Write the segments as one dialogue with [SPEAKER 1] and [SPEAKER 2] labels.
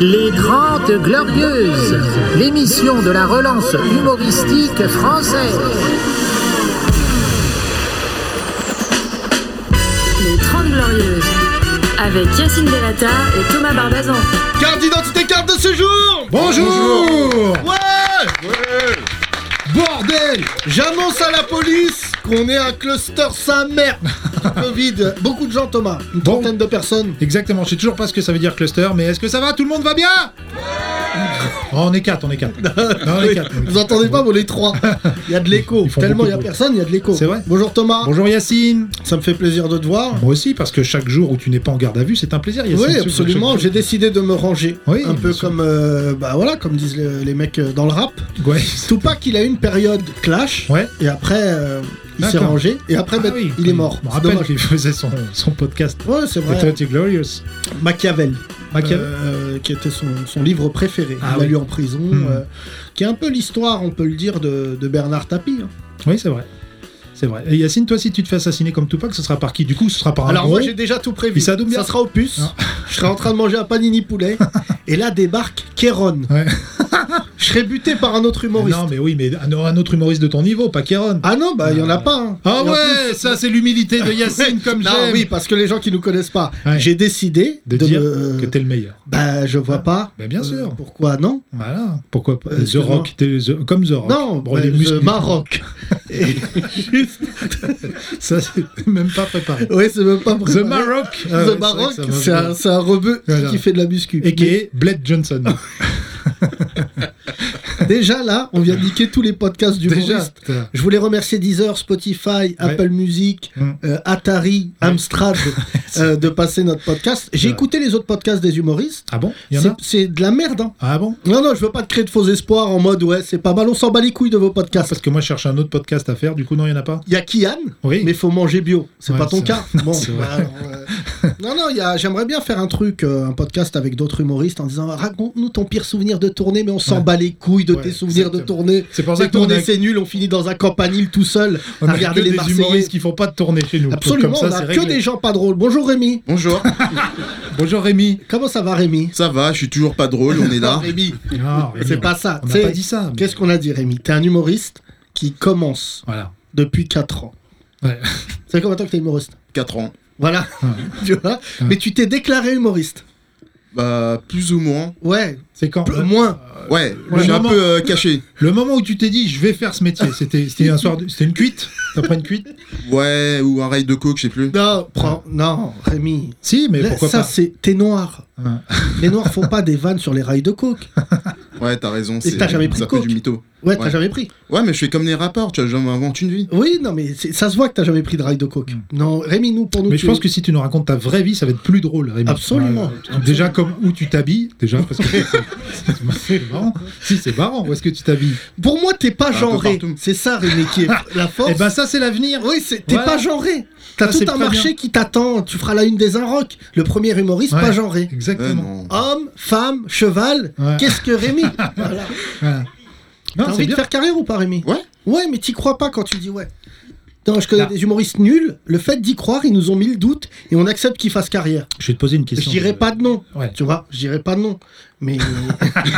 [SPEAKER 1] Les Grandes Glorieuses, l'émission de la relance humoristique française.
[SPEAKER 2] Les 30 Glorieuses, avec Yacine Delata et Thomas Barbazan.
[SPEAKER 3] Carte d'identité, carte de séjour
[SPEAKER 4] Bonjour,
[SPEAKER 3] Ouais Bordel J'annonce à la police qu'on est un cluster sa mère Covid, beaucoup de gens Thomas, une
[SPEAKER 4] Bon.
[SPEAKER 3] trentaine de personnes.
[SPEAKER 4] Exactement, je sais toujours pas ce que ça veut dire cluster, mais est-ce que ça va Tout le monde va bien Oh, On est quatre, on est quatre. Non, on est quatre.
[SPEAKER 3] Vous entendez pas, mais les trois. Il y a de l'écho.
[SPEAKER 4] Ils font
[SPEAKER 3] Tellement il
[SPEAKER 4] beaucoup
[SPEAKER 3] y a
[SPEAKER 4] de bruit.
[SPEAKER 3] personne, il y a de l'écho.
[SPEAKER 4] C'est vrai
[SPEAKER 3] Bonjour Thomas.
[SPEAKER 4] Bonjour Yacine
[SPEAKER 3] Ça me fait plaisir de te voir.
[SPEAKER 4] Moi aussi, parce que chaque jour où tu n'es pas en garde à vue, c'est un plaisir Yacine.
[SPEAKER 3] Oui,
[SPEAKER 4] Chaque-
[SPEAKER 3] absolument. J'ai
[SPEAKER 4] chaque-
[SPEAKER 3] décidé de me ranger.
[SPEAKER 4] Oui,
[SPEAKER 3] un peu
[SPEAKER 4] bien sûr.
[SPEAKER 3] comme, euh, bah voilà, comme disent le- les mecs euh, dans le rap.
[SPEAKER 4] Ouais.
[SPEAKER 3] Tupac, il a eu une période clash.
[SPEAKER 4] Ouais.
[SPEAKER 3] Et après, euh, il s'est
[SPEAKER 4] D'accord.
[SPEAKER 3] rangé. Et après,
[SPEAKER 4] Ah
[SPEAKER 3] bah,
[SPEAKER 4] oui.
[SPEAKER 3] il est mort.
[SPEAKER 4] Je me
[SPEAKER 3] C'est
[SPEAKER 4] rappelle
[SPEAKER 3] dommage.
[SPEAKER 4] qu'il faisait son, son podcast.
[SPEAKER 3] Ouais, c'est
[SPEAKER 4] The
[SPEAKER 3] vrai.
[SPEAKER 4] 30 Glorious.
[SPEAKER 3] Machiavel.
[SPEAKER 4] Machiavel.
[SPEAKER 3] Euh, qui était son, son livre préféré.
[SPEAKER 4] Ah
[SPEAKER 3] il l'a
[SPEAKER 4] oui.
[SPEAKER 3] lu en prison.
[SPEAKER 4] Hmm.
[SPEAKER 3] euh, qui est un peu l'histoire, on peut le dire, de, de Bernard Tapie. hein.
[SPEAKER 4] Oui, c'est vrai. C'est vrai. Et Yacine, toi, si tu te fais assassiner comme Tupac, ce sera par qui Du coup, ce sera par un
[SPEAKER 3] Alors moi
[SPEAKER 4] gros
[SPEAKER 3] j'ai déjà tout prévu.
[SPEAKER 4] Ah, Il s'adoume bien.
[SPEAKER 3] Ça sera opus.
[SPEAKER 4] Ah.
[SPEAKER 3] Je serai en train de manger un panini poulet. et là débarque Kéron.
[SPEAKER 4] Ouais.
[SPEAKER 3] Je serai buté par un autre humoriste.
[SPEAKER 4] Ah Non, mais oui, mais un, un autre humoriste de ton niveau, pas Kéron.
[SPEAKER 3] Ah non, bah il y en a pas. hein.
[SPEAKER 4] Ah
[SPEAKER 3] Et en
[SPEAKER 4] ouais, ça, c'est l'humilité de Yacine, comme
[SPEAKER 3] plus- non,
[SPEAKER 4] j'aime
[SPEAKER 3] oui, parce que les gens qui nous connaissent pas,
[SPEAKER 4] Ouais.
[SPEAKER 3] j'ai décidé
[SPEAKER 4] De dire
[SPEAKER 3] me-
[SPEAKER 4] que t'es le meilleur.
[SPEAKER 3] Bah je vois pas.
[SPEAKER 4] Bah, bien sûr.
[SPEAKER 3] Pourquoi non
[SPEAKER 4] Voilà. Pourquoi pas
[SPEAKER 3] Euh,
[SPEAKER 4] The
[SPEAKER 3] excuse-moi.
[SPEAKER 4] Rock, t'es The- comme The Rock.
[SPEAKER 3] Non,
[SPEAKER 4] Bon,
[SPEAKER 3] bah,
[SPEAKER 4] les
[SPEAKER 3] The
[SPEAKER 4] muscles-
[SPEAKER 3] Maroc. Et-
[SPEAKER 4] Ça, c'est même pas préparé.
[SPEAKER 3] ouais, c'est même pas
[SPEAKER 4] The
[SPEAKER 3] préparé.
[SPEAKER 4] Maroc. Ah ouais,
[SPEAKER 3] The
[SPEAKER 4] c'est
[SPEAKER 3] Maroc,
[SPEAKER 4] vrai que ça
[SPEAKER 3] c'est
[SPEAKER 4] va
[SPEAKER 3] un,
[SPEAKER 4] bien.
[SPEAKER 3] c'est un rebeu
[SPEAKER 4] Voilà.
[SPEAKER 3] qui fait de la muscu.
[SPEAKER 4] Et qui est Bled Johnson.
[SPEAKER 3] Mais Déjà là, on vient de niquer tous les podcasts du
[SPEAKER 4] Déjà.
[SPEAKER 3] Je voulais remercier Deezer, Spotify, Apple Music,
[SPEAKER 4] Mm.
[SPEAKER 3] euh, Atari, Amstrad euh, de passer notre podcast. J'ai
[SPEAKER 4] Ouais.
[SPEAKER 3] écouté les autres podcasts des humoristes.
[SPEAKER 4] Ah bon Il y en
[SPEAKER 3] C'est
[SPEAKER 4] a
[SPEAKER 3] c'est de la merde. hein.
[SPEAKER 4] Ah bon
[SPEAKER 3] Non, non, je veux pas te créer de faux espoirs en mode ouais, c'est pas mal, on s'en bat les couilles de vos podcasts.
[SPEAKER 4] Parce que moi, je cherche un autre podcast à faire. Du coup, non, il n'y en a pas
[SPEAKER 3] Il y a Kian,
[SPEAKER 4] Oui.
[SPEAKER 3] mais faut manger bio. C'est
[SPEAKER 4] Ouais,
[SPEAKER 3] pas ton
[SPEAKER 4] c'est
[SPEAKER 3] cas. Bon,
[SPEAKER 4] c'est vrai.
[SPEAKER 3] bah, alors, euh, non, non, il y a- j'aimerais bien faire un truc, euh, un podcast avec d'autres humoristes en disant raconte-nous ton pire souvenir de tournée, mais on s'en
[SPEAKER 4] Ouais.
[SPEAKER 3] bat les couilles de
[SPEAKER 4] Ouais,
[SPEAKER 3] tes souvenirs de
[SPEAKER 4] exactement.
[SPEAKER 3] tournée.
[SPEAKER 4] C'est pour ça
[SPEAKER 3] Les
[SPEAKER 4] que nous, on a,
[SPEAKER 3] tournées, c'est nul, on finit dans un campanile tout seul
[SPEAKER 4] on
[SPEAKER 3] à
[SPEAKER 4] a
[SPEAKER 3] regarder
[SPEAKER 4] que
[SPEAKER 3] les
[SPEAKER 4] des
[SPEAKER 3] Marseillais.
[SPEAKER 4] humoristes qui font pas de tournée chez nous.
[SPEAKER 3] Absolument,
[SPEAKER 4] Comme ça,
[SPEAKER 3] on
[SPEAKER 4] c'est
[SPEAKER 3] a que
[SPEAKER 4] réglé.
[SPEAKER 3] des gens pas drôles. Bonjour Rémi.
[SPEAKER 5] Bonjour,
[SPEAKER 4] Bonjour Rémi.
[SPEAKER 3] Comment ça va Rémi
[SPEAKER 5] ça va, je suis toujours pas drôle, on est là.
[SPEAKER 3] Rémi,
[SPEAKER 4] Ah, Rémi,
[SPEAKER 3] c'est
[SPEAKER 4] on-
[SPEAKER 3] pas ça.
[SPEAKER 4] On n'a
[SPEAKER 3] C'est-
[SPEAKER 4] pas dit ça. mais-
[SPEAKER 3] Qu'est-ce qu'on a dit Rémi T'es un humoriste qui commence
[SPEAKER 4] Voilà.
[SPEAKER 3] depuis 4 ans.
[SPEAKER 4] Ouais.
[SPEAKER 3] C'est combien de temps que t'es humoriste
[SPEAKER 5] 4 ans.
[SPEAKER 3] Voilà. tu vois Mais tu t'es déclaré humoriste.
[SPEAKER 5] Bah, plus ou moins.
[SPEAKER 3] Ouais,
[SPEAKER 4] C'est quand
[SPEAKER 3] peu- bah, moins.
[SPEAKER 5] Ouais,
[SPEAKER 4] Ouais,
[SPEAKER 5] je suis un
[SPEAKER 4] maman.
[SPEAKER 5] peu euh, caché.
[SPEAKER 4] Le moment où tu t'es dit, je vais faire ce métier, c'était c'était un soir, de- c'était une cuite. T'as pris une cuite
[SPEAKER 5] Ouais, ou un rail de coke, je sais plus.
[SPEAKER 3] Non, prends... non Rémi.
[SPEAKER 4] Si, mais
[SPEAKER 3] Là,
[SPEAKER 4] pourquoi
[SPEAKER 3] ça,
[SPEAKER 4] pas
[SPEAKER 3] c'est. T'es noir.
[SPEAKER 4] Ouais.
[SPEAKER 3] Les noirs font pas des vannes sur les rails de coke.
[SPEAKER 5] Ouais, t'as raison,
[SPEAKER 3] Et
[SPEAKER 5] c'est
[SPEAKER 3] t'as jamais pris
[SPEAKER 5] c'est un
[SPEAKER 3] de
[SPEAKER 5] peu
[SPEAKER 3] coke
[SPEAKER 5] du mytho.
[SPEAKER 3] Ouais, t'as
[SPEAKER 5] Ouais.
[SPEAKER 3] jamais pris.
[SPEAKER 5] Ouais, mais je fais comme les rappeurs, tu vois, je m'invente une vie.
[SPEAKER 3] Oui, non, mais c'est- ça se voit que t'as jamais pris de rail de coke. Non, Rémi, nous, pour nous.
[SPEAKER 4] Hmm. Mais
[SPEAKER 3] tu-
[SPEAKER 4] je pense que si tu nous racontes ta vraie vie, ça va être plus drôle, Rémi.
[SPEAKER 3] Absolument.
[SPEAKER 4] Euh, déjà, comme où tu t'habilles, déjà, parce que c'est- c'est c'est marrant. Si, c'est marrant, où est-ce que tu t'habilles
[SPEAKER 3] Pour moi, t'es pas
[SPEAKER 5] peu
[SPEAKER 3] genré.
[SPEAKER 5] partout.
[SPEAKER 3] C'est ça, Rémi, qui est la force.
[SPEAKER 4] Eh ben, ça, c'est l'avenir
[SPEAKER 3] Oui, c'est- t'es
[SPEAKER 4] Voilà.
[SPEAKER 3] pas genré. T'as
[SPEAKER 4] Ça,
[SPEAKER 3] tout
[SPEAKER 4] c'est
[SPEAKER 3] un
[SPEAKER 4] très
[SPEAKER 3] marché
[SPEAKER 4] bien.
[SPEAKER 3] qui t'attend. Tu feras la une des un rock. Le premier humoriste,
[SPEAKER 4] Ouais.
[SPEAKER 3] pas genré.
[SPEAKER 5] Ouais,
[SPEAKER 4] Exactement.
[SPEAKER 5] non.
[SPEAKER 3] Homme, femme, cheval.
[SPEAKER 4] Ouais.
[SPEAKER 3] Qu'est-ce que Rémi Voilà. T'as
[SPEAKER 4] Voilà. Non, c'est
[SPEAKER 3] envie de
[SPEAKER 4] bien.
[SPEAKER 3] faire carrière ou pas, Rémi
[SPEAKER 5] Ouais.
[SPEAKER 3] Ouais, mais t'y crois pas quand tu dis ouais. Non, je connais
[SPEAKER 4] Non.
[SPEAKER 3] des humoristes nuls. Le fait d'y croire, ils nous ont mis le doute et on accepte qu'ils fassent carrière.
[SPEAKER 4] Je vais te poser une
[SPEAKER 3] Je
[SPEAKER 4] question.
[SPEAKER 3] dirais pas de nom.
[SPEAKER 4] Ouais.
[SPEAKER 3] Tu vois, je dirais pas de nom. Mais.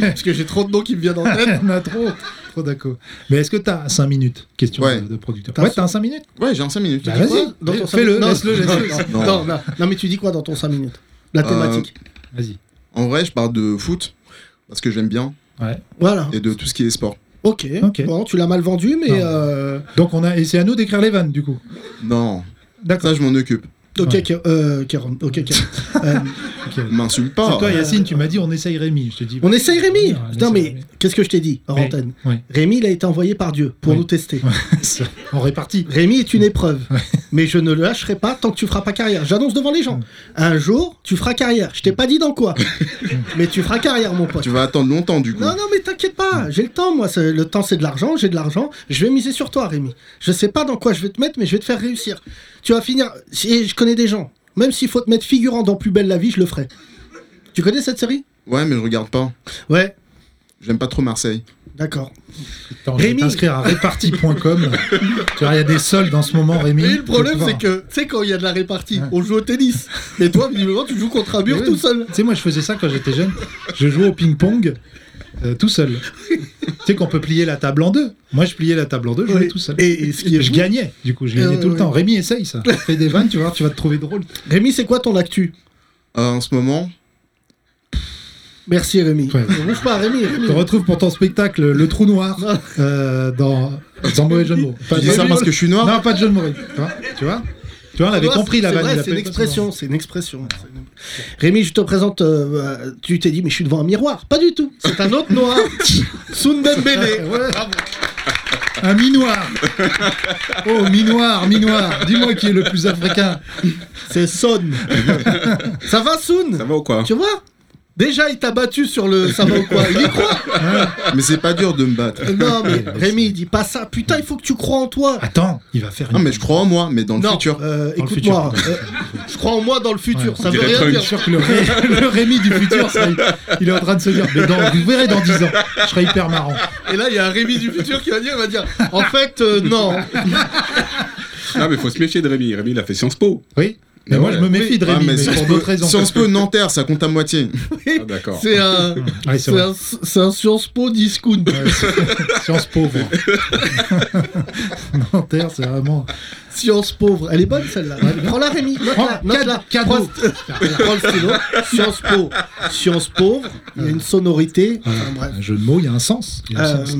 [SPEAKER 3] Parce que j'ai trop de noms qui me viennent en tête.
[SPEAKER 4] On a trop, trop d'accord. Mais est-ce que t'as 5 minutes Question
[SPEAKER 5] Ouais.
[SPEAKER 4] de- de producteur.
[SPEAKER 3] T'as
[SPEAKER 4] ouais,
[SPEAKER 3] cinq-
[SPEAKER 4] t'as un 5 minutes
[SPEAKER 5] Ouais, j'ai un 5 minutes.
[SPEAKER 4] Bah,
[SPEAKER 5] Tu dis
[SPEAKER 4] vas-y.
[SPEAKER 5] quoi
[SPEAKER 3] Dans ton cinq
[SPEAKER 4] Fais-le,
[SPEAKER 3] minutes- Non,
[SPEAKER 4] laisse-le, laisse-le.
[SPEAKER 3] Non,
[SPEAKER 5] Non.
[SPEAKER 3] non, non. Non, mais tu dis quoi dans ton 5 minutes La
[SPEAKER 5] Euh,
[SPEAKER 3] thématique.
[SPEAKER 4] Vas-y.
[SPEAKER 5] En vrai, je parle de foot, parce que j'aime bien,
[SPEAKER 4] Ouais.
[SPEAKER 3] Voilà.
[SPEAKER 5] et de tout ce qui est sport.
[SPEAKER 3] Ok.
[SPEAKER 4] Ok.
[SPEAKER 3] Bon, tu l'as mal vendu, mais.
[SPEAKER 4] Non.
[SPEAKER 3] euh,
[SPEAKER 4] Donc, on a, et c'est à nous d'écrire les vannes, du coup.
[SPEAKER 5] Non,
[SPEAKER 4] D'accord.
[SPEAKER 5] ça, je m'en occupe.
[SPEAKER 3] Ok,
[SPEAKER 4] Ouais.
[SPEAKER 3] Ke- euh, Kéron, Ok, Kéron. Euh,
[SPEAKER 4] Ok.
[SPEAKER 5] M'insulte
[SPEAKER 4] C'est
[SPEAKER 5] pas.
[SPEAKER 4] toi, Yacine, tu m'as dit on essaye Rémi. Je te dis.
[SPEAKER 3] on essaye Rémi
[SPEAKER 4] Ouais, on
[SPEAKER 3] Non,
[SPEAKER 4] essaye
[SPEAKER 3] mais
[SPEAKER 4] Rémi.
[SPEAKER 3] qu'est-ce que je t'ai dit, hors
[SPEAKER 4] Oui.
[SPEAKER 3] antenne
[SPEAKER 4] Oui.
[SPEAKER 3] Rémi, il a été envoyé par Dieu pour
[SPEAKER 4] Oui.
[SPEAKER 3] nous tester.
[SPEAKER 4] on répartit.
[SPEAKER 3] Rémi est une épreuve, mais je ne le lâcherai pas tant que tu feras pas carrière. J'annonce devant les gens. Un jour, tu feras carrière. Je t'ai pas dit dans quoi, mais tu feras carrière, mon pote.
[SPEAKER 5] Tu vas attendre longtemps, du coup.
[SPEAKER 3] Non, non, mais t'inquiète pas, j'ai le temps, moi. c'est- Le temps, c'est de l'argent, j'ai de l'argent. Je vais miser sur toi, Rémi. Je sais pas dans quoi je vais te mettre, mais je vais te faire réussir. Tu vas finir. Et je connais des gens. Même s'il faut te mettre figurant dans Plus belle la vie, je le ferai. Tu connais cette série
[SPEAKER 5] Ouais, mais je regarde pas.
[SPEAKER 3] Ouais.
[SPEAKER 5] J'aime pas trop Marseille.
[SPEAKER 3] D'accord.
[SPEAKER 4] Attends, je vais
[SPEAKER 3] Rémi.
[SPEAKER 4] t'inscrire à réparti.com. tu vois, il y a des soldes en ce moment, Rémi.
[SPEAKER 3] Mais le problème,
[SPEAKER 4] Tu vas
[SPEAKER 3] c'est
[SPEAKER 4] voir.
[SPEAKER 3] que, tu sais, quand il y a de la répartie,
[SPEAKER 4] Ouais.
[SPEAKER 3] on joue au tennis. Mais toi, visiblement, tu joues contre un mur
[SPEAKER 4] Mais oui.
[SPEAKER 3] tout seul.
[SPEAKER 4] Tu sais, moi, je faisais ça quand j'étais jeune. Je jouais au ping-pong euh, tout seul. tu sais qu'on peut plier la table en deux. Moi, je pliais la table en deux, je jouais
[SPEAKER 3] Oui.
[SPEAKER 4] tout seul.
[SPEAKER 3] Et, et ce qui est
[SPEAKER 4] je
[SPEAKER 3] fou-
[SPEAKER 4] gagnais, du coup, je
[SPEAKER 3] Euh,
[SPEAKER 4] gagnais tout le
[SPEAKER 3] ouais.
[SPEAKER 4] temps. Rémi, essaye ça. Fais des vannes, tu vas voir, tu vas te trouver drôle.
[SPEAKER 3] Rémi, c'est quoi ton actu
[SPEAKER 5] Euh, en ce moment,
[SPEAKER 3] Merci Rémi.
[SPEAKER 4] Ouais.
[SPEAKER 3] Ne bouge pas Rémi. Rémi.
[SPEAKER 4] Je te retrouve pour ton spectacle Le Trou Noir euh, dans, dans Mauvais Jeu de mots. Pas
[SPEAKER 5] tu
[SPEAKER 4] de
[SPEAKER 5] dis ça parce que je suis noir
[SPEAKER 4] Non, pas de jeu de mots. Rémi. Tu vois, tu vois, tu vois, on avait
[SPEAKER 3] Toi,
[SPEAKER 4] compris la
[SPEAKER 3] c'est
[SPEAKER 4] vanne.
[SPEAKER 3] vrai,
[SPEAKER 4] il a
[SPEAKER 3] C'est une
[SPEAKER 4] pas-
[SPEAKER 3] expression. C'est une expression. c'est une- Rémi, je te présente. euh, euh, tu t'es dit, mais je suis devant un miroir. Pas du tout. C'est un autre noir. Sundem Bene.
[SPEAKER 4] Ah, Ouais. Un minoir. Oh, minoir, minoir. Dis-moi qui est le plus africain.
[SPEAKER 3] C'est Son. ça va Sun
[SPEAKER 5] Ça va ou quoi
[SPEAKER 3] Tu vois Déjà, il t'a battu sur le. Ça va ou quoi Il y croit.
[SPEAKER 5] Mais c'est pas dur de me battre.
[SPEAKER 3] Euh, Non mais Rémi, il dit pas ça. Putain, il faut que tu crois en toi.
[SPEAKER 4] Attends, il va faire une.
[SPEAKER 5] Non, mais je crois en moi, mais dans le
[SPEAKER 3] non,
[SPEAKER 5] futur.
[SPEAKER 3] euh,
[SPEAKER 4] Dans le
[SPEAKER 3] écoute-moi. euh, je crois en moi dans le futur.
[SPEAKER 4] Ouais.
[SPEAKER 3] ça
[SPEAKER 5] On
[SPEAKER 3] veut
[SPEAKER 5] dirait
[SPEAKER 3] rien
[SPEAKER 5] Trump.
[SPEAKER 3] dire.
[SPEAKER 4] Je suis sûr que le, Ré- le Rémi du futur, sera- il est en train de se dire, mais dans- vous verrez dans 10 ans, je serai hyper marrant.
[SPEAKER 3] Et là, il y a un Rémi du futur qui va dire, il va dire, en fait, euh, non.
[SPEAKER 6] Non, mais faut se méfier de Rémi. Rémi, il a fait Sciences Po.
[SPEAKER 4] Oui Mais moi, je me méfie de
[SPEAKER 5] Ah,
[SPEAKER 4] Rémi, mais
[SPEAKER 5] Sciences
[SPEAKER 4] pour
[SPEAKER 5] Po-
[SPEAKER 4] d'autres raisons.
[SPEAKER 5] Sciences Po Nanterre, ça compte à moitié.
[SPEAKER 6] Ah, d'accord.
[SPEAKER 3] C'est un,
[SPEAKER 4] Ouais, c'est
[SPEAKER 3] c'est
[SPEAKER 4] vrai.
[SPEAKER 3] un, c'est un Sciences Po discount.
[SPEAKER 4] Sciences pauvres. Nanterre, c'est vraiment.
[SPEAKER 3] Sciences pauvre. Elle est bonne celle-là. Prends-la Rémi. Note-la.
[SPEAKER 4] Prends-
[SPEAKER 3] Note-la.
[SPEAKER 4] cade-
[SPEAKER 3] Prends-
[SPEAKER 4] cadeau.
[SPEAKER 3] Prends le stylo. Sciences Po. Sciences pauvre. Il y a une sonorité. Enfin, bref.
[SPEAKER 4] Un jeu de mots, il y a un sens. Il y a un
[SPEAKER 3] Euh,
[SPEAKER 4] sens.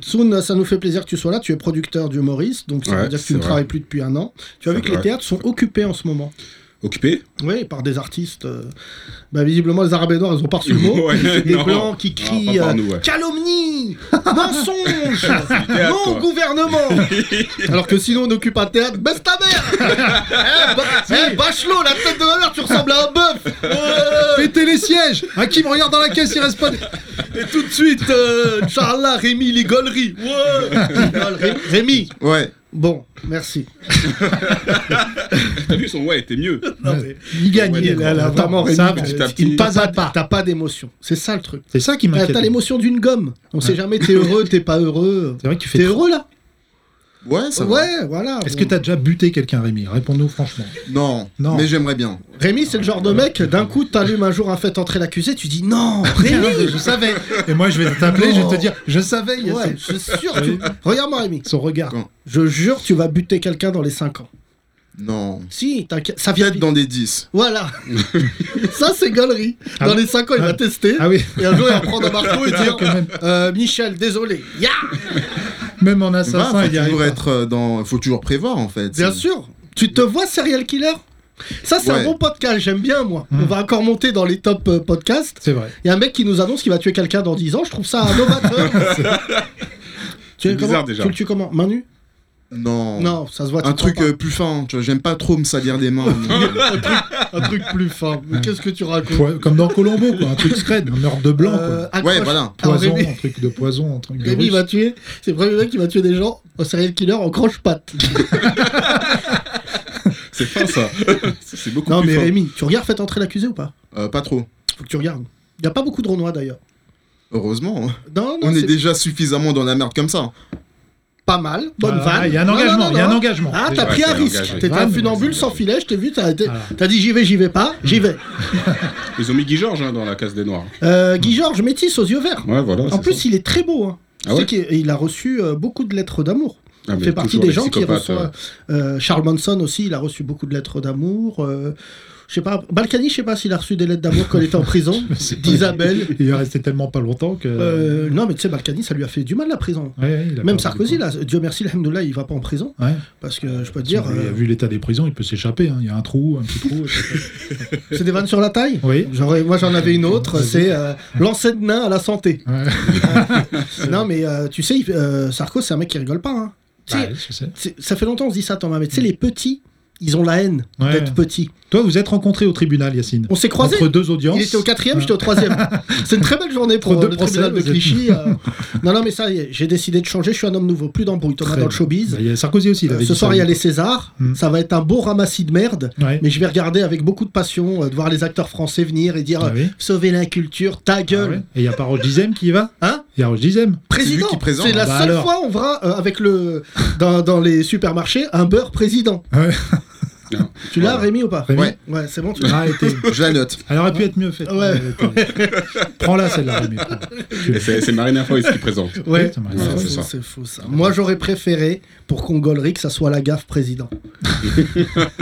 [SPEAKER 3] Soun, ça nous fait plaisir que tu sois là. Tu es producteur du Maurice, donc ça
[SPEAKER 6] Ouais,
[SPEAKER 3] veut dire que
[SPEAKER 6] c'est
[SPEAKER 3] tu ne
[SPEAKER 6] vrai.
[SPEAKER 3] travailles plus depuis un an. Tu as vu
[SPEAKER 6] C'est
[SPEAKER 3] que les
[SPEAKER 6] vrai.
[SPEAKER 3] théâtres sont occupés en ce moment.
[SPEAKER 6] Occupé
[SPEAKER 3] Oui, par des artistes. euh, bah, visiblement, les Arabes et Noirs, ils ont pas reçu le mot.
[SPEAKER 6] Ouais,
[SPEAKER 3] les
[SPEAKER 6] non.
[SPEAKER 3] Blancs qui
[SPEAKER 6] Non,
[SPEAKER 3] crient
[SPEAKER 6] pas par
[SPEAKER 3] euh,
[SPEAKER 6] nous, ouais.
[SPEAKER 3] calomnie, mensonge, non
[SPEAKER 6] quoi.
[SPEAKER 3] gouvernement. Alors que sinon, on occupe un théâtre, Bah, baisse ta mère Eh, ba- eh, Bachelot, la tête de ma mère, tu ressembles à un bœuf Euh,
[SPEAKER 4] Pétez les sièges À qui me regarde dans la caisse, il reste pas. de-
[SPEAKER 3] Et tout de suite, euh, Inch'Allah, Rémi, les gauleries Ouais. Ré- Rémi,
[SPEAKER 5] Ouais.
[SPEAKER 3] bon, merci.
[SPEAKER 6] T'as vu, son ouais était mieux.
[SPEAKER 3] Non, mais-
[SPEAKER 4] Ouais. Il gagne,
[SPEAKER 6] Ouais,
[SPEAKER 4] il est
[SPEAKER 6] d'accord.
[SPEAKER 4] là, là,
[SPEAKER 3] Vraiment,
[SPEAKER 4] vraiment,
[SPEAKER 3] Rémi,
[SPEAKER 4] ça avance.
[SPEAKER 3] petit
[SPEAKER 6] à
[SPEAKER 3] il
[SPEAKER 6] petit.
[SPEAKER 3] passe à pas. T'as pas d'émotion, c'est ça le truc.
[SPEAKER 4] C'est ça qui
[SPEAKER 3] T'as
[SPEAKER 4] m'inquiète.
[SPEAKER 3] t'as l'émotion d'une gomme. On sait jamais, t'es heureux, t'es pas heureux.
[SPEAKER 4] C'est vrai que tu fais.
[SPEAKER 3] T'es
[SPEAKER 4] trop-
[SPEAKER 3] heureux là
[SPEAKER 5] Ouais, ça va.
[SPEAKER 3] Ouais, voilà.
[SPEAKER 4] Est-ce que t'as déjà buté quelqu'un, Rémi Réponds-nous franchement.
[SPEAKER 5] Non,
[SPEAKER 4] Non.
[SPEAKER 5] mais j'aimerais bien.
[SPEAKER 3] Rémi, c'est le genre de mec, d'un coup, t'allumes un jour un fait entrer l'accusé, tu dis non, Rémi Oh.
[SPEAKER 4] Je savais Et moi, je vais t'appeler, je vais te dire, je savais, il y a
[SPEAKER 3] Ouais,
[SPEAKER 4] ce-
[SPEAKER 3] je suis sûr. tu- Regarde-moi, Rémi.
[SPEAKER 4] Euh, son regard.
[SPEAKER 3] Je jure, tu vas buter quelqu'un dans les 5 ans.
[SPEAKER 5] Non.
[SPEAKER 3] Si, t'inquiète, ça vient.
[SPEAKER 5] Peut-être
[SPEAKER 3] vite.
[SPEAKER 5] dans des 10.
[SPEAKER 3] Voilà. ça, c'est galerie.
[SPEAKER 4] Ah
[SPEAKER 3] Dans
[SPEAKER 4] bon
[SPEAKER 3] les 5 ans, il
[SPEAKER 4] Ah.
[SPEAKER 3] va tester.
[SPEAKER 4] Ah oui,
[SPEAKER 3] Et un jour, il va prendre un marteau et
[SPEAKER 4] Ah,
[SPEAKER 3] dire
[SPEAKER 4] quand même.
[SPEAKER 3] euh, Michel, désolé. Ya
[SPEAKER 4] même en
[SPEAKER 5] Ah,
[SPEAKER 4] assassin,
[SPEAKER 5] faut
[SPEAKER 4] il y a.
[SPEAKER 5] toujours être euh, dans. Faut toujours prévoir en fait.
[SPEAKER 3] Bien
[SPEAKER 5] C'est-
[SPEAKER 3] sûr. Tu te vois serial killer Ça, c'est un
[SPEAKER 5] Ouais.
[SPEAKER 3] bon podcast, j'aime bien, moi. On
[SPEAKER 4] Mm.
[SPEAKER 3] va encore monter dans les top euh, podcasts.
[SPEAKER 4] C'est vrai.
[SPEAKER 3] Il y a un mec qui nous annonce qu'il va tuer quelqu'un dans 10 ans, je trouve ça novateur. tu
[SPEAKER 6] C'est
[SPEAKER 3] le comment
[SPEAKER 6] bizarre, déjà.
[SPEAKER 3] Tu le tues comment Main nue
[SPEAKER 5] Non.
[SPEAKER 3] Non, ça se voit. tu
[SPEAKER 5] Un
[SPEAKER 3] crois
[SPEAKER 5] truc
[SPEAKER 3] pas.
[SPEAKER 5] euh, plus fin, tu vois, j'aime pas trop me salir les mains. mais-
[SPEAKER 3] un truc plus fin.
[SPEAKER 4] Hmm.
[SPEAKER 3] Mais qu'est-ce que tu racontes
[SPEAKER 4] Poi- Comme dans Colombo, quoi, un truc scred, un meurtre de blanc,
[SPEAKER 3] Euh,
[SPEAKER 4] quoi.
[SPEAKER 3] accroche-
[SPEAKER 5] ouais, voilà.
[SPEAKER 3] Alors,
[SPEAKER 4] Poison,
[SPEAKER 3] Rémi-
[SPEAKER 4] un truc de poison, un truc de.
[SPEAKER 3] Rémi
[SPEAKER 4] russe.
[SPEAKER 3] va tuer, c'est le premier mec qui va tuer des gens au serial killer en croche-patte.
[SPEAKER 6] C'est fin, ça. C'est beaucoup
[SPEAKER 3] Non
[SPEAKER 6] plus
[SPEAKER 3] mais
[SPEAKER 6] fin.
[SPEAKER 3] Rémi, tu regardes Faites entrer l'accusé ou pas
[SPEAKER 5] Euh, pas trop.
[SPEAKER 3] Faut que tu regardes. Y a pas beaucoup de Renois d'ailleurs.
[SPEAKER 5] Heureusement.
[SPEAKER 3] Non, non,
[SPEAKER 5] On est
[SPEAKER 3] c'est
[SPEAKER 5] déjà suffisamment dans la merde comme ça.
[SPEAKER 3] pas mal. Bonne
[SPEAKER 4] Ah,
[SPEAKER 3] vanne.
[SPEAKER 4] Il y a un
[SPEAKER 3] Non, non,
[SPEAKER 4] engagement,
[SPEAKER 3] non,
[SPEAKER 4] il y a un
[SPEAKER 3] non.
[SPEAKER 4] engagement.
[SPEAKER 3] Ah, t'as
[SPEAKER 4] déjà.
[SPEAKER 3] pris
[SPEAKER 6] Ouais,
[SPEAKER 3] un
[SPEAKER 6] c'est
[SPEAKER 3] risque.
[SPEAKER 6] engagé.
[SPEAKER 3] T'étais un
[SPEAKER 4] Vanne,
[SPEAKER 3] funambule
[SPEAKER 6] c'est
[SPEAKER 3] sans
[SPEAKER 6] engagé.
[SPEAKER 3] filet, je t'ai vu, t'as été-
[SPEAKER 4] Voilà.
[SPEAKER 3] t'as dit j'y vais, j'y vais pas, j'y vais.
[SPEAKER 6] Ils ont mis Guy Georges hein, dans la case des Noirs.
[SPEAKER 3] Euh, Guy Georges, métis aux yeux verts.
[SPEAKER 6] Ouais, voilà.
[SPEAKER 3] En
[SPEAKER 6] c'est
[SPEAKER 3] plus,
[SPEAKER 6] ça.
[SPEAKER 3] il est très beau. Hein.
[SPEAKER 6] Ah
[SPEAKER 3] Tu sais
[SPEAKER 6] ouais
[SPEAKER 3] qu'il- il a reçu euh, beaucoup de lettres d'amour.
[SPEAKER 6] Ah, mais
[SPEAKER 3] il fait partie
[SPEAKER 6] toujours
[SPEAKER 3] des
[SPEAKER 6] les
[SPEAKER 3] gens qui
[SPEAKER 6] psychopathes,
[SPEAKER 3] reçoivent. euh, Charles Manson aussi, il a reçu beaucoup de lettres d'amour. euh, je sais pas. Balkany, je sais pas s'il a reçu des lettres d'amour quand il était en prison.
[SPEAKER 4] C'est pas-
[SPEAKER 3] D'Isabelle.
[SPEAKER 4] Il est resté tellement pas longtemps que.
[SPEAKER 3] Euh, non, mais tu sais, Balkany, ça lui a fait du mal la prison.
[SPEAKER 4] Ouais, ouais, il a
[SPEAKER 3] Même
[SPEAKER 4] perdu
[SPEAKER 3] Sarkozy,
[SPEAKER 4] beaucoup.
[SPEAKER 3] là, Dieu merci, alhamdoulilah, il va pas en prison.
[SPEAKER 4] Ouais.
[SPEAKER 3] Parce que je peux te
[SPEAKER 4] Dire,
[SPEAKER 3] dire,
[SPEAKER 4] il a
[SPEAKER 3] euh,
[SPEAKER 4] vu l'état des prisons, il peut s'échapper. hein. Il y a un trou, un petit trou. etc.
[SPEAKER 3] c'est des vannes sur la taille
[SPEAKER 4] oui.
[SPEAKER 3] J'aurais- moi j'en avais une autre,
[SPEAKER 4] Vas-y.
[SPEAKER 3] c'est euh, lancer de nain à la santé.
[SPEAKER 4] Ouais.
[SPEAKER 3] non mais euh, tu sais, il- euh, Sarko c'est un mec qui rigole pas. hein. Tu sais,
[SPEAKER 4] Ouais, Bah je sais. Mm.
[SPEAKER 3] c'est- ça fait longtemps on se dit ça Thomas, mais tu sais les petits, ils ont la haine
[SPEAKER 4] Ouais.
[SPEAKER 3] d'être petits.
[SPEAKER 4] Toi, vous êtes rencontrés au tribunal, Yacine.
[SPEAKER 3] On s'est croisés.
[SPEAKER 4] Entre deux audiences.
[SPEAKER 3] Il était au quatrième,
[SPEAKER 4] Ouais.
[SPEAKER 3] j'étais au troisième. C'est une très belle journée pour
[SPEAKER 4] Entre deux
[SPEAKER 3] euh, le tribunal de
[SPEAKER 4] procès, vous êtes-
[SPEAKER 3] Clichy. euh. Non, non, mais ça y est, j'ai décidé de changer. Je suis un homme nouveau, plus d'embrouille. Thomas
[SPEAKER 4] Très
[SPEAKER 3] dans le
[SPEAKER 4] bien.
[SPEAKER 3] showbiz.
[SPEAKER 4] Bah, il y a Sarkozy aussi, il
[SPEAKER 3] Euh,
[SPEAKER 4] avait
[SPEAKER 3] Ce
[SPEAKER 4] dit
[SPEAKER 3] soir,
[SPEAKER 4] ça.
[SPEAKER 3] il y a les Césars.
[SPEAKER 4] Mm.
[SPEAKER 3] Ça va être un beau ramassis de merde.
[SPEAKER 4] Ouais.
[SPEAKER 3] Mais je vais regarder avec beaucoup de passion euh, de voir les acteurs français venir et dire euh,
[SPEAKER 4] Ah oui.
[SPEAKER 3] Sauvez la culture, ta
[SPEAKER 4] Ah ouais.
[SPEAKER 3] gueule.
[SPEAKER 4] Et il y a Parodisem qui y va
[SPEAKER 3] Hein
[SPEAKER 4] Yaroche Dizem.
[SPEAKER 5] lui
[SPEAKER 3] Président.
[SPEAKER 5] qui présente.
[SPEAKER 3] C'est la
[SPEAKER 4] Bah
[SPEAKER 3] seule
[SPEAKER 4] alors.
[SPEAKER 3] fois on verra euh, avec le dans, dans les supermarchés un beurre président.
[SPEAKER 4] Ouais.
[SPEAKER 3] Tu l'as Rémi ou pas
[SPEAKER 4] Rémi
[SPEAKER 5] Ouais.
[SPEAKER 3] Ouais, c'est bon. Tu l'as.
[SPEAKER 4] Ah, elle était-
[SPEAKER 5] Je la note.
[SPEAKER 4] Elle aurait pu être mieux faite. Euh,
[SPEAKER 3] Ouais.
[SPEAKER 4] Elle était- Prends-la celle-là, Rémi.
[SPEAKER 6] Et c'est c'est Marina Foïs qui présente.
[SPEAKER 3] Ouais.
[SPEAKER 4] ça m'a-
[SPEAKER 3] Ah,
[SPEAKER 6] ça, c'est
[SPEAKER 3] ouais,
[SPEAKER 6] ça.
[SPEAKER 3] c'est fou ça. Moi j'aurais préféré pour Congolerie que ça soit la gaffe président.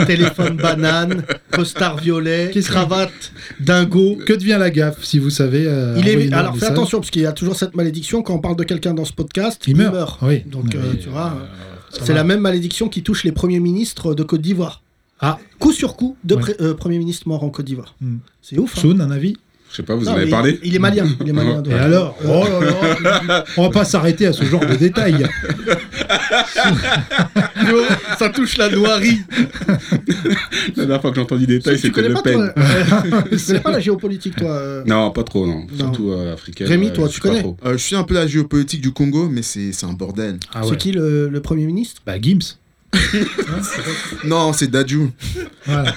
[SPEAKER 3] Téléphone banane, costard violet,
[SPEAKER 4] Qu'est-ce que-
[SPEAKER 3] cravate, dingo.
[SPEAKER 4] Que devient la gaffe, si vous savez euh,
[SPEAKER 3] Il est...
[SPEAKER 4] envoyez-nous un
[SPEAKER 3] Alors fais
[SPEAKER 4] message.
[SPEAKER 3] attention parce qu'il y a toujours cette malédiction quand on parle de quelqu'un dans ce podcast,
[SPEAKER 4] Il meurt. Oui.
[SPEAKER 3] Donc euh,
[SPEAKER 4] Mais,
[SPEAKER 3] tu vois,
[SPEAKER 4] euh, ça
[SPEAKER 3] c'est
[SPEAKER 4] va.
[SPEAKER 3] la même malédiction qui touche les premiers ministres de Côte d'Ivoire.
[SPEAKER 4] Ah,
[SPEAKER 3] Coup sur coup, deux
[SPEAKER 4] Ouais.
[SPEAKER 3] pré- euh, premiers ministres morts en Côte d'Ivoire.
[SPEAKER 4] Hmm.
[SPEAKER 3] C'est ouf. hein.
[SPEAKER 4] Soun, un avis
[SPEAKER 6] Je sais pas, vous en
[SPEAKER 3] Non,
[SPEAKER 6] avez
[SPEAKER 3] mais
[SPEAKER 6] parlé
[SPEAKER 3] Il, il est malien. Il est malien de-
[SPEAKER 4] Et alors
[SPEAKER 3] Euh,
[SPEAKER 4] Oh là là On va pas s'arrêter à ce genre de détails.
[SPEAKER 3] ça touche la noirie.
[SPEAKER 6] La dernière fois que j'ai entendu des détails,
[SPEAKER 3] tu
[SPEAKER 6] c'était
[SPEAKER 3] connais
[SPEAKER 6] Le
[SPEAKER 3] pas
[SPEAKER 6] Pen.
[SPEAKER 3] toi Tu connais pas la géopolitique toi euh,
[SPEAKER 6] Non, pas trop, non.
[SPEAKER 3] Non.
[SPEAKER 6] Surtout euh, africaine.
[SPEAKER 3] Rémi,
[SPEAKER 6] euh,
[SPEAKER 3] toi,
[SPEAKER 6] je
[SPEAKER 3] tu
[SPEAKER 6] suis pas
[SPEAKER 3] connais
[SPEAKER 6] trop.
[SPEAKER 5] Euh, je suis un peu la géopolitique du Congo, mais c'est c'est un bordel.
[SPEAKER 4] Ah
[SPEAKER 3] C'est qui le, le premier ministre
[SPEAKER 4] Bah, Gims. Hein
[SPEAKER 5] Non, c'est Dadju.
[SPEAKER 4] Voilà.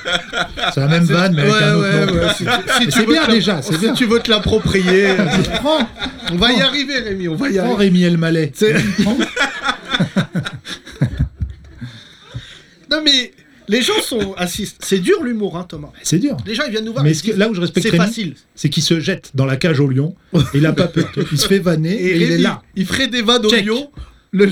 [SPEAKER 4] C'est la même vanne, mais avec un autre nom. Mais c'est bien déjà, c'est bien.
[SPEAKER 3] tu veux te l'approprier, euh,
[SPEAKER 4] Prends,
[SPEAKER 3] on va y arriver Rémi, on va y
[SPEAKER 4] prends
[SPEAKER 3] arriver.
[SPEAKER 4] Rémi Elmaleh.
[SPEAKER 3] C'est-
[SPEAKER 4] Prends.
[SPEAKER 3] Non mais les gens sont assistent. C'est dur l'humour hein Thomas.
[SPEAKER 4] C'est dur.
[SPEAKER 3] Les gens ils viennent nous voir.
[SPEAKER 4] Mais
[SPEAKER 3] ils
[SPEAKER 4] ce que-
[SPEAKER 3] disent,
[SPEAKER 4] là où je respecte
[SPEAKER 3] c'est
[SPEAKER 4] Rémi,
[SPEAKER 3] facile.
[SPEAKER 4] c'est qu'il se jette dans la cage au lion. et Il a pas peur. Il se fait vanner
[SPEAKER 3] Et,
[SPEAKER 4] et, il est
[SPEAKER 3] Rémi,
[SPEAKER 4] là.
[SPEAKER 3] il ferait des vannes au
[SPEAKER 4] Check.
[SPEAKER 3] lion. Le,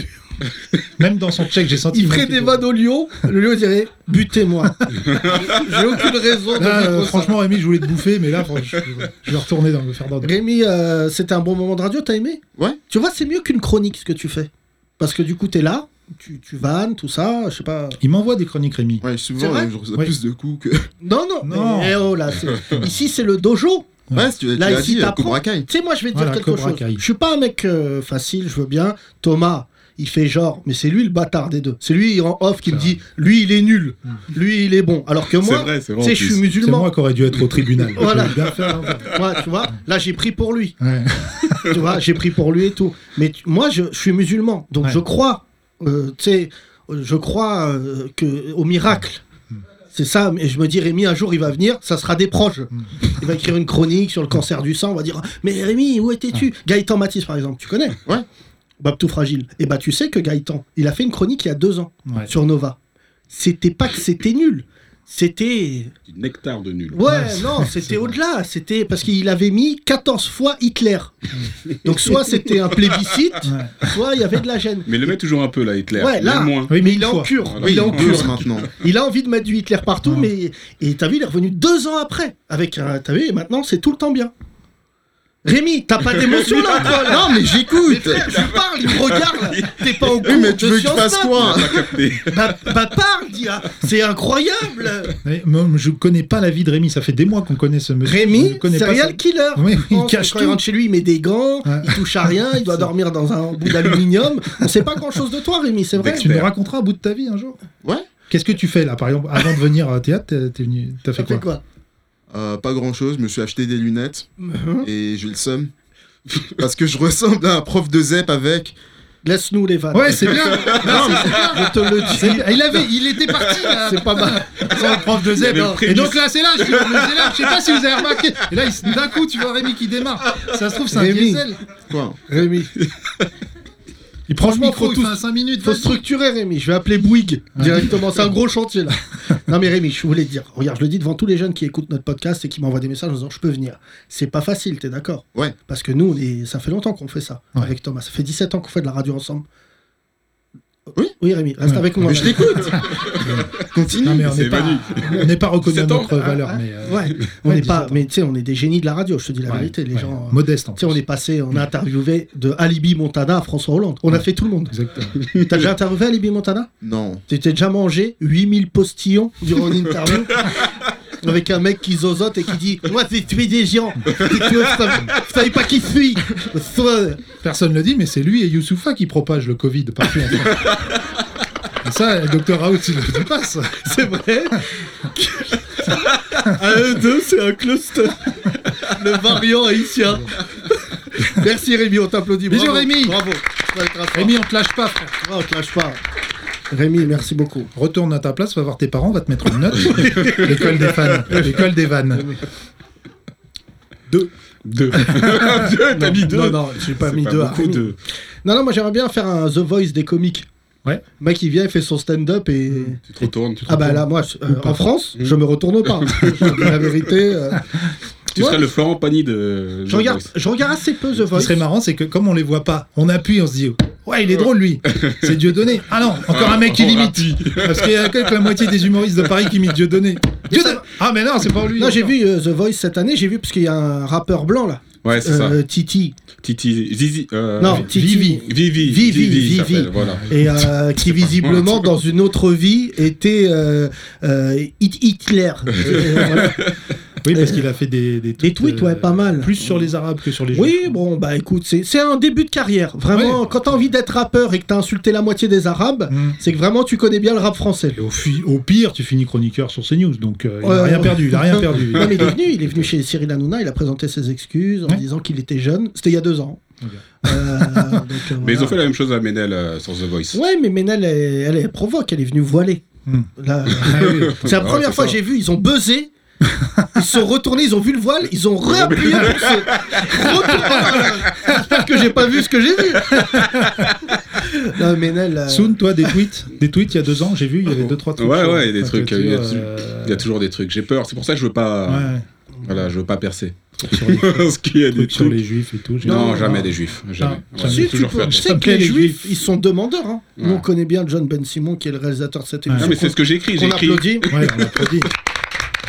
[SPEAKER 4] Même dans son check, j'ai senti.
[SPEAKER 3] il
[SPEAKER 4] le
[SPEAKER 3] ferait
[SPEAKER 4] mec
[SPEAKER 3] des
[SPEAKER 4] était-
[SPEAKER 3] vannes au lion. Le lion dirait butez-moi. J'ai aucune raison de
[SPEAKER 4] Là,
[SPEAKER 3] vivre
[SPEAKER 4] euh,
[SPEAKER 3] ça.
[SPEAKER 4] franchement, Rémi, je voulais te bouffer, mais là, franchement, je, je vais retourner dans le faire d'ordre.
[SPEAKER 3] Rémi, euh, c'était un bon moment de radio, t'as aimé
[SPEAKER 5] Ouais.
[SPEAKER 3] Tu vois, c'est mieux qu'une chronique ce que tu fais. Parce que du coup, t'es là, tu, tu vannes, tout ça, je sais pas.
[SPEAKER 4] Il m'envoie des chroniques, Rémi.
[SPEAKER 5] Ouais,
[SPEAKER 3] C'est
[SPEAKER 5] souvent,
[SPEAKER 3] vrai
[SPEAKER 5] euh, je reçois
[SPEAKER 4] Ouais.
[SPEAKER 5] plus de coups que.
[SPEAKER 3] Non, non,
[SPEAKER 4] Non.
[SPEAKER 3] mais- eh oh, là, c'est- ici, c'est le dojo.
[SPEAKER 4] Ouais.
[SPEAKER 5] Ouais, si tu tu
[SPEAKER 3] Là,
[SPEAKER 5] l'as
[SPEAKER 3] ici,
[SPEAKER 5] dit, euh,
[SPEAKER 3] t'apprends.
[SPEAKER 5] Cobra Kai.
[SPEAKER 3] Tu sais, moi, je vais te
[SPEAKER 4] Voilà,
[SPEAKER 3] dire quelque
[SPEAKER 4] Cobra
[SPEAKER 3] chose.
[SPEAKER 4] Kai.
[SPEAKER 3] Je suis pas un mec euh, facile, je veux bien. Thomas. Il fait genre, mais c'est lui le bâtard des deux. C'est lui en off qui me dit, lui il est nul, lui il est bon. Alors que
[SPEAKER 6] C'est
[SPEAKER 3] moi,
[SPEAKER 6] vrai, c'est
[SPEAKER 3] tu
[SPEAKER 6] vrai. en
[SPEAKER 3] sais, je suis
[SPEAKER 6] plus.
[SPEAKER 4] Mm. C'est
[SPEAKER 3] musulman.
[SPEAKER 4] moi qui aurais dû être au tribunal.
[SPEAKER 3] Voilà.
[SPEAKER 4] J'aurais bien fait, hein.
[SPEAKER 3] Moi, tu vois, là j'ai pris pour lui.
[SPEAKER 4] Ouais.
[SPEAKER 3] tu vois, j'ai pris pour lui et tout. Mais tu- moi, je, je suis musulman, donc
[SPEAKER 4] Ouais.
[SPEAKER 3] je crois, euh, tu sais, euh, je crois euh, que au miracle. C'est ça, mais je me dis, Rémi, un jour, il va venir, ça sera des proches.
[SPEAKER 4] Mm.
[SPEAKER 3] Il va écrire une chronique sur le cancer du sang, on va dire, mais Rémi, où étais-tu Gaëtan Matisse, par exemple, tu connais
[SPEAKER 5] Ouais.
[SPEAKER 3] Bah, tout fragile. Et bah, tu sais que Gaëtan, il a fait une chronique il y a deux ans
[SPEAKER 4] Ouais.
[SPEAKER 3] sur Nova. C'était pas que c'était nul, c'était
[SPEAKER 6] Du nectar de nul.
[SPEAKER 3] Ouais,
[SPEAKER 4] Ouais,
[SPEAKER 3] non,
[SPEAKER 4] c'est-
[SPEAKER 3] c'était au-delà. C'était parce qu'il avait mis 14 fois Hitler. Donc, soit c'était un plébiscite,
[SPEAKER 4] Ouais.
[SPEAKER 3] soit il y avait de la gêne.
[SPEAKER 6] Mais le met toujours un peu là, Hitler.
[SPEAKER 3] Ouais,
[SPEAKER 6] Même
[SPEAKER 3] là.
[SPEAKER 6] moins.
[SPEAKER 4] Oui,
[SPEAKER 3] mais
[SPEAKER 4] mais
[SPEAKER 3] il est
[SPEAKER 4] une
[SPEAKER 3] en
[SPEAKER 4] fois.
[SPEAKER 3] cure.
[SPEAKER 6] Voilà,
[SPEAKER 3] il est en
[SPEAKER 6] une
[SPEAKER 3] cure.
[SPEAKER 5] Deux maintenant.
[SPEAKER 3] Il a envie de mettre du Hitler partout,
[SPEAKER 4] Ouais.
[SPEAKER 3] mais. Et t'as vu, il est revenu deux ans après. Avec un. T'as vu, et maintenant, c'est tout le temps bien. Rémi, t'as pas d'émotion là, toi, là
[SPEAKER 5] Non, mais
[SPEAKER 3] Mais
[SPEAKER 5] j'écoute
[SPEAKER 3] frère, tu parles, il me regarde là. T'es pas au courant.
[SPEAKER 5] Oui, mais tu veux que je fasse quoi
[SPEAKER 6] Pas capté.
[SPEAKER 3] bah, bah, parle, dis ah, C'est incroyable
[SPEAKER 4] Mais moi, Je connais pas la vie de Rémi. Ça fait des mois qu'on connaît ce monsieur. Je
[SPEAKER 3] Rémi,
[SPEAKER 4] le connais pas
[SPEAKER 3] serial
[SPEAKER 4] ça.
[SPEAKER 3] killer. Oh,
[SPEAKER 4] Oui,
[SPEAKER 3] Je
[SPEAKER 4] il
[SPEAKER 3] pense que
[SPEAKER 4] cache
[SPEAKER 3] quand il
[SPEAKER 4] tout.
[SPEAKER 3] rentre chez lui, il met des gants,
[SPEAKER 4] Ouais.
[SPEAKER 3] il touche à rien, il doit dormir dans un bout d'aluminium. On sait pas grand chose de toi, Rémi, c'est vrai.
[SPEAKER 4] Tu nous raconteras un bout de ta vie un jour.
[SPEAKER 5] Ouais.
[SPEAKER 4] Qu'est-ce que tu fais là, par exemple, avant de venir à théâtre, t'es- t'es venu- t'as fait,
[SPEAKER 3] Ça fait
[SPEAKER 4] quoi,
[SPEAKER 3] quoi
[SPEAKER 5] Euh, Pas grand chose, je me suis acheté des lunettes
[SPEAKER 3] Mhm.
[SPEAKER 5] et j'ai le seum. Parce que je ressemble à un prof de ZEP avec.
[SPEAKER 3] Laisse-nous les vannes.
[SPEAKER 4] Ouais, c'est bien.
[SPEAKER 3] Non, mais je te le dis.
[SPEAKER 4] C'est- Il avait, il était parti. là.
[SPEAKER 3] C'est pas mal.
[SPEAKER 4] Sans le prof de
[SPEAKER 6] Il y
[SPEAKER 4] Zeb.
[SPEAKER 6] avait le
[SPEAKER 4] hein.
[SPEAKER 6] prémisse.
[SPEAKER 4] Et donc là, c'est là, je dis, mais c'est là, je sais pas si vous avez remarqué. Et là, il- d'un coup, tu vois Rémi qui démarre. Ça se trouve, c'est un
[SPEAKER 3] Rémi.
[SPEAKER 4] diesel.
[SPEAKER 5] Quoi
[SPEAKER 3] Rémi,
[SPEAKER 4] Il prend le
[SPEAKER 3] Franchement,
[SPEAKER 4] micro,
[SPEAKER 3] faut
[SPEAKER 4] il fait
[SPEAKER 3] tous-
[SPEAKER 4] un 5 minutes.
[SPEAKER 3] faut
[SPEAKER 4] vas-y.
[SPEAKER 3] structurer, Rémi. Je vais appeler Bouygues directement. C'est un gros chantier là. Non, mais Rémi, je voulais te dire. Regarde, je le dis devant tous les jeunes qui écoutent notre podcast et qui m'envoient des messages en disant je peux venir. C'est pas facile, t'es d'accord
[SPEAKER 5] Ouais.
[SPEAKER 3] Parce que nous, on est... ça fait longtemps qu'on fait ça
[SPEAKER 4] Ouais.
[SPEAKER 3] avec Thomas. Ça fait 17 ans qu'on fait de la radio ensemble.
[SPEAKER 5] Oui.
[SPEAKER 3] Oui, Rémi, reste
[SPEAKER 4] Ouais.
[SPEAKER 3] avec moi.
[SPEAKER 5] Mais je t'écoute Continue
[SPEAKER 4] Non, mais on
[SPEAKER 6] C'est
[SPEAKER 4] n'est pas,
[SPEAKER 6] Manu.
[SPEAKER 4] on n'est pas reconnu à
[SPEAKER 6] C'est
[SPEAKER 4] notre
[SPEAKER 6] ton-
[SPEAKER 4] valeur. Mais, euh,
[SPEAKER 3] Ouais, on
[SPEAKER 4] Ouais,
[SPEAKER 3] n'est pas,
[SPEAKER 4] 17 ans.
[SPEAKER 3] mais tu sais, on est des génies de la radio, je te dis la
[SPEAKER 4] ouais,
[SPEAKER 3] vérité. Les
[SPEAKER 4] ouais.
[SPEAKER 3] gens, euh,
[SPEAKER 4] Modeste, en
[SPEAKER 3] tu sais, on est passé, on a interviewé de Alibi Montana à François Hollande. On a fait tout le monde.
[SPEAKER 4] Exactement.
[SPEAKER 3] T'as déjà interviewé Alibi Montana
[SPEAKER 5] Non.
[SPEAKER 3] Tu t'es déjà mangé 8000 postillons durant une interview avec un mec qui zozote et qui dit Moi, j'ai tué des gens. Et tu vois, ça- Vous savez pas qui suis Soit-
[SPEAKER 4] Personne ne le dit, mais c'est lui et Youssoufa qui propagent le Covid partout en France. Et ça, le docteur Raoult, il le dit pas, ça.
[SPEAKER 3] C'est vrai À eux deux, c'est un cluster. Le variant haïtien. Merci Rémi, on t'applaudit.
[SPEAKER 4] Bisous,
[SPEAKER 3] Bravo.
[SPEAKER 4] Rémi.
[SPEAKER 3] Bravo. Tu vas être à fond.
[SPEAKER 4] Rémi, on te lâche pas, frère.
[SPEAKER 3] Oh, te lâche pas. Rémi, merci beaucoup.
[SPEAKER 4] Retourne à ta place, va voir tes parents, va te mettre une note. L'école des fans. L'école des vannes.
[SPEAKER 6] Deux. deux, t'as mis deux.
[SPEAKER 3] Non, non, j'ai pas
[SPEAKER 6] C'est
[SPEAKER 3] mis
[SPEAKER 6] pas
[SPEAKER 3] deux. à
[SPEAKER 6] beaucoup
[SPEAKER 3] Rémi.
[SPEAKER 6] de.
[SPEAKER 3] Non, non, moi j'aimerais bien faire un The Voice des comiques.
[SPEAKER 4] Ouais.
[SPEAKER 3] Le mec, il vient, il fait son stand-up et.
[SPEAKER 6] Tu te retournes. Tu, te
[SPEAKER 3] Ah bah
[SPEAKER 6] retournes.
[SPEAKER 3] là, moi, je- euh,
[SPEAKER 4] pas.
[SPEAKER 3] en France,
[SPEAKER 6] Mm.
[SPEAKER 3] je me retourne pas. Je dis la vérité. euh,
[SPEAKER 6] tu
[SPEAKER 3] ouais.
[SPEAKER 6] serais le Florent Pagny de.
[SPEAKER 3] Je regarde, je regarde assez peu The
[SPEAKER 4] Ce
[SPEAKER 3] Voice.
[SPEAKER 4] qui serait marrant, c'est que comme on les voit pas, on appuie, on se dit Ouais, il est drôle lui C'est Dieudonné Ah non, encore un mec qui limite Parce qu'il y a que la moitié des humoristes de Paris qui imitent Dieudonné Dieudonné Ah mais non, c'est pas lui
[SPEAKER 3] Non, j'ai vu euh, The Voice cette année, j'ai vu parce qu'il y a un rappeur blanc là.
[SPEAKER 6] Ouais, c'est ça.
[SPEAKER 3] Euh, Titi.
[SPEAKER 6] Titi. Zizi. euh,
[SPEAKER 3] non,
[SPEAKER 6] Vivi.
[SPEAKER 3] Titi.
[SPEAKER 4] Vivi.
[SPEAKER 6] Vivi.
[SPEAKER 3] Vivi,
[SPEAKER 6] il
[SPEAKER 3] Vivi.
[SPEAKER 6] s'appelle, Voilà.
[SPEAKER 3] Et euh, qui visiblement dans une autre vie était euh, euh, Hit- Hitler. Et, euh, voilà. Euh,
[SPEAKER 4] Oui, parce qu'il a fait des, des euh,
[SPEAKER 3] Des tweets, ouais, pas mal.
[SPEAKER 4] Plus sur les Arabes que sur les Juifs.
[SPEAKER 3] Oui, bon, bah écoute, c'est c'est un début de carrière. Vraiment, quand t'as envie d'être rappeur et que t'as insulté la moitié des Arabes,
[SPEAKER 4] Mm.
[SPEAKER 3] c'est que vraiment tu connais bien le rap français.
[SPEAKER 4] Et au, fi- au pire, tu finis chroniqueur sur CNews, donc euh, il n'a
[SPEAKER 3] Ouais,
[SPEAKER 4] rien
[SPEAKER 3] ouais.
[SPEAKER 4] perdu, il a rien perdu.
[SPEAKER 3] Non, mais il est venu, il est venu chez Cyril Hanouna, il a présenté ses excuses en
[SPEAKER 4] Ouais.
[SPEAKER 3] disant qu'il était jeune. C'était il y a deux ans.
[SPEAKER 4] Ok.
[SPEAKER 3] Euh, donc, euh,
[SPEAKER 6] Mais ils
[SPEAKER 3] voilà.
[SPEAKER 6] ont fait la même chose à Ménel euh, sur The Voice.
[SPEAKER 3] Ouais, mais Ménel, elle, est- elle est provoque, elle est venue voilée.
[SPEAKER 4] Hmm.
[SPEAKER 3] Là,
[SPEAKER 4] Ah oui.
[SPEAKER 3] c'est la
[SPEAKER 6] Ah,
[SPEAKER 3] première
[SPEAKER 6] c'est
[SPEAKER 3] fois
[SPEAKER 6] ça.
[SPEAKER 3] que j'ai vu, ils ont buzzé. Ils se sont retournés, ils ont vu le voile, ils ont réappuyé pour se retourner. J'espère que j'ai pas vu ce que j'ai vu. non, Ménel. euh,
[SPEAKER 4] Soun, toi, des tweets Des tweets il y a deux ans, j'ai vu, il y avait deux, trois trucs.
[SPEAKER 6] Ouais,
[SPEAKER 4] sur-
[SPEAKER 6] ouais, il y a des
[SPEAKER 4] sur
[SPEAKER 6] trucs,
[SPEAKER 4] la euh,
[SPEAKER 6] il y a
[SPEAKER 4] culture,
[SPEAKER 6] Il y a toujours des trucs. J'ai peur. C'est pour ça que je veux pas.
[SPEAKER 4] Ouais, ouais.
[SPEAKER 6] Voilà, je veux pas percer.
[SPEAKER 4] Sur les
[SPEAKER 6] Parce qu'il y a des
[SPEAKER 4] trucs sur
[SPEAKER 6] trucs.
[SPEAKER 4] les Juifs et tout. j'ai-
[SPEAKER 6] Non, jamais des juifs. Jamais.
[SPEAKER 4] Ah,
[SPEAKER 6] Ouais,
[SPEAKER 4] jamais.
[SPEAKER 3] si,
[SPEAKER 6] j'ai
[SPEAKER 3] tu
[SPEAKER 6] toujours
[SPEAKER 3] peux-
[SPEAKER 6] fait
[SPEAKER 3] je
[SPEAKER 6] attention.
[SPEAKER 3] sais que les
[SPEAKER 4] Comme les
[SPEAKER 3] juifs,
[SPEAKER 4] Juifs.
[SPEAKER 3] ils sont demandeurs. hein. Nous,
[SPEAKER 6] Ouais.
[SPEAKER 3] on connaît bien John Ben Simon, qui est le réalisateur de cette
[SPEAKER 4] Ouais.
[SPEAKER 3] émission.
[SPEAKER 6] Non, mais c'est ce que j'écris.
[SPEAKER 3] qu'on
[SPEAKER 6] J'écris.
[SPEAKER 3] applaudit.
[SPEAKER 4] Ouais, on applaudit.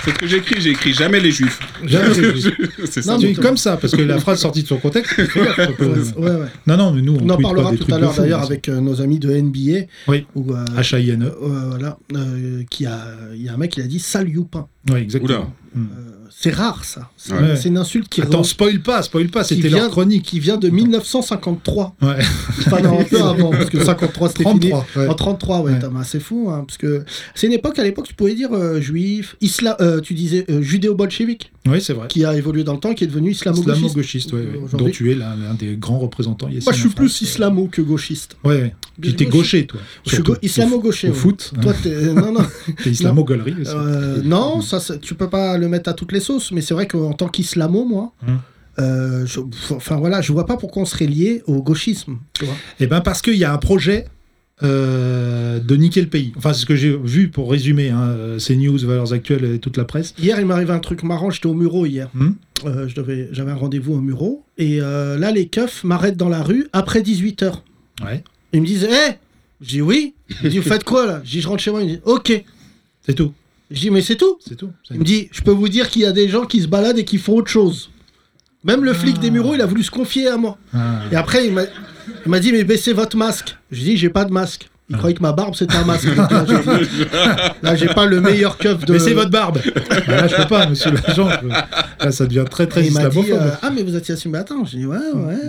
[SPEAKER 6] C'est ce que j'écris. J'écris jamais les juifs.
[SPEAKER 4] Jamais les Juifs.
[SPEAKER 6] c'est
[SPEAKER 3] Non,
[SPEAKER 6] ça.
[SPEAKER 4] Tu
[SPEAKER 3] mais-
[SPEAKER 4] dis comme ça, parce que la phrase sortie de son contexte, c'est clair, ça peut-
[SPEAKER 3] Ouais, ouais.
[SPEAKER 4] Non, non, mais nous, euh, on,
[SPEAKER 3] On en
[SPEAKER 4] tweet
[SPEAKER 3] parlera
[SPEAKER 4] pas des
[SPEAKER 3] tout
[SPEAKER 4] trucs
[SPEAKER 3] à
[SPEAKER 4] de
[SPEAKER 3] l'heure
[SPEAKER 4] fou,
[SPEAKER 3] d'ailleurs
[SPEAKER 4] hein.
[SPEAKER 3] avec euh, nos amis de NBA.
[SPEAKER 4] Oui.
[SPEAKER 3] Où, euh,
[SPEAKER 4] H.I.N.E.
[SPEAKER 3] euh, voilà, euh, qui a, il y a un mec qui a dit sale youpin.
[SPEAKER 4] Ouais, exactement. Mm.
[SPEAKER 6] Oula.
[SPEAKER 3] Euh, c'est rare ça. C'est
[SPEAKER 4] Ouais.
[SPEAKER 3] c'est une insulte qui,
[SPEAKER 4] Attends,
[SPEAKER 3] re-
[SPEAKER 4] spoil pas, spoil pas,
[SPEAKER 3] qui
[SPEAKER 4] c'était leur
[SPEAKER 3] vient-
[SPEAKER 4] chronique.
[SPEAKER 3] qui vient de 1953.
[SPEAKER 4] Ouais.
[SPEAKER 3] Enfin non, un peu avant parce que 53 c'était fini.
[SPEAKER 4] 33. ouais.
[SPEAKER 3] En 33, ouais,
[SPEAKER 4] Ouais.
[SPEAKER 3] t'as- bah, c'est fou, hein, parce que c'est une époque, à l'époque, tu pouvais dire euh, juif, isla, euh, tu disais euh, judéo-bolchevique,
[SPEAKER 4] Oui, c'est vrai.
[SPEAKER 3] qui a évolué dans le temps, qui est devenu islamo-gauchiste.
[SPEAKER 4] Islamo-gauchiste, ouais, ouais.
[SPEAKER 3] euh, Aujourd'hui-
[SPEAKER 4] dont tu es l'un l'un des grands représentants. Yacine,
[SPEAKER 3] Moi, je suis
[SPEAKER 4] en France.
[SPEAKER 3] plus islamo que gauchiste.
[SPEAKER 4] Ouais, ouais. Puis t'es gaucher, toi.
[SPEAKER 3] Je suis
[SPEAKER 4] surtout.
[SPEAKER 3] go- islamo-gaucher.
[SPEAKER 4] Au
[SPEAKER 3] ouais.
[SPEAKER 4] foot, hein,
[SPEAKER 3] Toi, t'es- euh, non, non.
[SPEAKER 4] t'es islamo-galerie aussi.
[SPEAKER 3] Euh, non, ça, c'est- tu peux pas le mettre à toutes les sauces, mais c'est vrai qu'en tant qu'islamo, moi,
[SPEAKER 4] Hum.
[SPEAKER 3] euh, je, enfin voilà, je vois pas pourquoi on serait lié au gauchisme. Tu vois.
[SPEAKER 4] Eh ben parce qu'il y a un projet euh, de niquer le pays. Enfin, c'est ce que j'ai vu pour résumer. Hein, CNews, Valeurs Actuelles et toute la presse.
[SPEAKER 3] Hier, il m'arrivait un truc marrant, j'étais au Muro hier.
[SPEAKER 4] Hum.
[SPEAKER 3] Euh, je devais- J'avais un rendez-vous au Muro, et euh, là, les keufs m'arrêtent dans la rue après 18h.
[SPEAKER 4] Ouais.
[SPEAKER 3] Ils me disent Hé Je dis Oui. Ils me disent Vous faites quoi là Je dis Je rentre chez moi. Ils me disent Ok.
[SPEAKER 4] C'est tout.
[SPEAKER 3] Je dis Mais c'est tout.
[SPEAKER 4] C'est tout. C'est-
[SPEAKER 3] Il me dit Je peux vous dire qu'il y a des gens qui se baladent et qui font autre chose. Même le flic
[SPEAKER 4] Ah.
[SPEAKER 3] des Mureaux, il a voulu se confier à moi.
[SPEAKER 4] Ah.
[SPEAKER 3] Et après, il m'a il m'a dit Mais baissez votre masque. Je dis J'ai pas de masque.
[SPEAKER 4] Ah.
[SPEAKER 3] Il croyait que ma barbe c'était un masque. Donc là, j'ai dit, Là, j'ai pas le meilleur keuf de.
[SPEAKER 4] Mais c'est votre barbe Bah Là, je peux pas, monsieur l'agent. je peux- Là, ça devient très, très
[SPEAKER 3] Et il m'a dit
[SPEAKER 4] islamophobe.
[SPEAKER 3] euh, Ah, mais vous êtes Yassine Batan J'ai dit Ouais,
[SPEAKER 4] Mm.
[SPEAKER 3] ouais.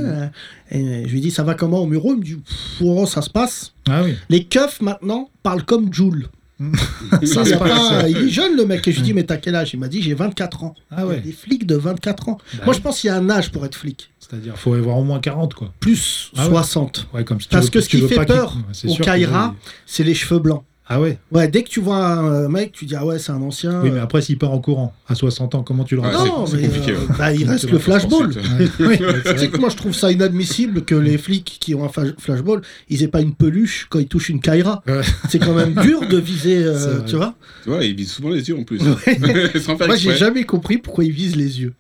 [SPEAKER 3] Et je lui dis Ça va comment au Muro Il me dit Pff, oh, ça se passe.
[SPEAKER 4] Ah oui.
[SPEAKER 3] Les keufs maintenant parlent comme Joule.
[SPEAKER 4] Mm. Ça
[SPEAKER 3] Il,
[SPEAKER 4] se
[SPEAKER 3] a
[SPEAKER 4] passe.
[SPEAKER 3] pas- il est jeune le mec. Et je lui dis, mais t'as quel âge Il m'a dit, j'ai 24 ans.
[SPEAKER 4] Mm. Ah ouais. Bah
[SPEAKER 3] Des flics de 24 ans. Moi, je pense qu'il y a un âge pour être flic.
[SPEAKER 4] C'est-à-dire, faut avoir au moins 40, quoi.
[SPEAKER 3] Plus
[SPEAKER 4] Ah ouais.
[SPEAKER 3] 60.
[SPEAKER 4] Ouais, comme si tu
[SPEAKER 3] Parce
[SPEAKER 4] veux-
[SPEAKER 3] que ce
[SPEAKER 4] tu
[SPEAKER 3] qui
[SPEAKER 4] veux
[SPEAKER 3] fait
[SPEAKER 4] pas qu'il-
[SPEAKER 3] peur
[SPEAKER 4] Ouais, c'est
[SPEAKER 3] au
[SPEAKER 4] sûr que-
[SPEAKER 3] Kaira, c'est les cheveux blancs.
[SPEAKER 4] Ah ouais.
[SPEAKER 3] Ouais, dès que tu vois un mec, tu dis, ah ouais, c'est un ancien.
[SPEAKER 4] Oui, mais après, s'il part en courant à 60 ans, comment tu le
[SPEAKER 6] Ouais,
[SPEAKER 4] racontes
[SPEAKER 3] non,
[SPEAKER 6] c'est- c'est
[SPEAKER 3] mais,
[SPEAKER 6] compliqué,
[SPEAKER 3] euh,
[SPEAKER 6] ouais.
[SPEAKER 3] bah, il reste
[SPEAKER 6] C'est
[SPEAKER 3] le
[SPEAKER 6] la force
[SPEAKER 3] flashball.
[SPEAKER 6] ensuite.
[SPEAKER 4] Oui,
[SPEAKER 3] Tu sais que moi, je trouve ça inadmissible que les flics qui ont un flash- flashball, ils aient pas une peluche quand ils touchent une Kaira.
[SPEAKER 4] Ouais.
[SPEAKER 3] C'est quand même dur de viser, euh,
[SPEAKER 4] C'est vrai.
[SPEAKER 3] tu vois.
[SPEAKER 6] Tu vois, ils visent souvent les yeux en plus. Sans faire
[SPEAKER 3] Moi, j'ai
[SPEAKER 6] exprès.
[SPEAKER 3] jamais compris pourquoi ils visent les yeux.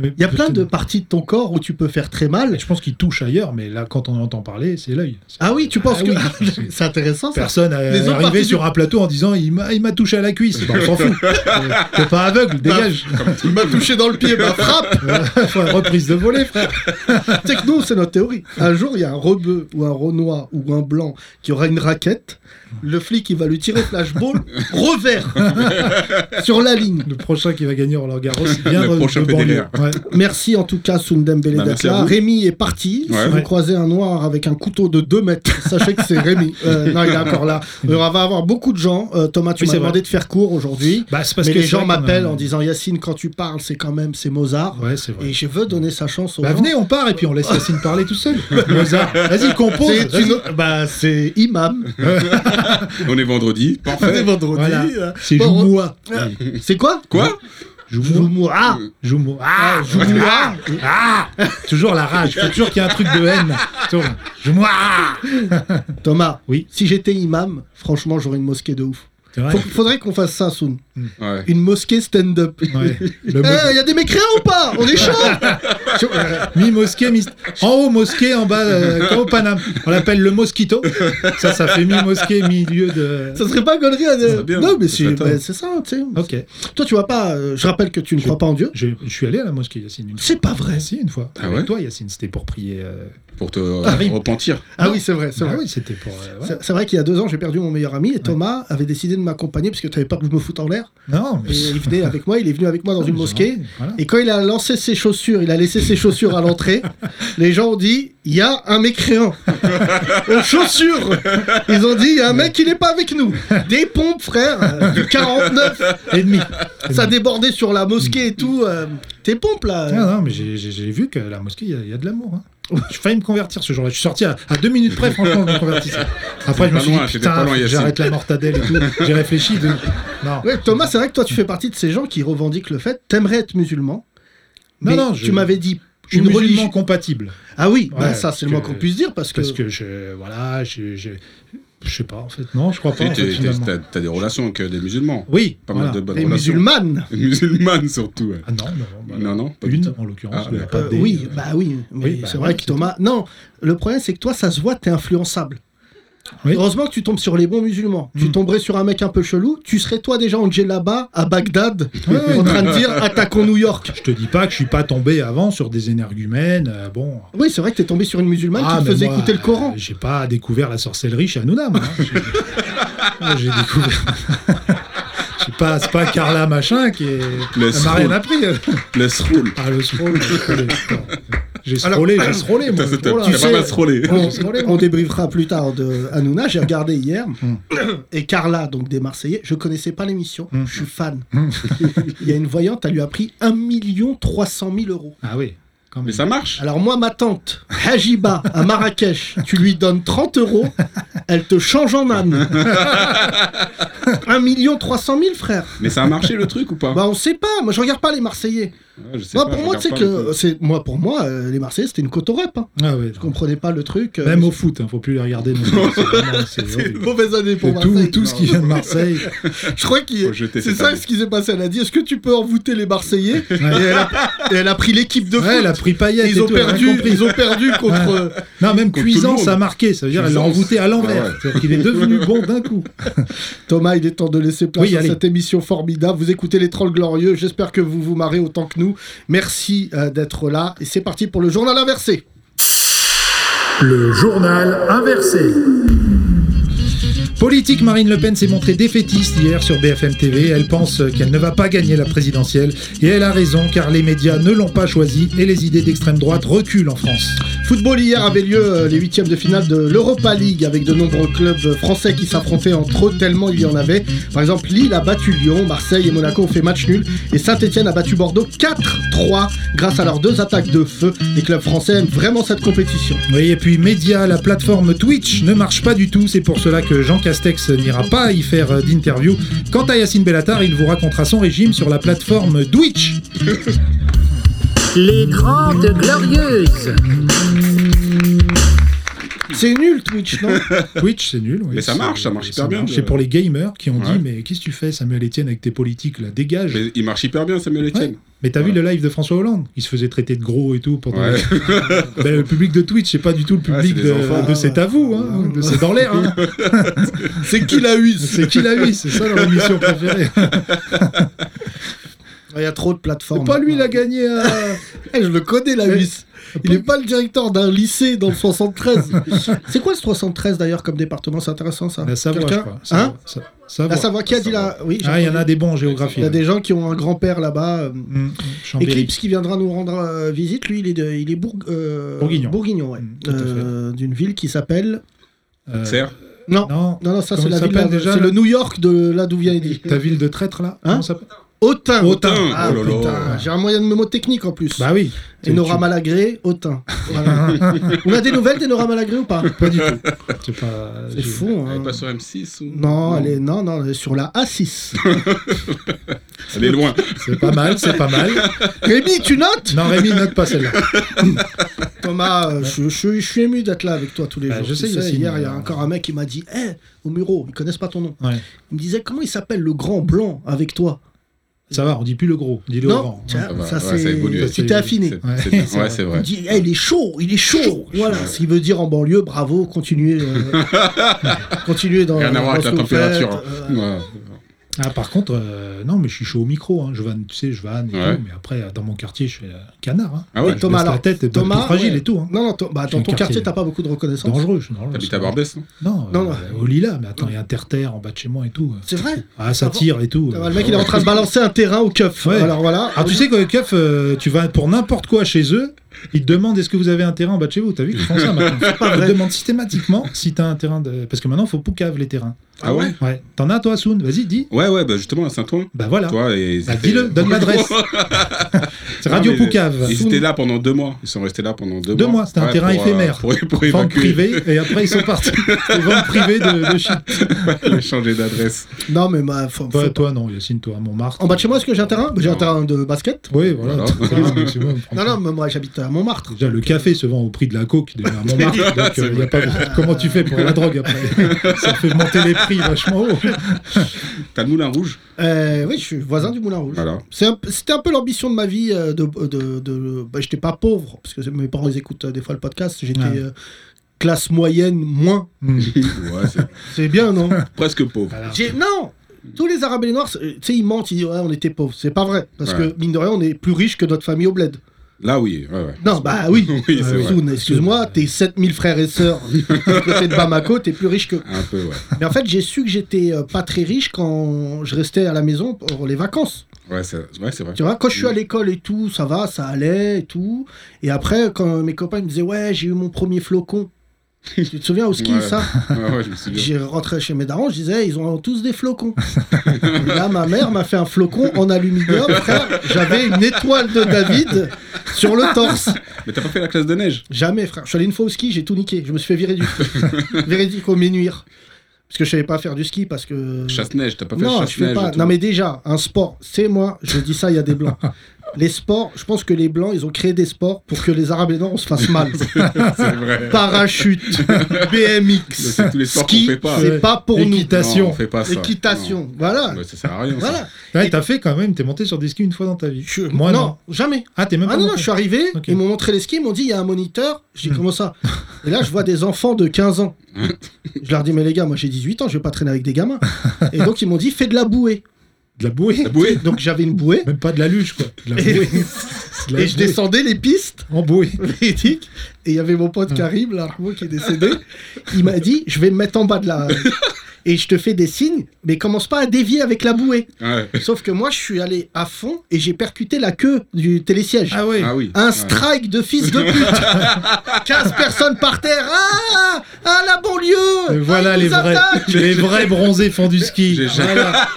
[SPEAKER 4] Mais
[SPEAKER 3] Il y a plein de
[SPEAKER 4] peut-être-
[SPEAKER 3] parties de ton corps où tu peux faire très mal.
[SPEAKER 4] Je pense qu'il touche ailleurs, mais là, quand on entend parler, c'est l'œil. C'est-
[SPEAKER 3] Ah oui, tu penses
[SPEAKER 4] Ah
[SPEAKER 3] que
[SPEAKER 4] oui, je pense que-
[SPEAKER 3] c'est intéressant ça.
[SPEAKER 4] Personne
[SPEAKER 3] Les
[SPEAKER 4] n'est
[SPEAKER 3] autres
[SPEAKER 4] arrivé
[SPEAKER 3] parties
[SPEAKER 4] sur un plateau en disant il m'a il m'a touché à la cuisse. Bah, on s'en fout. Euh, T'es pas aveugle, dégage.
[SPEAKER 3] Bah, Il m'a touché dans le pied, bah frappe.
[SPEAKER 4] Faut une reprise de volet, frère.
[SPEAKER 3] C'est que nous, c'est notre théorie. Un jour, il y a un rebeu ou un renoir ou un blanc qui aura une raquette. Le flic, il va lui tirer flashball revers sur la ligne.
[SPEAKER 4] Le prochain qui va gagner Roland Garros, bien
[SPEAKER 6] Le
[SPEAKER 4] de-
[SPEAKER 6] prochain
[SPEAKER 4] de banlieue.
[SPEAKER 6] Federer.
[SPEAKER 4] Ouais.
[SPEAKER 3] Merci en tout cas Sundembele
[SPEAKER 6] Bah, merci à
[SPEAKER 3] Daka.
[SPEAKER 6] vous.
[SPEAKER 3] Rémi est parti.
[SPEAKER 6] Ouais.
[SPEAKER 3] si vous
[SPEAKER 4] Ouais.
[SPEAKER 3] croisez un noir avec un couteau de 2 mètres, sachez que c'est Rémi. Euh, non, il est encore là. Euh, On va avoir beaucoup de gens. Euh, Thomas, tu
[SPEAKER 4] Oui,
[SPEAKER 3] m'as
[SPEAKER 4] c'est
[SPEAKER 3] demandé
[SPEAKER 4] vrai.
[SPEAKER 3] de faire court aujourd'hui.
[SPEAKER 4] Bah, c'est parce
[SPEAKER 3] Mais
[SPEAKER 4] que
[SPEAKER 3] les
[SPEAKER 4] c'est
[SPEAKER 3] gens
[SPEAKER 4] vrai qu'on a-
[SPEAKER 3] m'appellent en disant Yacine, quand tu parles, c'est quand même c'est Mozart.
[SPEAKER 4] Ouais, c'est vrai.
[SPEAKER 3] Et je veux donner sa chance aux
[SPEAKER 4] Bah,
[SPEAKER 3] gens.
[SPEAKER 4] venez, on part et puis on laisse Yacine parler tout seul. Mozart, vas-y, compose.
[SPEAKER 3] C'est
[SPEAKER 4] vas-y.
[SPEAKER 3] une o- bah, c'est imam.
[SPEAKER 6] On est vendredi. Parfait.
[SPEAKER 3] C'est vendredi.
[SPEAKER 4] Voilà.
[SPEAKER 3] euh,
[SPEAKER 4] C'est
[SPEAKER 3] bon,
[SPEAKER 4] moi.
[SPEAKER 3] euh, C'est quoi
[SPEAKER 6] Quoi
[SPEAKER 4] Joumoua.
[SPEAKER 3] Joumoua.
[SPEAKER 4] Joumoua. Ah, Joumoua. Ah Toujours la rage. Faut toujours qu'il y ait un truc de haine. Toujours. Joumoua.
[SPEAKER 3] Thomas,
[SPEAKER 4] Oui.
[SPEAKER 3] si j'étais imam, franchement, j'aurais une mosquée de ouf.
[SPEAKER 4] C'est vrai Hmm.
[SPEAKER 3] Faut- faudrait qu'on fasse ça, Soon.
[SPEAKER 6] Ouais.
[SPEAKER 3] Une mosquée stand-up. Eh, Il
[SPEAKER 4] Ouais.
[SPEAKER 5] Euh,
[SPEAKER 4] Le mot-
[SPEAKER 3] y a des mécréants ou pas On est chaud
[SPEAKER 4] euh, Mi-mosquée, mi- en haut mosquée, en bas, euh, comme au Paname. On l'appelle le mosquito. Ça, ça fait mi-mosquée, milieu de.
[SPEAKER 3] Ça serait pas gaulerie à dire-
[SPEAKER 6] serait bien.
[SPEAKER 3] Non, mais
[SPEAKER 6] Ça
[SPEAKER 3] c'est
[SPEAKER 6] serait top.
[SPEAKER 3] bah, c'est ça, tu sais.
[SPEAKER 4] Ok.
[SPEAKER 3] Toi, tu vois pas, euh, je rappelle que tu ne
[SPEAKER 4] Je-
[SPEAKER 3] crois pas en Dieu.
[SPEAKER 4] Je, je suis allé à la mosquée, Yacine. une fois.
[SPEAKER 3] C'est pas vrai.
[SPEAKER 4] Si, une fois.
[SPEAKER 6] Ah
[SPEAKER 4] Avec
[SPEAKER 6] ouais
[SPEAKER 4] toi, Yacine, c'était pour prier. euh,
[SPEAKER 6] Pour te euh,
[SPEAKER 4] Ah oui.
[SPEAKER 6] repentir.
[SPEAKER 3] Ah
[SPEAKER 4] Non.
[SPEAKER 3] oui, c'est vrai, c'est
[SPEAKER 4] Ah
[SPEAKER 3] vrai.
[SPEAKER 4] oui, c'était pour. euh, ouais.
[SPEAKER 3] C'est- C'est vrai qu'il y a deux ans, j'ai perdu mon meilleur ami et Thomas avait décidé de m'accompagner parce que tu avais peur que je me foute en l'air.
[SPEAKER 4] Non,
[SPEAKER 3] Et il venait avec moi, il est venu avec moi dans une mosquée.
[SPEAKER 4] Voilà.
[SPEAKER 3] Et quand il a lancé ses chaussures, il a laissé ses chaussures à l'entrée, les gens ont dit il y a un mécréant. Aux chaussures Ils ont dit il y a un mec qui n'est pas avec nous. Des pompes, frère, euh, du 49,
[SPEAKER 4] Et demi.
[SPEAKER 3] ça débordait sur la mosquée et tout. euh, tes pompes là
[SPEAKER 4] Non, non, mais j'ai- j'ai j'ai vu que la mosquée, il y a- il y, a de l'amour. Hein. J'ai failli me convertir ce jour-là. Je suis sorti à, à deux minutes près, franchement, je me convertissais. Après, je me
[SPEAKER 6] pas
[SPEAKER 4] suis
[SPEAKER 6] loin,
[SPEAKER 4] dit,
[SPEAKER 6] c'était pas loin,
[SPEAKER 4] putain, faut que
[SPEAKER 6] Yacine.
[SPEAKER 4] j'arrête la mortadelle et tout. J'ai réfléchi. De... Non,
[SPEAKER 3] Ouais, Thomas, c'est vrai que toi tu fais partie de ces gens qui revendiquent le fait t'aimerais être musulman.
[SPEAKER 4] Non,
[SPEAKER 3] mais
[SPEAKER 4] non,
[SPEAKER 3] tu
[SPEAKER 4] je-
[SPEAKER 3] m'avais dit
[SPEAKER 4] je suis
[SPEAKER 3] une
[SPEAKER 4] musulman
[SPEAKER 3] religion.
[SPEAKER 4] compatible.
[SPEAKER 3] Ah oui, bah, ça
[SPEAKER 4] Ouais,
[SPEAKER 3] c'est
[SPEAKER 4] parce
[SPEAKER 3] le moins
[SPEAKER 4] que-
[SPEAKER 3] qu'on puisse dire parce que.
[SPEAKER 4] Parce que je. Voilà, je. Je, je sais pas, en fait. Non, je crois pas.
[SPEAKER 6] Tu
[SPEAKER 4] En fait, finalement.
[SPEAKER 6] as des relations avec euh, des musulmans.
[SPEAKER 4] Oui,
[SPEAKER 6] Pas mal
[SPEAKER 4] voilà.
[SPEAKER 6] de bonnes
[SPEAKER 3] Les
[SPEAKER 6] relations.
[SPEAKER 3] musulmanes
[SPEAKER 6] Musulmanes surtout. ouais.
[SPEAKER 4] Ah non, non, non, bah,
[SPEAKER 6] Non, non. pas du
[SPEAKER 4] Une,
[SPEAKER 6] tout.
[SPEAKER 4] en l'occurrence.
[SPEAKER 6] Ah,
[SPEAKER 4] mais
[SPEAKER 6] ouais.
[SPEAKER 4] pas
[SPEAKER 3] Euh,
[SPEAKER 4] des-
[SPEAKER 3] oui, bah oui, mais
[SPEAKER 4] Oui, bah
[SPEAKER 3] c'est
[SPEAKER 4] ouais,
[SPEAKER 3] vrai que
[SPEAKER 4] c'est
[SPEAKER 3] Thomas. Non, le problème c'est que toi, ça se voit, t'es influençable.
[SPEAKER 4] Oui.
[SPEAKER 3] Heureusement que tu tombes sur les bons musulmans. Tu
[SPEAKER 4] Mm.
[SPEAKER 3] tomberais sur un mec un peu chelou, tu serais toi déjà en djellaba à Bagdad,
[SPEAKER 4] Ouais,
[SPEAKER 3] en train de dire ah, attaquons New York.
[SPEAKER 4] Je te dis pas que je suis pas tombé avant sur des énergumènes. euh, bon.
[SPEAKER 3] Oui, c'est vrai que t'es tombé sur une musulmane
[SPEAKER 4] Ah,
[SPEAKER 3] qui te
[SPEAKER 4] mais
[SPEAKER 3] faisait
[SPEAKER 4] moi,
[SPEAKER 3] écouter le Coran.
[SPEAKER 4] euh, J'ai pas découvert la sorcellerie chez Hanouna, moi. hein. J'ai- Moi, J'ai découvert. C'est pas, c'est pas Carla machin qui est.
[SPEAKER 6] Le
[SPEAKER 4] Elle m'a rien
[SPEAKER 6] scroll.
[SPEAKER 4] appris. euh. elle.
[SPEAKER 6] Le scroll.
[SPEAKER 4] Ah, le scroll. j'ai scrollé. J'ai scrollé, j'ai scrollé, moi.
[SPEAKER 6] T'as t'as-
[SPEAKER 3] voilà,
[SPEAKER 6] t'as
[SPEAKER 3] tu
[SPEAKER 6] pas mal
[SPEAKER 3] sais,
[SPEAKER 6] scrollé.
[SPEAKER 3] On, on débriefera plus tard de Hanouna, j'ai regardé hier.
[SPEAKER 6] Mm.
[SPEAKER 3] Et Carla, donc des Marseillais, je connaissais pas l'émission,
[SPEAKER 6] Mm.
[SPEAKER 3] je suis fan. Il y a une voyante, elle lui a pris 1 300 000 euros.
[SPEAKER 4] Ah oui, quand
[SPEAKER 6] Mais
[SPEAKER 4] même.
[SPEAKER 6] ça marche.
[SPEAKER 3] Alors moi, ma tante, Hajiba, à Marrakech, tu lui donnes 30 euros, elle te change en âne. 1 300 000, frère.
[SPEAKER 6] Mais ça a marché le truc ou pas
[SPEAKER 3] Bah on sait pas, moi je regarde pas les Marseillais.
[SPEAKER 6] Ouais, je sais
[SPEAKER 3] Moi
[SPEAKER 6] pas,
[SPEAKER 3] pour
[SPEAKER 6] je
[SPEAKER 3] moi,
[SPEAKER 6] regarde
[SPEAKER 3] tu sais
[SPEAKER 6] pas
[SPEAKER 3] que
[SPEAKER 6] le
[SPEAKER 3] c'est moi pour moi euh, les Marseillais c'était une cotorep. Hein.
[SPEAKER 4] Ah ouais,
[SPEAKER 3] Je comprenais pas le truc. euh,
[SPEAKER 4] même au foot, hein, faut plus les regarder. non plus, c'est vraiment- Ah, c'est
[SPEAKER 3] c'est une
[SPEAKER 4] horrible.
[SPEAKER 3] mauvaise année pour
[SPEAKER 4] tout,
[SPEAKER 3] Marseille.
[SPEAKER 4] tout ce qui vient de Marseille.
[SPEAKER 3] Je crois qu'il
[SPEAKER 6] Faut jeter
[SPEAKER 3] c'est
[SPEAKER 6] cette
[SPEAKER 3] ça
[SPEAKER 6] année.
[SPEAKER 3] ce qui s'est passé. Elle a dit est-ce que tu peux envoûter les Marseillais et, elle a... et elle a pris l'équipe de
[SPEAKER 4] Ouais, elle a
[SPEAKER 3] foot.
[SPEAKER 4] pris Payet.
[SPEAKER 3] Et
[SPEAKER 4] et
[SPEAKER 3] ils ont
[SPEAKER 4] tout, elle a rien
[SPEAKER 3] perdu,
[SPEAKER 4] compris.
[SPEAKER 3] ils ont perdu contre. euh,
[SPEAKER 4] Non, même
[SPEAKER 6] Contre tout le
[SPEAKER 4] Cuisance
[SPEAKER 6] monde.
[SPEAKER 4] a marqué. Ça veut dire elle l'a
[SPEAKER 6] Cuisance.
[SPEAKER 4] envoûté à l'envers.
[SPEAKER 6] Ah ouais.
[SPEAKER 4] C'est-à-dire qu'il est devenu bon d'un coup.
[SPEAKER 3] Thomas, il est temps de laisser place
[SPEAKER 4] Oui,
[SPEAKER 3] à
[SPEAKER 4] allez.
[SPEAKER 3] cette émission formidable. Vous écoutez les Trolls Glorieux. J'espère que vous vous marrez autant que nous. Merci euh, d'être là. Et c'est parti pour le journal inversé.
[SPEAKER 1] Le journal inversé.
[SPEAKER 4] Politique, Marine Le Pen s'est montrée défaitiste hier sur BFM TV. Elle pense euh, qu'elle ne va pas gagner la présidentielle. Et elle a raison, car les médias ne l'ont pas choisie et les idées d'extrême droite reculent en France.
[SPEAKER 3] Football, hier avait lieu euh, les huitièmes de finale de l'Europa League avec de nombreux clubs français qui s'affrontaient entre eux tellement il y en avait. Par exemple, Lille a battu Lyon, Marseille et Monaco ont fait match nul et Saint-Etienne a battu Bordeaux 4-3 grâce à leurs deux attaques de feu. Les clubs français aiment vraiment cette compétition.
[SPEAKER 4] Oui, et puis médias, la plateforme Twitch ne marche pas du tout. C'est pour cela que Jean Castex n'ira pas y faire euh, d'interview. Quant à Yacine Bellatar, il vous racontera son régime sur la plateforme Twitch.
[SPEAKER 1] Les Grandes Glorieuses.
[SPEAKER 3] C'est nul Twitch, non
[SPEAKER 4] Twitch, c'est nul. oui.
[SPEAKER 6] Mais ça
[SPEAKER 4] C'est-
[SPEAKER 6] marche, ça marche hyper bien. euh.
[SPEAKER 4] C'est pour les gamers qui ont
[SPEAKER 6] Ouais.
[SPEAKER 4] dit Mais qu'est-ce que tu fais, Samuel Etienne, avec tes politiques là Dégage.
[SPEAKER 6] Mais il marche hyper bien, Samuel
[SPEAKER 4] Ouais.
[SPEAKER 6] Etienne.
[SPEAKER 4] Mais t'as vu le live de François Hollande Il se faisait traiter de gros et tout pendant
[SPEAKER 6] Ouais.
[SPEAKER 4] le... Ben, le public de Twitch, c'est pas du tout le
[SPEAKER 6] Ouais, c'est
[SPEAKER 4] public
[SPEAKER 6] des
[SPEAKER 4] de,
[SPEAKER 6] enfants.
[SPEAKER 4] de c'est à vous, hein, de c'est dans l'air. hein.
[SPEAKER 3] C'est qui la use
[SPEAKER 4] C'est qui l'a eu C'est ça leur émission préférée.
[SPEAKER 3] Il y a trop de plateformes.
[SPEAKER 4] C'est pas lui, il a gagné. euh, à-
[SPEAKER 3] Eh, je le connais, la
[SPEAKER 4] Eh,
[SPEAKER 3] huisse. Il n'est pas le directeur d'un lycée dans le 73. c'est quoi le 73 d'ailleurs comme département C'est intéressant ça.
[SPEAKER 4] La Savoie, je
[SPEAKER 3] Quelqu'un
[SPEAKER 4] crois.
[SPEAKER 3] Hein
[SPEAKER 4] Savoie, Sa- Savoie.
[SPEAKER 3] La Savoie qui a dit là. Oui, j'ai
[SPEAKER 4] Ah, il y en a
[SPEAKER 3] entendu.
[SPEAKER 4] des bons en géographie.
[SPEAKER 3] Il y a des gens qui ont un grand-père là-bas. euh,
[SPEAKER 4] Mm, Chambéry.
[SPEAKER 3] Eclipse qui viendra nous rendre euh, visite. Lui, il est, de- il est Bourg- euh,
[SPEAKER 4] Bourguignon.
[SPEAKER 3] ouais.
[SPEAKER 4] Mm, tout à fait.
[SPEAKER 3] Euh, D'une ville qui s'appelle.
[SPEAKER 4] Euh,
[SPEAKER 6] Serre.
[SPEAKER 3] Non. non.
[SPEAKER 4] Non,
[SPEAKER 3] Non, ça
[SPEAKER 4] Comment
[SPEAKER 3] c'est
[SPEAKER 4] il
[SPEAKER 3] la ville.
[SPEAKER 4] s'appelle
[SPEAKER 3] là-
[SPEAKER 4] déjà,
[SPEAKER 3] C'est
[SPEAKER 4] le-
[SPEAKER 3] le New York de là d'où vient Eddie. Hein
[SPEAKER 4] ta ville de traître là Comment ça s'appelle
[SPEAKER 3] Autun.
[SPEAKER 4] Autun.
[SPEAKER 3] Ah,
[SPEAKER 6] Oh là là.
[SPEAKER 3] putain, J'ai un moyen de mémo technique en plus.
[SPEAKER 4] Bah oui.
[SPEAKER 3] Et Nora
[SPEAKER 4] Tu-
[SPEAKER 3] Malagré, Autun. Voilà. On a des nouvelles d'Enora Malagré ou pas
[SPEAKER 4] Pas du tout. C'est pas.
[SPEAKER 3] C'est
[SPEAKER 4] j'ai-
[SPEAKER 3] fou.
[SPEAKER 6] Elle
[SPEAKER 3] hein.
[SPEAKER 6] est pas sur M6 ou
[SPEAKER 3] Non, Elle est, non, non, elle est sur la A6.
[SPEAKER 6] est loin.
[SPEAKER 4] C'est pas mal, c'est pas mal.
[SPEAKER 3] Rémi, tu notes
[SPEAKER 4] Non, Rémi, note pas celle-là.
[SPEAKER 3] Thomas, euh, je, je- je suis ému d'être là avec toi tous les
[SPEAKER 4] Bah,
[SPEAKER 3] jours.
[SPEAKER 4] je
[SPEAKER 3] Tu
[SPEAKER 4] sais, Yacine,
[SPEAKER 3] hier, il y a
[SPEAKER 4] euh,
[SPEAKER 3] encore un mec qui m'a dit Hé, au Muro, ils connaissent pas ton nom.
[SPEAKER 4] Ouais.
[SPEAKER 3] Il me disait Comment il s'appelle le grand blanc avec toi
[SPEAKER 4] Ça va, on dit plus le gros, on dit le
[SPEAKER 3] Non,
[SPEAKER 4] grand.
[SPEAKER 3] tiens,
[SPEAKER 6] Ça va,
[SPEAKER 3] ça
[SPEAKER 6] Ah bah, ouais, ça évolue.
[SPEAKER 3] c'est. Tu t'es
[SPEAKER 4] Ça
[SPEAKER 3] affiné.
[SPEAKER 6] C'est- c'est bien.
[SPEAKER 4] Ouais,
[SPEAKER 6] Ouais, c'est vrai.
[SPEAKER 3] Il dit, Eh, il est chaud, il est chaud. Voilà, ce qui veut dire en banlieue, bravo, continuez, euh, continuez dans.
[SPEAKER 6] Rien à voir
[SPEAKER 3] dans
[SPEAKER 6] avec
[SPEAKER 3] ce
[SPEAKER 6] la
[SPEAKER 3] que vous
[SPEAKER 6] température. hein.
[SPEAKER 3] faites, euh,
[SPEAKER 4] Ah, par contre, euh, non, mais je suis chaud au micro. hein. Je vanne, tu sais, je vanne et
[SPEAKER 6] Ouais.
[SPEAKER 4] tout. Mais après, euh, dans mon quartier, je suis euh, canard. hein.
[SPEAKER 6] Ah ouais,
[SPEAKER 4] Je baisse
[SPEAKER 3] Thomas,
[SPEAKER 4] la
[SPEAKER 3] alors,
[SPEAKER 4] tête, Thomas,
[SPEAKER 3] Thomas,
[SPEAKER 4] fragile
[SPEAKER 3] ouais.
[SPEAKER 4] et tout. Hein.
[SPEAKER 3] Non, non, to- bah,
[SPEAKER 4] Je suis
[SPEAKER 3] dans
[SPEAKER 4] un
[SPEAKER 3] ton
[SPEAKER 4] quartier.
[SPEAKER 3] quartier, t'as pas beaucoup de reconnaissance.
[SPEAKER 4] Dangereux, je suis dangereux.
[SPEAKER 6] T'habites
[SPEAKER 4] ça
[SPEAKER 6] à
[SPEAKER 4] va.
[SPEAKER 6] Barbès, non
[SPEAKER 4] Non,
[SPEAKER 3] Non,
[SPEAKER 4] euh,
[SPEAKER 3] non.
[SPEAKER 4] au Lila, mais attends, il y a Interterre en bas de chez moi et tout.
[SPEAKER 3] C'est vrai.
[SPEAKER 4] Ah, ça tire et tout.
[SPEAKER 3] Le mec, il est en train de balancer un terrain au keuf.
[SPEAKER 4] Ouais.
[SPEAKER 3] Alors voilà.
[SPEAKER 4] Ah, tu sais que Keuf, euh, tu vas pour n'importe quoi chez eux, ils te demandent est-ce que vous avez un terrain en bas de chez vous T'as vu qu'ils font ça maintenant Ils te demandent systématiquement si t'as un terrain de. Parce que maintenant, faut poucave les terrains.
[SPEAKER 6] Ah ouais
[SPEAKER 4] Ouais. T'en as toi, Soun Vas-y, dis.
[SPEAKER 6] Ouais, ouais, bah justement à Saint-Ouen.
[SPEAKER 4] Bah voilà.
[SPEAKER 6] Toi et.
[SPEAKER 4] Bah, dis-le, donne l'adresse. C'est Radio
[SPEAKER 6] Non, mais
[SPEAKER 4] Poucave.
[SPEAKER 6] Ils
[SPEAKER 4] Soun.
[SPEAKER 6] étaient là pendant deux mois. Ils sont restés là pendant deux mois.
[SPEAKER 4] Deux mois, c'était un
[SPEAKER 6] Ouais,
[SPEAKER 4] terrain
[SPEAKER 6] pour, euh,
[SPEAKER 4] éphémère.
[SPEAKER 6] Pour, pour
[SPEAKER 4] Vente
[SPEAKER 6] évacuer.
[SPEAKER 4] privée, et après ils sont partis. C'est vente privée de, de shit.
[SPEAKER 6] Il a changé d'adresse.
[SPEAKER 3] Non, mais bah, faut-
[SPEAKER 4] Toi,
[SPEAKER 3] faut-
[SPEAKER 4] toi, non, Yacine, toi, à Montmartre.
[SPEAKER 3] En bas de chez moi, est-ce que j'ai un terrain Bah, J'ai un terrain de basket.
[SPEAKER 4] Oui, voilà.
[SPEAKER 6] Voilà.
[SPEAKER 3] Non, non, mais moi, j'habite à Montmartre.
[SPEAKER 4] Déjà, le café se vend au prix de la coke déjà à Montmartre. donc, euh, y a pas... Comment tu fais pour la drogue après Ça fait monter les prix vachement haut.
[SPEAKER 6] T'as le moulin rouge
[SPEAKER 3] Euh, oui, je suis voisin du Moulin Rouge.
[SPEAKER 6] Voilà.
[SPEAKER 3] C'est un- C'était un peu l'ambition de ma vie. euh, de, de, de- bah, J'étais pas pauvre, parce que mes parents ils écoutent euh, des fois le podcast. J'étais
[SPEAKER 4] Ouais.
[SPEAKER 3] euh, classe moyenne, moins.
[SPEAKER 6] ouais, c'est
[SPEAKER 3] C'est bien, non
[SPEAKER 6] presque pauvre.
[SPEAKER 4] Hmm. Voilà.
[SPEAKER 3] J'ai- Non Tous les Arabes et les Noirs, c'est- euh, tu sais, ils mentent, ils disent ouais, on était pauvres. C'est pas vrai, parce
[SPEAKER 6] Ouais.
[SPEAKER 3] que mine de rien, on est plus riche que notre famille au bled.
[SPEAKER 6] Là, oui. Ouais, ouais.
[SPEAKER 3] Non, bah oui,
[SPEAKER 6] Oui, c'est
[SPEAKER 3] Euh,
[SPEAKER 6] vrai.
[SPEAKER 3] Zoun, excuse-moi, t'es 7000 frères et sœurs du côté de Bamako, t'es plus riche que.
[SPEAKER 6] Un peu, ouais.
[SPEAKER 3] Mais en fait, j'ai su que j'étais euh, pas très riche quand je restais à la maison pour les vacances.
[SPEAKER 6] Ouais, c'est ouais, c'est vrai. Mm.
[SPEAKER 3] Tu vois, quand je suis à l'école et tout, ça va, ça allait et tout. Et après, quand mes copains ils me disaient, ouais, j'ai eu mon premier flocon. tu te souviens au ski,
[SPEAKER 6] Ouais.
[SPEAKER 3] ça
[SPEAKER 6] Ouais, ouais, je me souviens.
[SPEAKER 3] J'ai rentré chez mes darons, je disais, ils ont tous des flocons. Et là, ma mère m'a fait un flocon en aluminium, frère. J'avais une étoile de David sur le torse.
[SPEAKER 6] Mais t'as pas fait la classe de neige
[SPEAKER 3] Jamais, frère. Je suis allé une fois au ski, j'ai tout niqué. Je me suis fait virer du ski. Véridique au menuire. Parce que je savais pas faire du ski, parce que.
[SPEAKER 6] Chasse-neige, t'as pas fait
[SPEAKER 3] non, je fais
[SPEAKER 6] chasse-neige
[SPEAKER 3] pas.
[SPEAKER 6] et tout.
[SPEAKER 3] Non, mais déjà, un sport, c'est moi, je dis ça, il y a des blancs. les sports, je pense que les blancs, ils ont créé des sports pour que les arabes et les noirs, on se fasse mal.
[SPEAKER 6] C'est vrai.
[SPEAKER 3] Parachute,
[SPEAKER 6] Mais
[SPEAKER 3] BMX,
[SPEAKER 6] c'est tous les sports
[SPEAKER 3] ski,
[SPEAKER 6] qu'on fait pas.
[SPEAKER 3] c'est pas pour nous.
[SPEAKER 4] Équitation.
[SPEAKER 6] Non, on fait pas ça.
[SPEAKER 3] Équitation, voilà.
[SPEAKER 6] Non. Ouais, ça sert à rien. ça.
[SPEAKER 3] voilà.
[SPEAKER 4] Ouais, t'as fait quand même, t'es monté sur des skis une fois dans ta vie.
[SPEAKER 3] Je-
[SPEAKER 4] Moi, non.
[SPEAKER 3] jamais.
[SPEAKER 4] Ah, t'es même
[SPEAKER 3] Ah
[SPEAKER 4] pas
[SPEAKER 3] non, non,
[SPEAKER 4] monté.
[SPEAKER 3] je suis arrivé,
[SPEAKER 4] Ok.
[SPEAKER 3] ils m'ont montré les skis, ils m'ont dit il y a un moniteur. Je dis comment ça Et là, je vois des enfants de 15 ans. Je leur dis mais les gars, moi j'ai 18 ans, je vais pas traîner avec des gamins. Et donc ils m'ont dit fais de la bouée.
[SPEAKER 4] De la bouée
[SPEAKER 6] La bouée
[SPEAKER 3] Donc j'avais une bouée
[SPEAKER 4] Même pas de la luge, quoi. De la
[SPEAKER 3] Et-
[SPEAKER 4] bouée. De la
[SPEAKER 3] et je
[SPEAKER 4] bouée.
[SPEAKER 3] descendais les pistes
[SPEAKER 4] En bouée.
[SPEAKER 3] véridiques. Et il y avait mon pote Karim, l'armo qui est décédé. Il m'a dit je vais me mettre en bas de la. Et je te fais des signes, mais commence pas à dévier avec la bouée.
[SPEAKER 6] Ouais.
[SPEAKER 3] Sauf que moi, je suis allé à fond et j'ai percuté la queue du télésiège.
[SPEAKER 4] Ah ouais.
[SPEAKER 6] Ah oui.
[SPEAKER 3] Un
[SPEAKER 6] Ouais.
[SPEAKER 3] strike de fils de pute 15 personnes par terre Ah Ah, la banlieue
[SPEAKER 4] Mais Euh, voilà
[SPEAKER 3] Ah, ils
[SPEAKER 4] les
[SPEAKER 3] nous
[SPEAKER 4] vrais,
[SPEAKER 3] attaquent
[SPEAKER 4] les vrais bronzés font du ski.
[SPEAKER 6] J'ai jamais-
[SPEAKER 3] Là,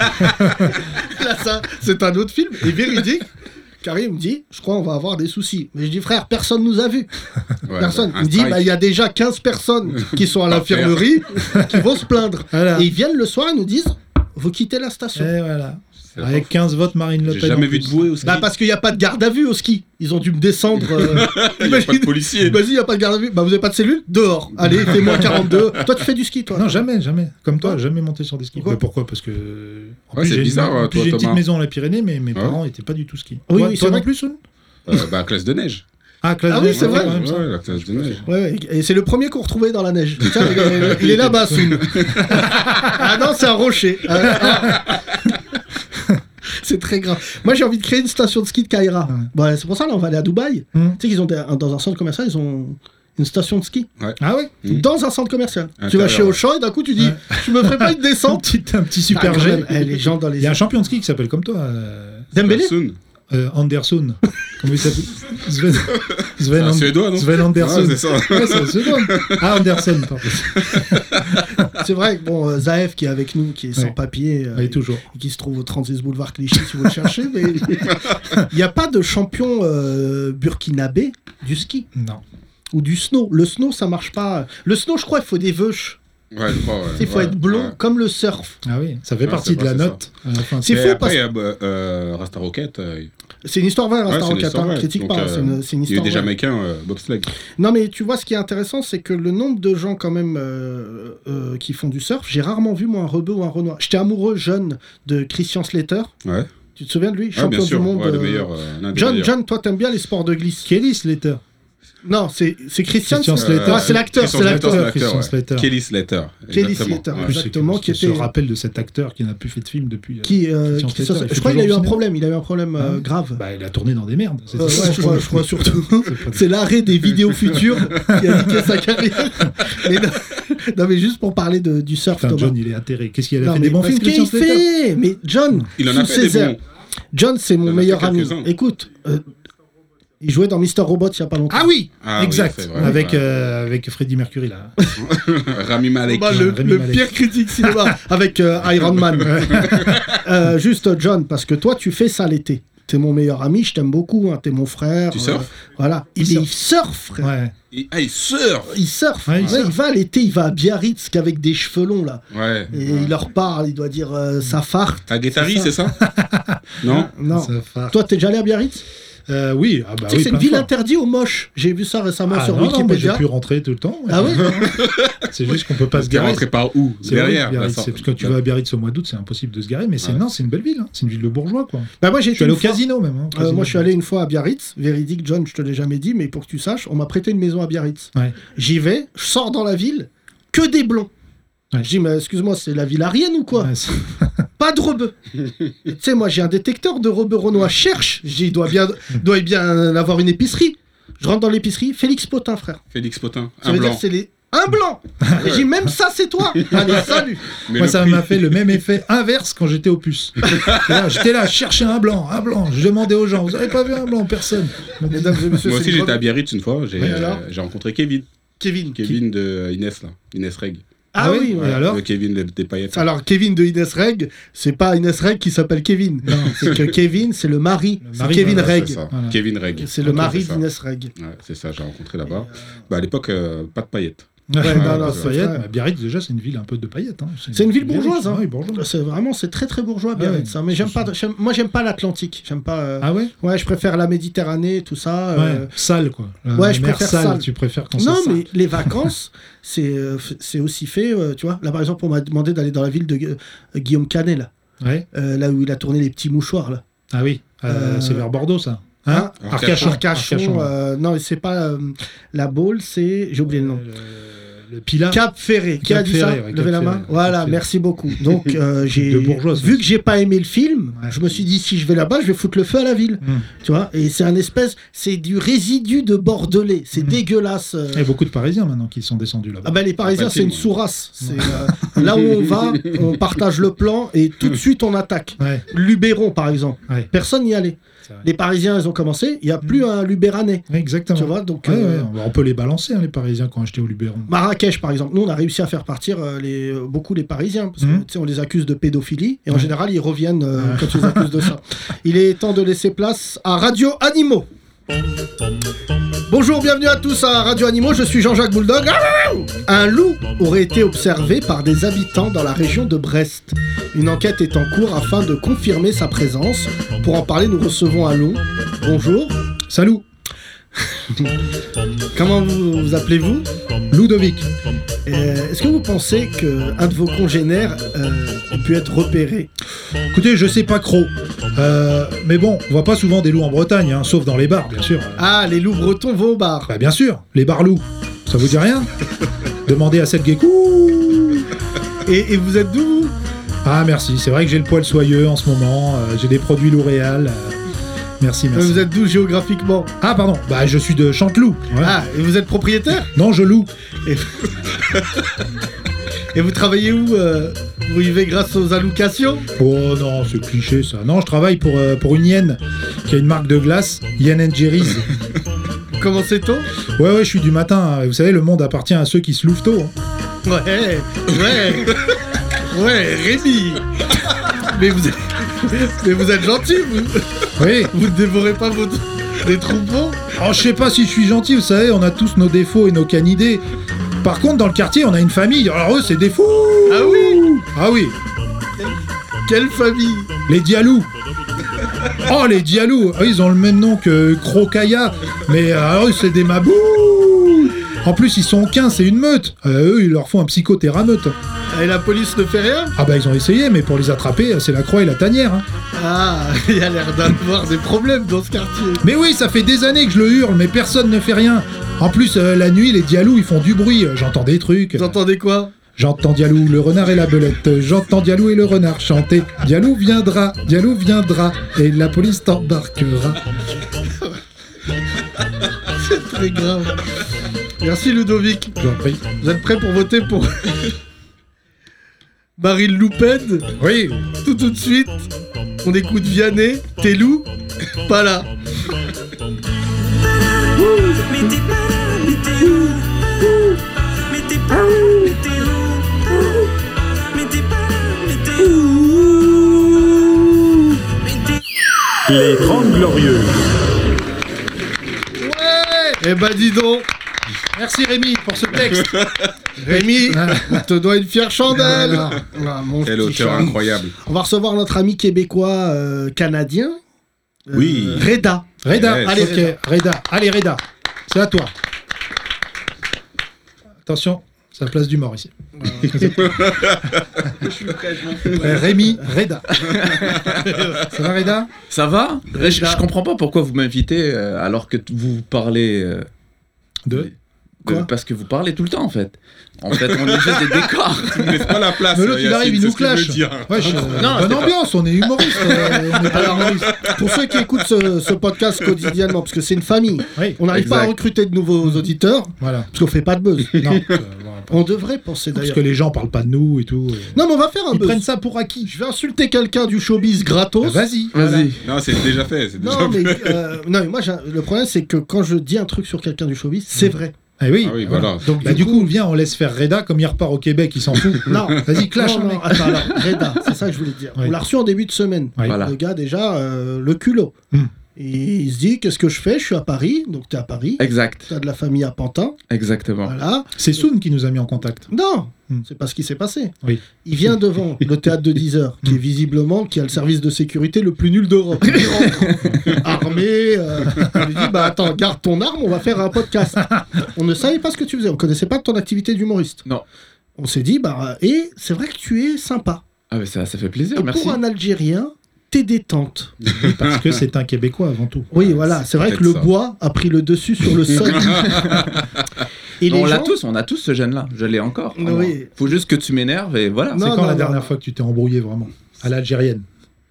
[SPEAKER 3] ça, c'est un autre film, et véridique Karim me dit, je crois on va avoir des soucis. Mais je dis, frère, personne nous a vus.
[SPEAKER 6] Ouais,
[SPEAKER 3] personne.
[SPEAKER 6] bah, un
[SPEAKER 3] il me dit, bah, il
[SPEAKER 6] strike.
[SPEAKER 3] y a déjà 15 personnes qui sont à l'infirmerie, qui vont se plaindre.
[SPEAKER 4] Voilà.
[SPEAKER 3] Et ils viennent le soir et nous disent, vous quittez la station.
[SPEAKER 4] Et voilà.
[SPEAKER 6] C'est pas
[SPEAKER 4] Avec 15 votes, Marine Le
[SPEAKER 6] J'ai
[SPEAKER 4] Pen.
[SPEAKER 6] jamais
[SPEAKER 4] en
[SPEAKER 6] vu de
[SPEAKER 4] plus.
[SPEAKER 6] bouée au ski.
[SPEAKER 3] Bah, parce qu'il n'y a pas de garde à vue au ski. Ils ont dû me descendre. euh,
[SPEAKER 6] Il y a pas de policier.
[SPEAKER 3] Vas-y, y a pas de garde à vue. Bah, vous avez pas de cellule Dehors. Allez, fais moins 42. Toi, tu fais du ski, toi
[SPEAKER 4] Non, jamais, jamais. Comme toi, jamais monté sur des skis.
[SPEAKER 3] Pourquoi
[SPEAKER 4] Bah, pourquoi Parce que. En
[SPEAKER 6] Ouais,
[SPEAKER 4] plus,
[SPEAKER 6] c'est
[SPEAKER 4] j'ai-
[SPEAKER 6] bizarre,
[SPEAKER 4] en plus,
[SPEAKER 6] toi,
[SPEAKER 4] j'ai une petite
[SPEAKER 6] Thomas. Hein
[SPEAKER 4] maison à la Pyrénées, mais mes
[SPEAKER 6] Ouais.
[SPEAKER 4] parents n'étaient pas du tout skis.
[SPEAKER 3] Oui,
[SPEAKER 4] toi,
[SPEAKER 3] oui, c'est
[SPEAKER 4] toi non
[SPEAKER 3] vrai.
[SPEAKER 4] plus, Soun
[SPEAKER 6] Euh, Bah, classe de neige.
[SPEAKER 4] Ah, classe
[SPEAKER 3] Ah
[SPEAKER 4] de-
[SPEAKER 3] oui, c'est
[SPEAKER 4] ouais,
[SPEAKER 3] vrai.
[SPEAKER 4] ouais, ouais,
[SPEAKER 6] Ouais, la classe de neige.
[SPEAKER 3] Ouais, ouais, et c'est le premier qu'on retrouvait dans la neige. Tiens, il est- il est là-bas, Soum. ah non, c'est un rocher. Ah, ah. c'est très grave. Moi, j'ai envie de créer une station de ski de Kaira. Bah, c'est pour ça, là, on va aller à Dubaï.
[SPEAKER 4] Hum.
[SPEAKER 3] Tu sais qu'ils ont des- dans un centre commercial, ils ont une station de ski.
[SPEAKER 4] Ah ouais
[SPEAKER 6] Mm.
[SPEAKER 3] Dans un centre commercial. tu
[SPEAKER 6] Intérieur,
[SPEAKER 3] vas chez Auchan et d'un coup, tu dis
[SPEAKER 4] Ouais.
[SPEAKER 3] Tu me ferais pas une
[SPEAKER 4] un
[SPEAKER 3] descente
[SPEAKER 4] petit, un petit
[SPEAKER 3] Ah,
[SPEAKER 4] super
[SPEAKER 3] quand
[SPEAKER 4] jet.
[SPEAKER 3] même, eh, Les gens dans
[SPEAKER 4] Il y
[SPEAKER 3] les.
[SPEAKER 4] a un champion de ski qui s'appelle comme toi. euh,
[SPEAKER 3] Dembélé
[SPEAKER 6] Soon.
[SPEAKER 4] euh, Anderson. Comment il s'appelle Sven, Sven,
[SPEAKER 6] C'est un
[SPEAKER 4] An-
[SPEAKER 6] Ah, Suédois, non
[SPEAKER 4] Sven Anderson.
[SPEAKER 6] Ouais, c'est ça.
[SPEAKER 4] Ouais, Ah, c'est un Suédois. Ah, Anderson, pardon.
[SPEAKER 3] C'est vrai que bon, euh, Zaev qui est avec nous, qui est sans
[SPEAKER 4] Ouais.
[SPEAKER 3] papier, euh,
[SPEAKER 4] Oui, toujours.
[SPEAKER 3] et qui se trouve au 36 boulevard Clichy si vous le cherchez, mais il n'y a pas de champion euh, burkinabé du ski
[SPEAKER 4] Non.
[SPEAKER 3] ou du snow. Le snow, ça marche pas. Le snow, je crois, il faut des veuches.
[SPEAKER 6] Ouais, je crois. ouais.
[SPEAKER 3] Il faut
[SPEAKER 6] Ouais,
[SPEAKER 3] être blond
[SPEAKER 6] ouais.
[SPEAKER 3] comme le surf.
[SPEAKER 4] Ah oui, ça fait
[SPEAKER 6] Ah,
[SPEAKER 4] partie
[SPEAKER 6] c'est
[SPEAKER 4] de la
[SPEAKER 6] pas- c'est
[SPEAKER 4] note. Euh, à la fin.
[SPEAKER 3] C'est
[SPEAKER 6] Mais
[SPEAKER 3] fou
[SPEAKER 6] après,
[SPEAKER 3] parce
[SPEAKER 6] il y a euh, euh, Rasta Rocket. euh,
[SPEAKER 3] C'est une histoire vraie,
[SPEAKER 6] ouais,
[SPEAKER 3] Rasta
[SPEAKER 6] c'est une
[SPEAKER 3] Rocket,
[SPEAKER 6] histoire
[SPEAKER 3] hein,
[SPEAKER 6] vraie.
[SPEAKER 3] critique
[SPEAKER 6] Donc,
[SPEAKER 3] pas, hein,
[SPEAKER 6] euh,
[SPEAKER 3] c'est une, c'est une
[SPEAKER 6] Il y a eu
[SPEAKER 3] histoire
[SPEAKER 6] des
[SPEAKER 3] vraie.
[SPEAKER 6] Jamaïcains euh, bobsleigh.
[SPEAKER 3] Non mais tu vois, ce qui est intéressant, c'est que le nombre de gens quand même euh, euh, qui font du surf, j'ai rarement vu moi un rebeu ou un renoir. J'étais amoureux jeune de Christian Slater,
[SPEAKER 6] Ouais.
[SPEAKER 3] tu te souviens de lui
[SPEAKER 6] Ah,
[SPEAKER 3] Champion
[SPEAKER 6] bien sûr.
[SPEAKER 3] du monde.
[SPEAKER 6] ouais, le
[SPEAKER 3] euh,
[SPEAKER 6] meilleur. euh, l'un des
[SPEAKER 3] John,
[SPEAKER 6] meilleurs.
[SPEAKER 3] John, toi t'aimes bien les sports de glisse
[SPEAKER 4] Kelly Slater.
[SPEAKER 3] Non, c'est c'est Christian,
[SPEAKER 4] Christian
[SPEAKER 3] Slater.
[SPEAKER 4] Slater.
[SPEAKER 3] Ah, c'est l'acteur,
[SPEAKER 6] Christian
[SPEAKER 3] c'est
[SPEAKER 6] Slater,
[SPEAKER 3] l'acteur.
[SPEAKER 6] l'acteur,
[SPEAKER 4] Christian
[SPEAKER 6] ouais.
[SPEAKER 4] Slater.
[SPEAKER 6] Kelly Slater.
[SPEAKER 3] Kelly
[SPEAKER 6] exactement,
[SPEAKER 3] Slater,
[SPEAKER 6] ouais.
[SPEAKER 4] En plus, c'est
[SPEAKER 3] Exactement,
[SPEAKER 4] qu'on
[SPEAKER 3] qui
[SPEAKER 4] se
[SPEAKER 3] était-
[SPEAKER 4] rappelle de cet acteur qui n'a plus fait de film depuis. euh,
[SPEAKER 3] Qui, euh,
[SPEAKER 4] Christian
[SPEAKER 3] Christian
[SPEAKER 4] Slater,
[SPEAKER 3] Slater.
[SPEAKER 4] il
[SPEAKER 3] je
[SPEAKER 4] fait
[SPEAKER 3] crois qu'il a eu
[SPEAKER 4] toujours
[SPEAKER 3] un
[SPEAKER 4] au cinéma.
[SPEAKER 3] problème, il a eu un problème euh, grave.
[SPEAKER 4] Bah, il a tourné dans des merdes. c'est
[SPEAKER 3] Euh,
[SPEAKER 4] ça.
[SPEAKER 3] ouais, je crois, je crois surtout. C'est l'arrêt des vidéos futures qui a niqué sa carrière. Mais non, non, mais juste pour parler de- du surf,
[SPEAKER 4] Putain,
[SPEAKER 3] Thomas.
[SPEAKER 4] John, il est atterré. Qu'est-ce qu'il a
[SPEAKER 3] Non,
[SPEAKER 4] fait
[SPEAKER 3] mais
[SPEAKER 4] des bons
[SPEAKER 3] parce
[SPEAKER 4] films, Christian
[SPEAKER 3] qu'il
[SPEAKER 4] Slater
[SPEAKER 3] fait Mais John,
[SPEAKER 6] Il en a
[SPEAKER 3] sous
[SPEAKER 6] fait
[SPEAKER 3] ses
[SPEAKER 6] des
[SPEAKER 3] airs.
[SPEAKER 6] bons.
[SPEAKER 3] John, c'est
[SPEAKER 6] en
[SPEAKER 3] mon
[SPEAKER 6] a
[SPEAKER 3] meilleur
[SPEAKER 6] fait
[SPEAKER 3] ami.
[SPEAKER 6] quelques-uns.
[SPEAKER 3] Écoute, euh, il jouait dans Mister Robot il y a pas longtemps.
[SPEAKER 4] Ah oui
[SPEAKER 6] Ah oui,
[SPEAKER 4] Exact.
[SPEAKER 6] c'est vrai,
[SPEAKER 4] avec,
[SPEAKER 6] ouais.
[SPEAKER 4] euh, avec Freddie Mercury, là.
[SPEAKER 6] Rami Malek.
[SPEAKER 3] Bah, le,
[SPEAKER 4] Rémi
[SPEAKER 3] le
[SPEAKER 4] Malek.
[SPEAKER 3] pire critique cinéma avec euh, Iron Man. Euh, juste John, parce que toi tu fais ça l'été. T'es mon meilleur ami, je t'aime beaucoup, hein, t'es mon frère.
[SPEAKER 6] Tu
[SPEAKER 3] euh,
[SPEAKER 6] surfes
[SPEAKER 3] Voilà. Il,
[SPEAKER 4] Il
[SPEAKER 3] il surfe, frère.
[SPEAKER 4] ouais.
[SPEAKER 6] Il- Ah, il surfe
[SPEAKER 3] Il surfe.
[SPEAKER 4] Ouais, il
[SPEAKER 3] Ouais,
[SPEAKER 4] surfe.
[SPEAKER 3] il va à l'été, il va à Biarritz qu'avec des cheveux longs là.
[SPEAKER 6] Ouais.
[SPEAKER 3] Et il leur parle, il doit dire euh, ça farte.
[SPEAKER 6] Ta guétari, c'est ça Non
[SPEAKER 3] Non.
[SPEAKER 4] Ça fart.
[SPEAKER 3] Toi, t'es déjà allé à Biarritz
[SPEAKER 4] Euh, oui, ah bah
[SPEAKER 3] Tu sais
[SPEAKER 4] oui.
[SPEAKER 3] que C'est une
[SPEAKER 4] plein de
[SPEAKER 3] ville
[SPEAKER 4] fois.
[SPEAKER 3] interdite aux moches. J'ai vu ça récemment
[SPEAKER 4] Ah
[SPEAKER 3] sur
[SPEAKER 4] non, non, moi, j'ai
[SPEAKER 3] Wikipédia.
[SPEAKER 4] pu rentrer tout le temps. ouais.
[SPEAKER 3] Ah ouais
[SPEAKER 4] C'est juste qu'on peut pas se
[SPEAKER 6] T'es
[SPEAKER 4] garer.
[SPEAKER 6] rentré par où
[SPEAKER 4] C'est horrible,
[SPEAKER 6] Derrière.
[SPEAKER 4] Biarritz.
[SPEAKER 6] la sorte-
[SPEAKER 4] C'est- Parce que quand tu vas à Biarritz au mois d'août, c'est impossible de se garer. Mais c'est
[SPEAKER 6] Ouais.
[SPEAKER 4] non, c'est une belle ville. hein. C'est une ville de bourgeois, quoi.
[SPEAKER 3] Bah, moi, j'ai
[SPEAKER 4] Je suis
[SPEAKER 3] été
[SPEAKER 4] allé
[SPEAKER 3] une
[SPEAKER 4] au
[SPEAKER 3] fois-
[SPEAKER 4] casino, même. hein, au
[SPEAKER 3] Euh,
[SPEAKER 4] casino.
[SPEAKER 3] moi, je suis allé une fois à Biarritz. Véridique, John, je te l'ai jamais dit, mais pour que tu saches, on m'a prêté une maison à Biarritz.
[SPEAKER 4] Ouais.
[SPEAKER 3] J'y vais, je sors dans la ville, que des blonds.
[SPEAKER 4] Ouais.
[SPEAKER 3] Je dis, mais excuse-moi, c'est la ville arienne ou quoi
[SPEAKER 4] Ouais, c'est-
[SPEAKER 3] Pas de rebeux. tu sais, moi, j'ai un détecteur de rebeux renois. Cherche. Je dis, il doit bien, doit bien avoir une épicerie. Je rentre dans l'épicerie, Félix Potin, frère.
[SPEAKER 6] Félix Potin.
[SPEAKER 3] Ça
[SPEAKER 6] Un
[SPEAKER 3] veut dire
[SPEAKER 6] blanc.
[SPEAKER 3] que c'est les. Un blanc Et J'ai dit, même ça, c'est toi Allez, salut
[SPEAKER 6] Mais
[SPEAKER 4] Moi,
[SPEAKER 6] le
[SPEAKER 4] ça
[SPEAKER 6] prix-
[SPEAKER 4] m'a fait le même effet inverse quand j'étais au puce. J'étais là, J'étais là, je cherchais un blanc, un blanc. Je demandais aux gens, vous avez pas vu un blanc, personne.
[SPEAKER 3] Mesdames et messieurs,
[SPEAKER 6] Moi
[SPEAKER 3] c'est
[SPEAKER 6] aussi,
[SPEAKER 3] une
[SPEAKER 6] j'étais à
[SPEAKER 3] rebeu-
[SPEAKER 6] Biarritz une fois. J'ai
[SPEAKER 3] Ouais, alors
[SPEAKER 6] euh, j'ai rencontré Kevin.
[SPEAKER 3] Kevin.
[SPEAKER 6] Kevin de euh, Inès, là. Inès Reg.
[SPEAKER 3] Ah,
[SPEAKER 4] Ah
[SPEAKER 3] oui,
[SPEAKER 4] oui,
[SPEAKER 3] ouais.
[SPEAKER 4] Et alors
[SPEAKER 6] Le Kevin des, des paillettes.
[SPEAKER 3] Alors, Kevin de Ines Reg, c'est pas Ines Reg qui s'appelle Kevin. C'est que Kevin, c'est le mari.
[SPEAKER 4] Le
[SPEAKER 3] C'est
[SPEAKER 4] mari,
[SPEAKER 3] Kevin
[SPEAKER 6] Voilà, c'est
[SPEAKER 3] Reg.
[SPEAKER 6] ça.
[SPEAKER 4] Voilà.
[SPEAKER 6] Kevin Reg.
[SPEAKER 3] C'est le
[SPEAKER 6] Ok,
[SPEAKER 3] mari
[SPEAKER 6] ça.
[SPEAKER 3] d'Ines Reg.
[SPEAKER 6] Ouais, c'est ça, j'ai rencontré là-bas. Bah, à l'époque, euh, pas de paillettes.
[SPEAKER 3] Ouais,
[SPEAKER 6] non, non,
[SPEAKER 3] c'est
[SPEAKER 4] paillettes.
[SPEAKER 3] vrai.
[SPEAKER 4] Bah, Biarritz, déjà, c'est une ville un peu de paillettes. hein.
[SPEAKER 3] C'est une ville
[SPEAKER 4] Biarritz,
[SPEAKER 3] bourgeoise, hein.
[SPEAKER 4] ouais, bourgeoise. Ah
[SPEAKER 3] C'est vraiment, c'est très très bourgeois, Biarritz.
[SPEAKER 4] ouais.
[SPEAKER 3] hein, mais j'aime
[SPEAKER 4] C'est
[SPEAKER 3] pas,
[SPEAKER 4] ça.
[SPEAKER 3] j'aime- moi j'aime pas l'Atlantique. J'aime pas. euh,
[SPEAKER 4] Ah ouais
[SPEAKER 3] Ouais, je préfère la Méditerranée, tout ça. euh,
[SPEAKER 4] Ouais, sale, quoi. La
[SPEAKER 3] ouais, je
[SPEAKER 4] mer
[SPEAKER 3] préfère
[SPEAKER 4] sale,
[SPEAKER 3] sale.
[SPEAKER 4] Tu préfères quand
[SPEAKER 3] Non,
[SPEAKER 4] c'est sale.
[SPEAKER 3] mais les vacances, c'est euh, f- c'est aussi fait, euh, tu vois. Là, par exemple, on m'a demandé d'aller dans la ville de Gu- euh, Guillaume Canet, là,
[SPEAKER 4] Ouais.
[SPEAKER 3] euh, là où il a tourné les petits mouchoirs, là.
[SPEAKER 4] Ah oui, euh,
[SPEAKER 3] Euh,
[SPEAKER 4] c'est vers Bordeaux, ça. Hein
[SPEAKER 6] hein,
[SPEAKER 3] Arcachon,
[SPEAKER 4] Arcachon. Arcachon, ouais.
[SPEAKER 3] euh, non, c'est pas euh, la Baule, c'est j'ai oublié le nom.
[SPEAKER 4] Euh, Le Pilat.
[SPEAKER 3] Cap Ferré. Qui
[SPEAKER 4] Cap
[SPEAKER 3] a dit
[SPEAKER 4] Ferré,
[SPEAKER 3] ça
[SPEAKER 4] ouais,
[SPEAKER 3] Levez
[SPEAKER 4] Cap
[SPEAKER 3] la
[SPEAKER 4] Ferré,
[SPEAKER 3] main.
[SPEAKER 4] Cap
[SPEAKER 3] voilà,
[SPEAKER 4] Ferré.
[SPEAKER 3] merci beaucoup. Donc, euh, j'ai
[SPEAKER 4] De bourgeois, ça.
[SPEAKER 3] vu que j'ai pas aimé le film,
[SPEAKER 4] Ouais.
[SPEAKER 3] je me suis dit si je vais là-bas, je vais foutre le feu à la ville.
[SPEAKER 4] Mm.
[SPEAKER 3] Tu vois Et c'est un espèce, c'est du résidu de bordelais. C'est
[SPEAKER 4] Mm.
[SPEAKER 3] dégueulasse. euh.
[SPEAKER 4] Il y a beaucoup de Parisiens maintenant qui sont descendus
[SPEAKER 3] Ah
[SPEAKER 4] là-bas.
[SPEAKER 3] ben les Parisiens,
[SPEAKER 6] Pas
[SPEAKER 3] c'est une
[SPEAKER 6] facile,
[SPEAKER 3] sous-race. C'est,
[SPEAKER 4] Hmm.
[SPEAKER 3] euh, là où on va, on partage le plan et tout de suite on attaque.
[SPEAKER 4] Ouais,
[SPEAKER 3] Luberon, par exemple.
[SPEAKER 4] ouais.
[SPEAKER 3] Personne n'y allait.
[SPEAKER 4] c'est vrai.
[SPEAKER 3] Les Parisiens, ils ont commencé. Il n'y a plus un Luberanais.
[SPEAKER 4] Ouais, Exactement.
[SPEAKER 3] Tu vois, donc,
[SPEAKER 4] Ouais,
[SPEAKER 3] euh,
[SPEAKER 4] ouais, on va- on peut les balancer, hein, les Parisiens, quand acheté au Luberon.
[SPEAKER 3] Marrakech, par exemple, nous on a réussi à faire partir euh, les, euh, beaucoup les Parisiens, parce que
[SPEAKER 4] Mhm.
[SPEAKER 3] tu sais, on les accuse de pédophilie, et en
[SPEAKER 4] Ouais.
[SPEAKER 3] général ils reviennent euh,
[SPEAKER 4] Ouais.
[SPEAKER 3] quand ils accusent de ça. Il est temps de laisser place à Radio Animaux. Bonjour, bienvenue à tous à Radio Animaux, je suis Jean-Jacques Bouledog. Un loup aurait été observé par des habitants dans la région de Brest. Une enquête est en cours afin de confirmer sa présence. Pour en parler, nous recevons un loup. Bonjour,
[SPEAKER 4] Salut,
[SPEAKER 3] comment vous, vous appelez-vous
[SPEAKER 4] Ludovic.
[SPEAKER 3] Euh, Est-ce que vous pensez qu'un de vos congénères euh, ait pu être repéré
[SPEAKER 4] Écoutez, je sais pas trop. Euh, mais bon, on voit pas souvent des loups en Bretagne, hein, sauf dans les bars, bien sûr.
[SPEAKER 3] Ah, les loups bretons vont au bar.
[SPEAKER 4] Bah, bien sûr, les bars loups. Ça vous dit rien Demandez à cette gecko.
[SPEAKER 3] Et, et vous êtes d'où vous
[SPEAKER 4] Ah merci, c'est vrai que j'ai le poil soyeux en ce moment, euh, j'ai des produits L'Oréal. euh, merci,
[SPEAKER 3] Euh,
[SPEAKER 4] merci.
[SPEAKER 3] Vous êtes d'où géographiquement
[SPEAKER 4] Ah pardon, bah je suis de Chanteloup. ouais.
[SPEAKER 3] Ah, et vous êtes propriétaire
[SPEAKER 4] Non, je loue.
[SPEAKER 3] Et vous travaillez où euh, Vous vivez grâce aux allocations
[SPEAKER 4] Oh non, c'est cliché ça. Non, je travaille pour, euh, pour une hyène qui a une marque de glace, Yen and Jerry's.
[SPEAKER 3] Comment sait-on
[SPEAKER 4] Ouais, ouais, je suis du matin. hein. Vous savez, le monde appartient à ceux qui se louvent tôt. hein.
[SPEAKER 3] Ouais, ouais, ouais, Rémi Mais vous êtes, mais vous êtes gentil, vous,
[SPEAKER 4] Oui.
[SPEAKER 3] vous ne dévorez pas vos, des troupeaux
[SPEAKER 4] Oh, je sais pas si je suis gentil, vous savez, on a tous nos défauts et nos canidés. Par contre, dans le quartier, on a une famille. Alors eux, c'est des fous.
[SPEAKER 3] Ah oui
[SPEAKER 4] Ah oui,
[SPEAKER 3] Quelle famille
[SPEAKER 4] les Dialou. Oh, les Dialou. Ah, ils ont le même nom que Crocaya. Mais alors eux, c'est des mabous. En plus, ils sont 15, c'est une meute. Euh, eux, ils leur font un psychotérameute.
[SPEAKER 3] Et la police ne fait rien
[SPEAKER 4] Ah bah, ils ont essayé, mais pour les attraper, euh, c'est la croix et la tanière. hein.
[SPEAKER 3] Ah, il y a l'air d'avoir des problèmes dans ce quartier.
[SPEAKER 4] Mais oui, ça fait des années que je le hurle, mais personne ne fait rien. En plus, euh, la nuit, les Dialou, ils font du bruit. Euh, J'entends des trucs.
[SPEAKER 3] Vous entendez quoi
[SPEAKER 4] J'entends Dialou, le renard et la belette. J'entends Dialou et le renard chanter. Dialou viendra, Dialou viendra, et la police t'embarquera.
[SPEAKER 3] Très grave. Merci Ludovic.
[SPEAKER 4] Je vous en prie.
[SPEAKER 3] Vous êtes prêts pour voter pour Marine Louped
[SPEAKER 4] Oui,
[SPEAKER 3] Tout tout de suite, on écoute Vianney, t'es loup, pas là.
[SPEAKER 7] Mais t'es pas là, mais t'es où Mais t'es pas là, mais t'es où Mais t'es pas là, mais t'es où Mais t'es
[SPEAKER 8] Les 30 Glorieuses.
[SPEAKER 3] Eh ben dis donc,
[SPEAKER 4] merci Rémi pour ce texte.
[SPEAKER 3] Rémi, on te doit une fière chandelle.
[SPEAKER 4] Ah,
[SPEAKER 3] Ah, mon
[SPEAKER 6] Quel
[SPEAKER 3] petit
[SPEAKER 6] auteur
[SPEAKER 3] chat.
[SPEAKER 6] incroyable.
[SPEAKER 3] On va recevoir notre ami québécois euh, canadien. euh,
[SPEAKER 6] Oui.
[SPEAKER 3] Reda.
[SPEAKER 4] Reda,
[SPEAKER 6] Yes.
[SPEAKER 4] allez, ok, Reda, allez, Reda, c'est à toi. Attention, c'est la place du mort ici. Euh, Rémi, Reda. ça va, Reda
[SPEAKER 9] Ça va Eh, je, je comprends pas pourquoi vous m'invitez euh, alors que t- vous parlez. euh,
[SPEAKER 4] Deux.
[SPEAKER 9] de-
[SPEAKER 4] Quoi
[SPEAKER 9] parce que vous parlez tout le temps en fait. En fait, on est juste des décors.
[SPEAKER 6] Tu me laisses pas la place.
[SPEAKER 4] Mais l'autre, il
[SPEAKER 6] Yacine,
[SPEAKER 4] arrive, il
[SPEAKER 6] c'est
[SPEAKER 4] nous
[SPEAKER 6] ce que je
[SPEAKER 4] clash.
[SPEAKER 6] veux dire.
[SPEAKER 4] Ouais,
[SPEAKER 3] Euh,
[SPEAKER 4] je-
[SPEAKER 9] Non,
[SPEAKER 4] bonne
[SPEAKER 9] c'est pas-
[SPEAKER 4] ambiance, on est humoriste. euh, on est pas humoriste.
[SPEAKER 3] Pour ceux qui écoutent ce, ce podcast quotidiennement, parce que c'est une famille,
[SPEAKER 4] Oui,
[SPEAKER 3] on n'arrive pas à
[SPEAKER 6] Exact.
[SPEAKER 3] recruter de nouveaux auditeurs,
[SPEAKER 4] voilà.
[SPEAKER 3] parce qu'on fait pas de buzz.
[SPEAKER 4] Non, euh,
[SPEAKER 3] On devrait penser
[SPEAKER 4] parce
[SPEAKER 3] d'ailleurs.
[SPEAKER 4] que les gens parlent pas de nous et tout. euh.
[SPEAKER 3] Non, mais on va faire un
[SPEAKER 4] Ils
[SPEAKER 3] buzz.
[SPEAKER 4] prennent ça pour acquis.
[SPEAKER 3] Je vais insulter quelqu'un du showbiz
[SPEAKER 4] Bah,
[SPEAKER 3] gratos.
[SPEAKER 4] Vas-y.
[SPEAKER 9] Vas-y.
[SPEAKER 6] Non, c'est déjà fait. C'est déjà
[SPEAKER 3] non, mais,
[SPEAKER 6] fait.
[SPEAKER 3] euh, non, mais moi, j'ai- le problème, c'est que quand je dis un truc sur quelqu'un du showbiz, c'est vrai.
[SPEAKER 4] Ah oui.
[SPEAKER 6] Ah oui, voilà.
[SPEAKER 4] Donc, bah, du coup, viens, on laisse faire Reda, comme il repart au Québec, il s'en fout.
[SPEAKER 3] Non,
[SPEAKER 4] Vas-y, clash, Ah,
[SPEAKER 3] Non,
[SPEAKER 4] le
[SPEAKER 3] non,
[SPEAKER 4] mec.
[SPEAKER 3] attends, alors, Reda, c'est ça que je voulais dire.
[SPEAKER 4] Oui.
[SPEAKER 3] On l'a reçu en début de semaine.
[SPEAKER 4] Oui.
[SPEAKER 9] Voilà.
[SPEAKER 3] Le gars, déjà, euh, le culot.
[SPEAKER 4] Hmm.
[SPEAKER 3] Et il se dit Qu'est-ce que je fais Je suis à Paris, donc t'es à Paris.
[SPEAKER 9] Exact.
[SPEAKER 3] T'as de la famille à Pantin.
[SPEAKER 9] Exactement.
[SPEAKER 3] Voilà.
[SPEAKER 4] C'est Soun qui nous a mis en contact.
[SPEAKER 3] Non,
[SPEAKER 4] Hmm.
[SPEAKER 3] c'est pas ce qui s'est passé.
[SPEAKER 4] Oui. Hmm.
[SPEAKER 3] Il vient devant le théâtre de 10 heures, qui est visiblement qui a le service de sécurité le plus nul d'Europe. Il rentre, Armé, euh, on lui dit bah attends, garde ton arme, on va faire un podcast. On ne savait pas ce que tu faisais, on connaissait pas ton activité d'humoriste.
[SPEAKER 9] Non.
[SPEAKER 3] On s'est dit bah euh, et c'est vrai que tu es sympa.
[SPEAKER 9] Ah, mais ça, ça fait plaisir,
[SPEAKER 3] Et
[SPEAKER 9] merci.
[SPEAKER 3] pour un Algérien, t'es détente.
[SPEAKER 4] Parce que c'est un Québécois avant tout.
[SPEAKER 3] Oui, voilà, c'est vrai que
[SPEAKER 6] peut-être
[SPEAKER 3] le
[SPEAKER 6] ça.
[SPEAKER 3] bois a pris le dessus sur le sol. et
[SPEAKER 9] Mais on
[SPEAKER 3] les
[SPEAKER 9] l'a
[SPEAKER 3] gens-
[SPEAKER 9] tous, on a tous ce gène-là. Je l'ai encore.
[SPEAKER 3] Oui.
[SPEAKER 9] vraiment. Faut juste que tu m'énerves et voilà.
[SPEAKER 4] C'est
[SPEAKER 3] Non,
[SPEAKER 4] quand
[SPEAKER 3] non,
[SPEAKER 4] la
[SPEAKER 3] non,
[SPEAKER 4] dernière
[SPEAKER 3] non.
[SPEAKER 4] fois que tu t'es embrouillé vraiment À l'algérienne.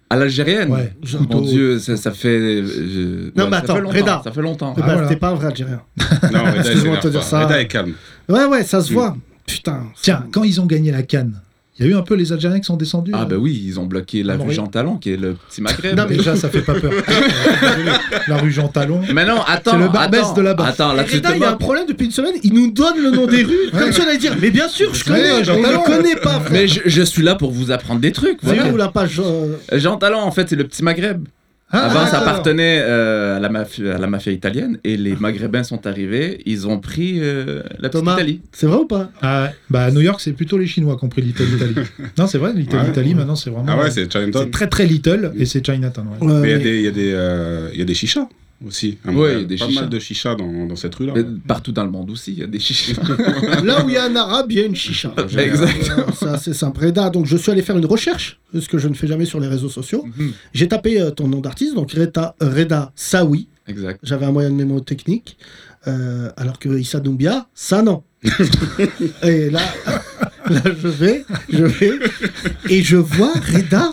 [SPEAKER 9] À l'algérienne.
[SPEAKER 4] Ouais.
[SPEAKER 3] Genre-
[SPEAKER 9] Mon Dieu, ça, ça fait. euh,
[SPEAKER 3] Non,
[SPEAKER 9] ouais, ça
[SPEAKER 3] mais attends,
[SPEAKER 9] fait longtemps,
[SPEAKER 3] Reda.
[SPEAKER 9] Ça fait longtemps.
[SPEAKER 3] Eh ben,
[SPEAKER 4] Ah, voilà.
[SPEAKER 3] t'es pas un vrai Algérien.
[SPEAKER 6] Non, Reda, il
[SPEAKER 3] Excuse-moi de te
[SPEAKER 6] s'énerve
[SPEAKER 3] dire
[SPEAKER 6] pas.
[SPEAKER 3] ça.
[SPEAKER 6] Reda est calme.
[SPEAKER 3] Ouais, ouais, ça se
[SPEAKER 6] Mm.
[SPEAKER 3] voit. Putain.
[SPEAKER 4] Tiens, quand ils ont gagné la canne, il y a eu un peu les Algériens qui sont descendus. hein.
[SPEAKER 9] Ah, bah
[SPEAKER 4] là
[SPEAKER 9] oui, ils ont bloqué la
[SPEAKER 4] Ah, bon,
[SPEAKER 9] rue
[SPEAKER 4] oui.
[SPEAKER 9] Jean Talon, qui est le petit Maghreb.
[SPEAKER 4] Mm. Non, mais Déjà, ça fait pas peur. Ah, la rue Jean Talon.
[SPEAKER 9] Mais non, attends.
[SPEAKER 4] C'est le Barbès
[SPEAKER 9] attends,
[SPEAKER 4] de là-bas.
[SPEAKER 9] Attends,
[SPEAKER 6] Eh,
[SPEAKER 9] là,
[SPEAKER 3] Et
[SPEAKER 9] tu te
[SPEAKER 3] Reda, il y a un
[SPEAKER 9] moques.
[SPEAKER 3] problème depuis une semaine, il nous donne le nom des rues, comme si on allait dire, mais bien sûr, je
[SPEAKER 4] Ouais,
[SPEAKER 3] connais, je
[SPEAKER 4] Jean Talon.
[SPEAKER 3] ne connais pas. frère.
[SPEAKER 9] Mais je, je suis là pour vous apprendre des trucs.
[SPEAKER 3] C'est
[SPEAKER 9] Voilà.
[SPEAKER 3] où la page euh,
[SPEAKER 9] Jean Talon, en fait, c'est le petit Maghreb.
[SPEAKER 4] Ah,
[SPEAKER 9] Avant, ça
[SPEAKER 4] d'accord.
[SPEAKER 9] appartenait euh, à, la mafia, à la mafia italienne et les Maghrébins sont arrivés. Ils ont pris euh, la petite
[SPEAKER 3] Thomas
[SPEAKER 9] Italie.
[SPEAKER 3] C'est vrai ou pas
[SPEAKER 4] Ah, bah, à New York, c'est plutôt les Chinois qui ont pris l'Italie. l'Italie. non, c'est vrai, l'Italie,
[SPEAKER 6] Ouais.
[SPEAKER 4] l'Italie, maintenant, c'est vraiment.
[SPEAKER 6] Ah ouais, c'est Chinatown.
[SPEAKER 4] c'est très très little et c'est Chinatown. ouais.
[SPEAKER 3] Euh,
[SPEAKER 6] Mais il y a des, il y a des, euh, il y a des chichas aussi. à
[SPEAKER 9] Ouais,
[SPEAKER 6] Montréal.
[SPEAKER 9] il y a des
[SPEAKER 6] pas
[SPEAKER 9] chichas.
[SPEAKER 6] mal de chichas dans, dans cette rue-là.
[SPEAKER 9] Mais Partout dans le monde aussi, il y a des chichas.
[SPEAKER 3] Là où il y a un arabe, il y a une chicha.
[SPEAKER 9] Exactement.
[SPEAKER 3] Euh, C'est assez simple. Reda, donc je suis allé faire une recherche, ce que je ne fais jamais sur les réseaux sociaux. J'ai tapé euh, ton nom d'artiste, donc Reda, Reda Saoui.
[SPEAKER 9] exact.
[SPEAKER 3] J'avais un moyen de mémo technique. euh, alors que Issa Doumbia, ça non. et là, là, je vais, je vais, et je vois Reda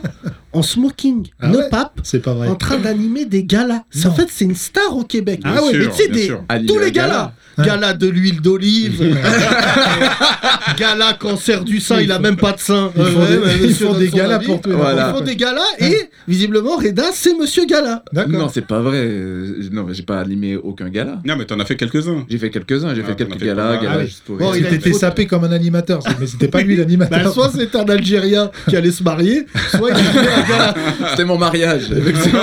[SPEAKER 3] en smoking,
[SPEAKER 4] Ah
[SPEAKER 3] no
[SPEAKER 4] ouais
[SPEAKER 3] pape,
[SPEAKER 4] C'est pas vrai.
[SPEAKER 3] en train d'animer des galas. C'est- En
[SPEAKER 4] Non.
[SPEAKER 3] fait, c'est une star au Québec.
[SPEAKER 6] Bien
[SPEAKER 3] ah ouais,
[SPEAKER 6] sûr,
[SPEAKER 3] mais tu sais,
[SPEAKER 6] bien
[SPEAKER 3] des-
[SPEAKER 6] sûr.
[SPEAKER 9] Animer
[SPEAKER 3] tous les
[SPEAKER 9] un gala.
[SPEAKER 3] galas.
[SPEAKER 4] Ouais.
[SPEAKER 3] Gala de l'huile d'olive, gala cancer du sein, il a même pas de sein.
[SPEAKER 4] Ils font
[SPEAKER 3] Ouais,
[SPEAKER 4] des-
[SPEAKER 3] ouais,
[SPEAKER 4] ils
[SPEAKER 3] monsieur
[SPEAKER 4] font
[SPEAKER 3] donne
[SPEAKER 4] des
[SPEAKER 3] son
[SPEAKER 4] galas
[SPEAKER 3] avis.
[SPEAKER 4] pour tout et
[SPEAKER 9] Voilà.
[SPEAKER 3] Ils font
[SPEAKER 4] n'importe
[SPEAKER 3] des galas et visiblement Reda c'est Monsieur Gala.
[SPEAKER 4] quoi. D'accord.
[SPEAKER 9] Non, c'est pas vrai. Euh, Non, mais j'ai pas animé aucun gala.
[SPEAKER 6] Non, mais t'en as fait quelques-uns.
[SPEAKER 9] J'ai fait quelques-uns, j'ai
[SPEAKER 6] Ah,
[SPEAKER 9] fait
[SPEAKER 6] on
[SPEAKER 9] quelques
[SPEAKER 6] a fait
[SPEAKER 9] galas,
[SPEAKER 6] pas mal.
[SPEAKER 9] galas
[SPEAKER 4] Ah
[SPEAKER 9] juste pour
[SPEAKER 3] Bon,
[SPEAKER 9] rire.
[SPEAKER 3] il a-
[SPEAKER 4] T'étais
[SPEAKER 3] une faute.
[SPEAKER 4] sapé comme un animateur, c'est- mais c'était pas lui
[SPEAKER 3] Bah,
[SPEAKER 4] l'animateur.
[SPEAKER 3] soit c'est un Algérien qui allait se marier, soit il était
[SPEAKER 9] C'était mon mariage. effectivement.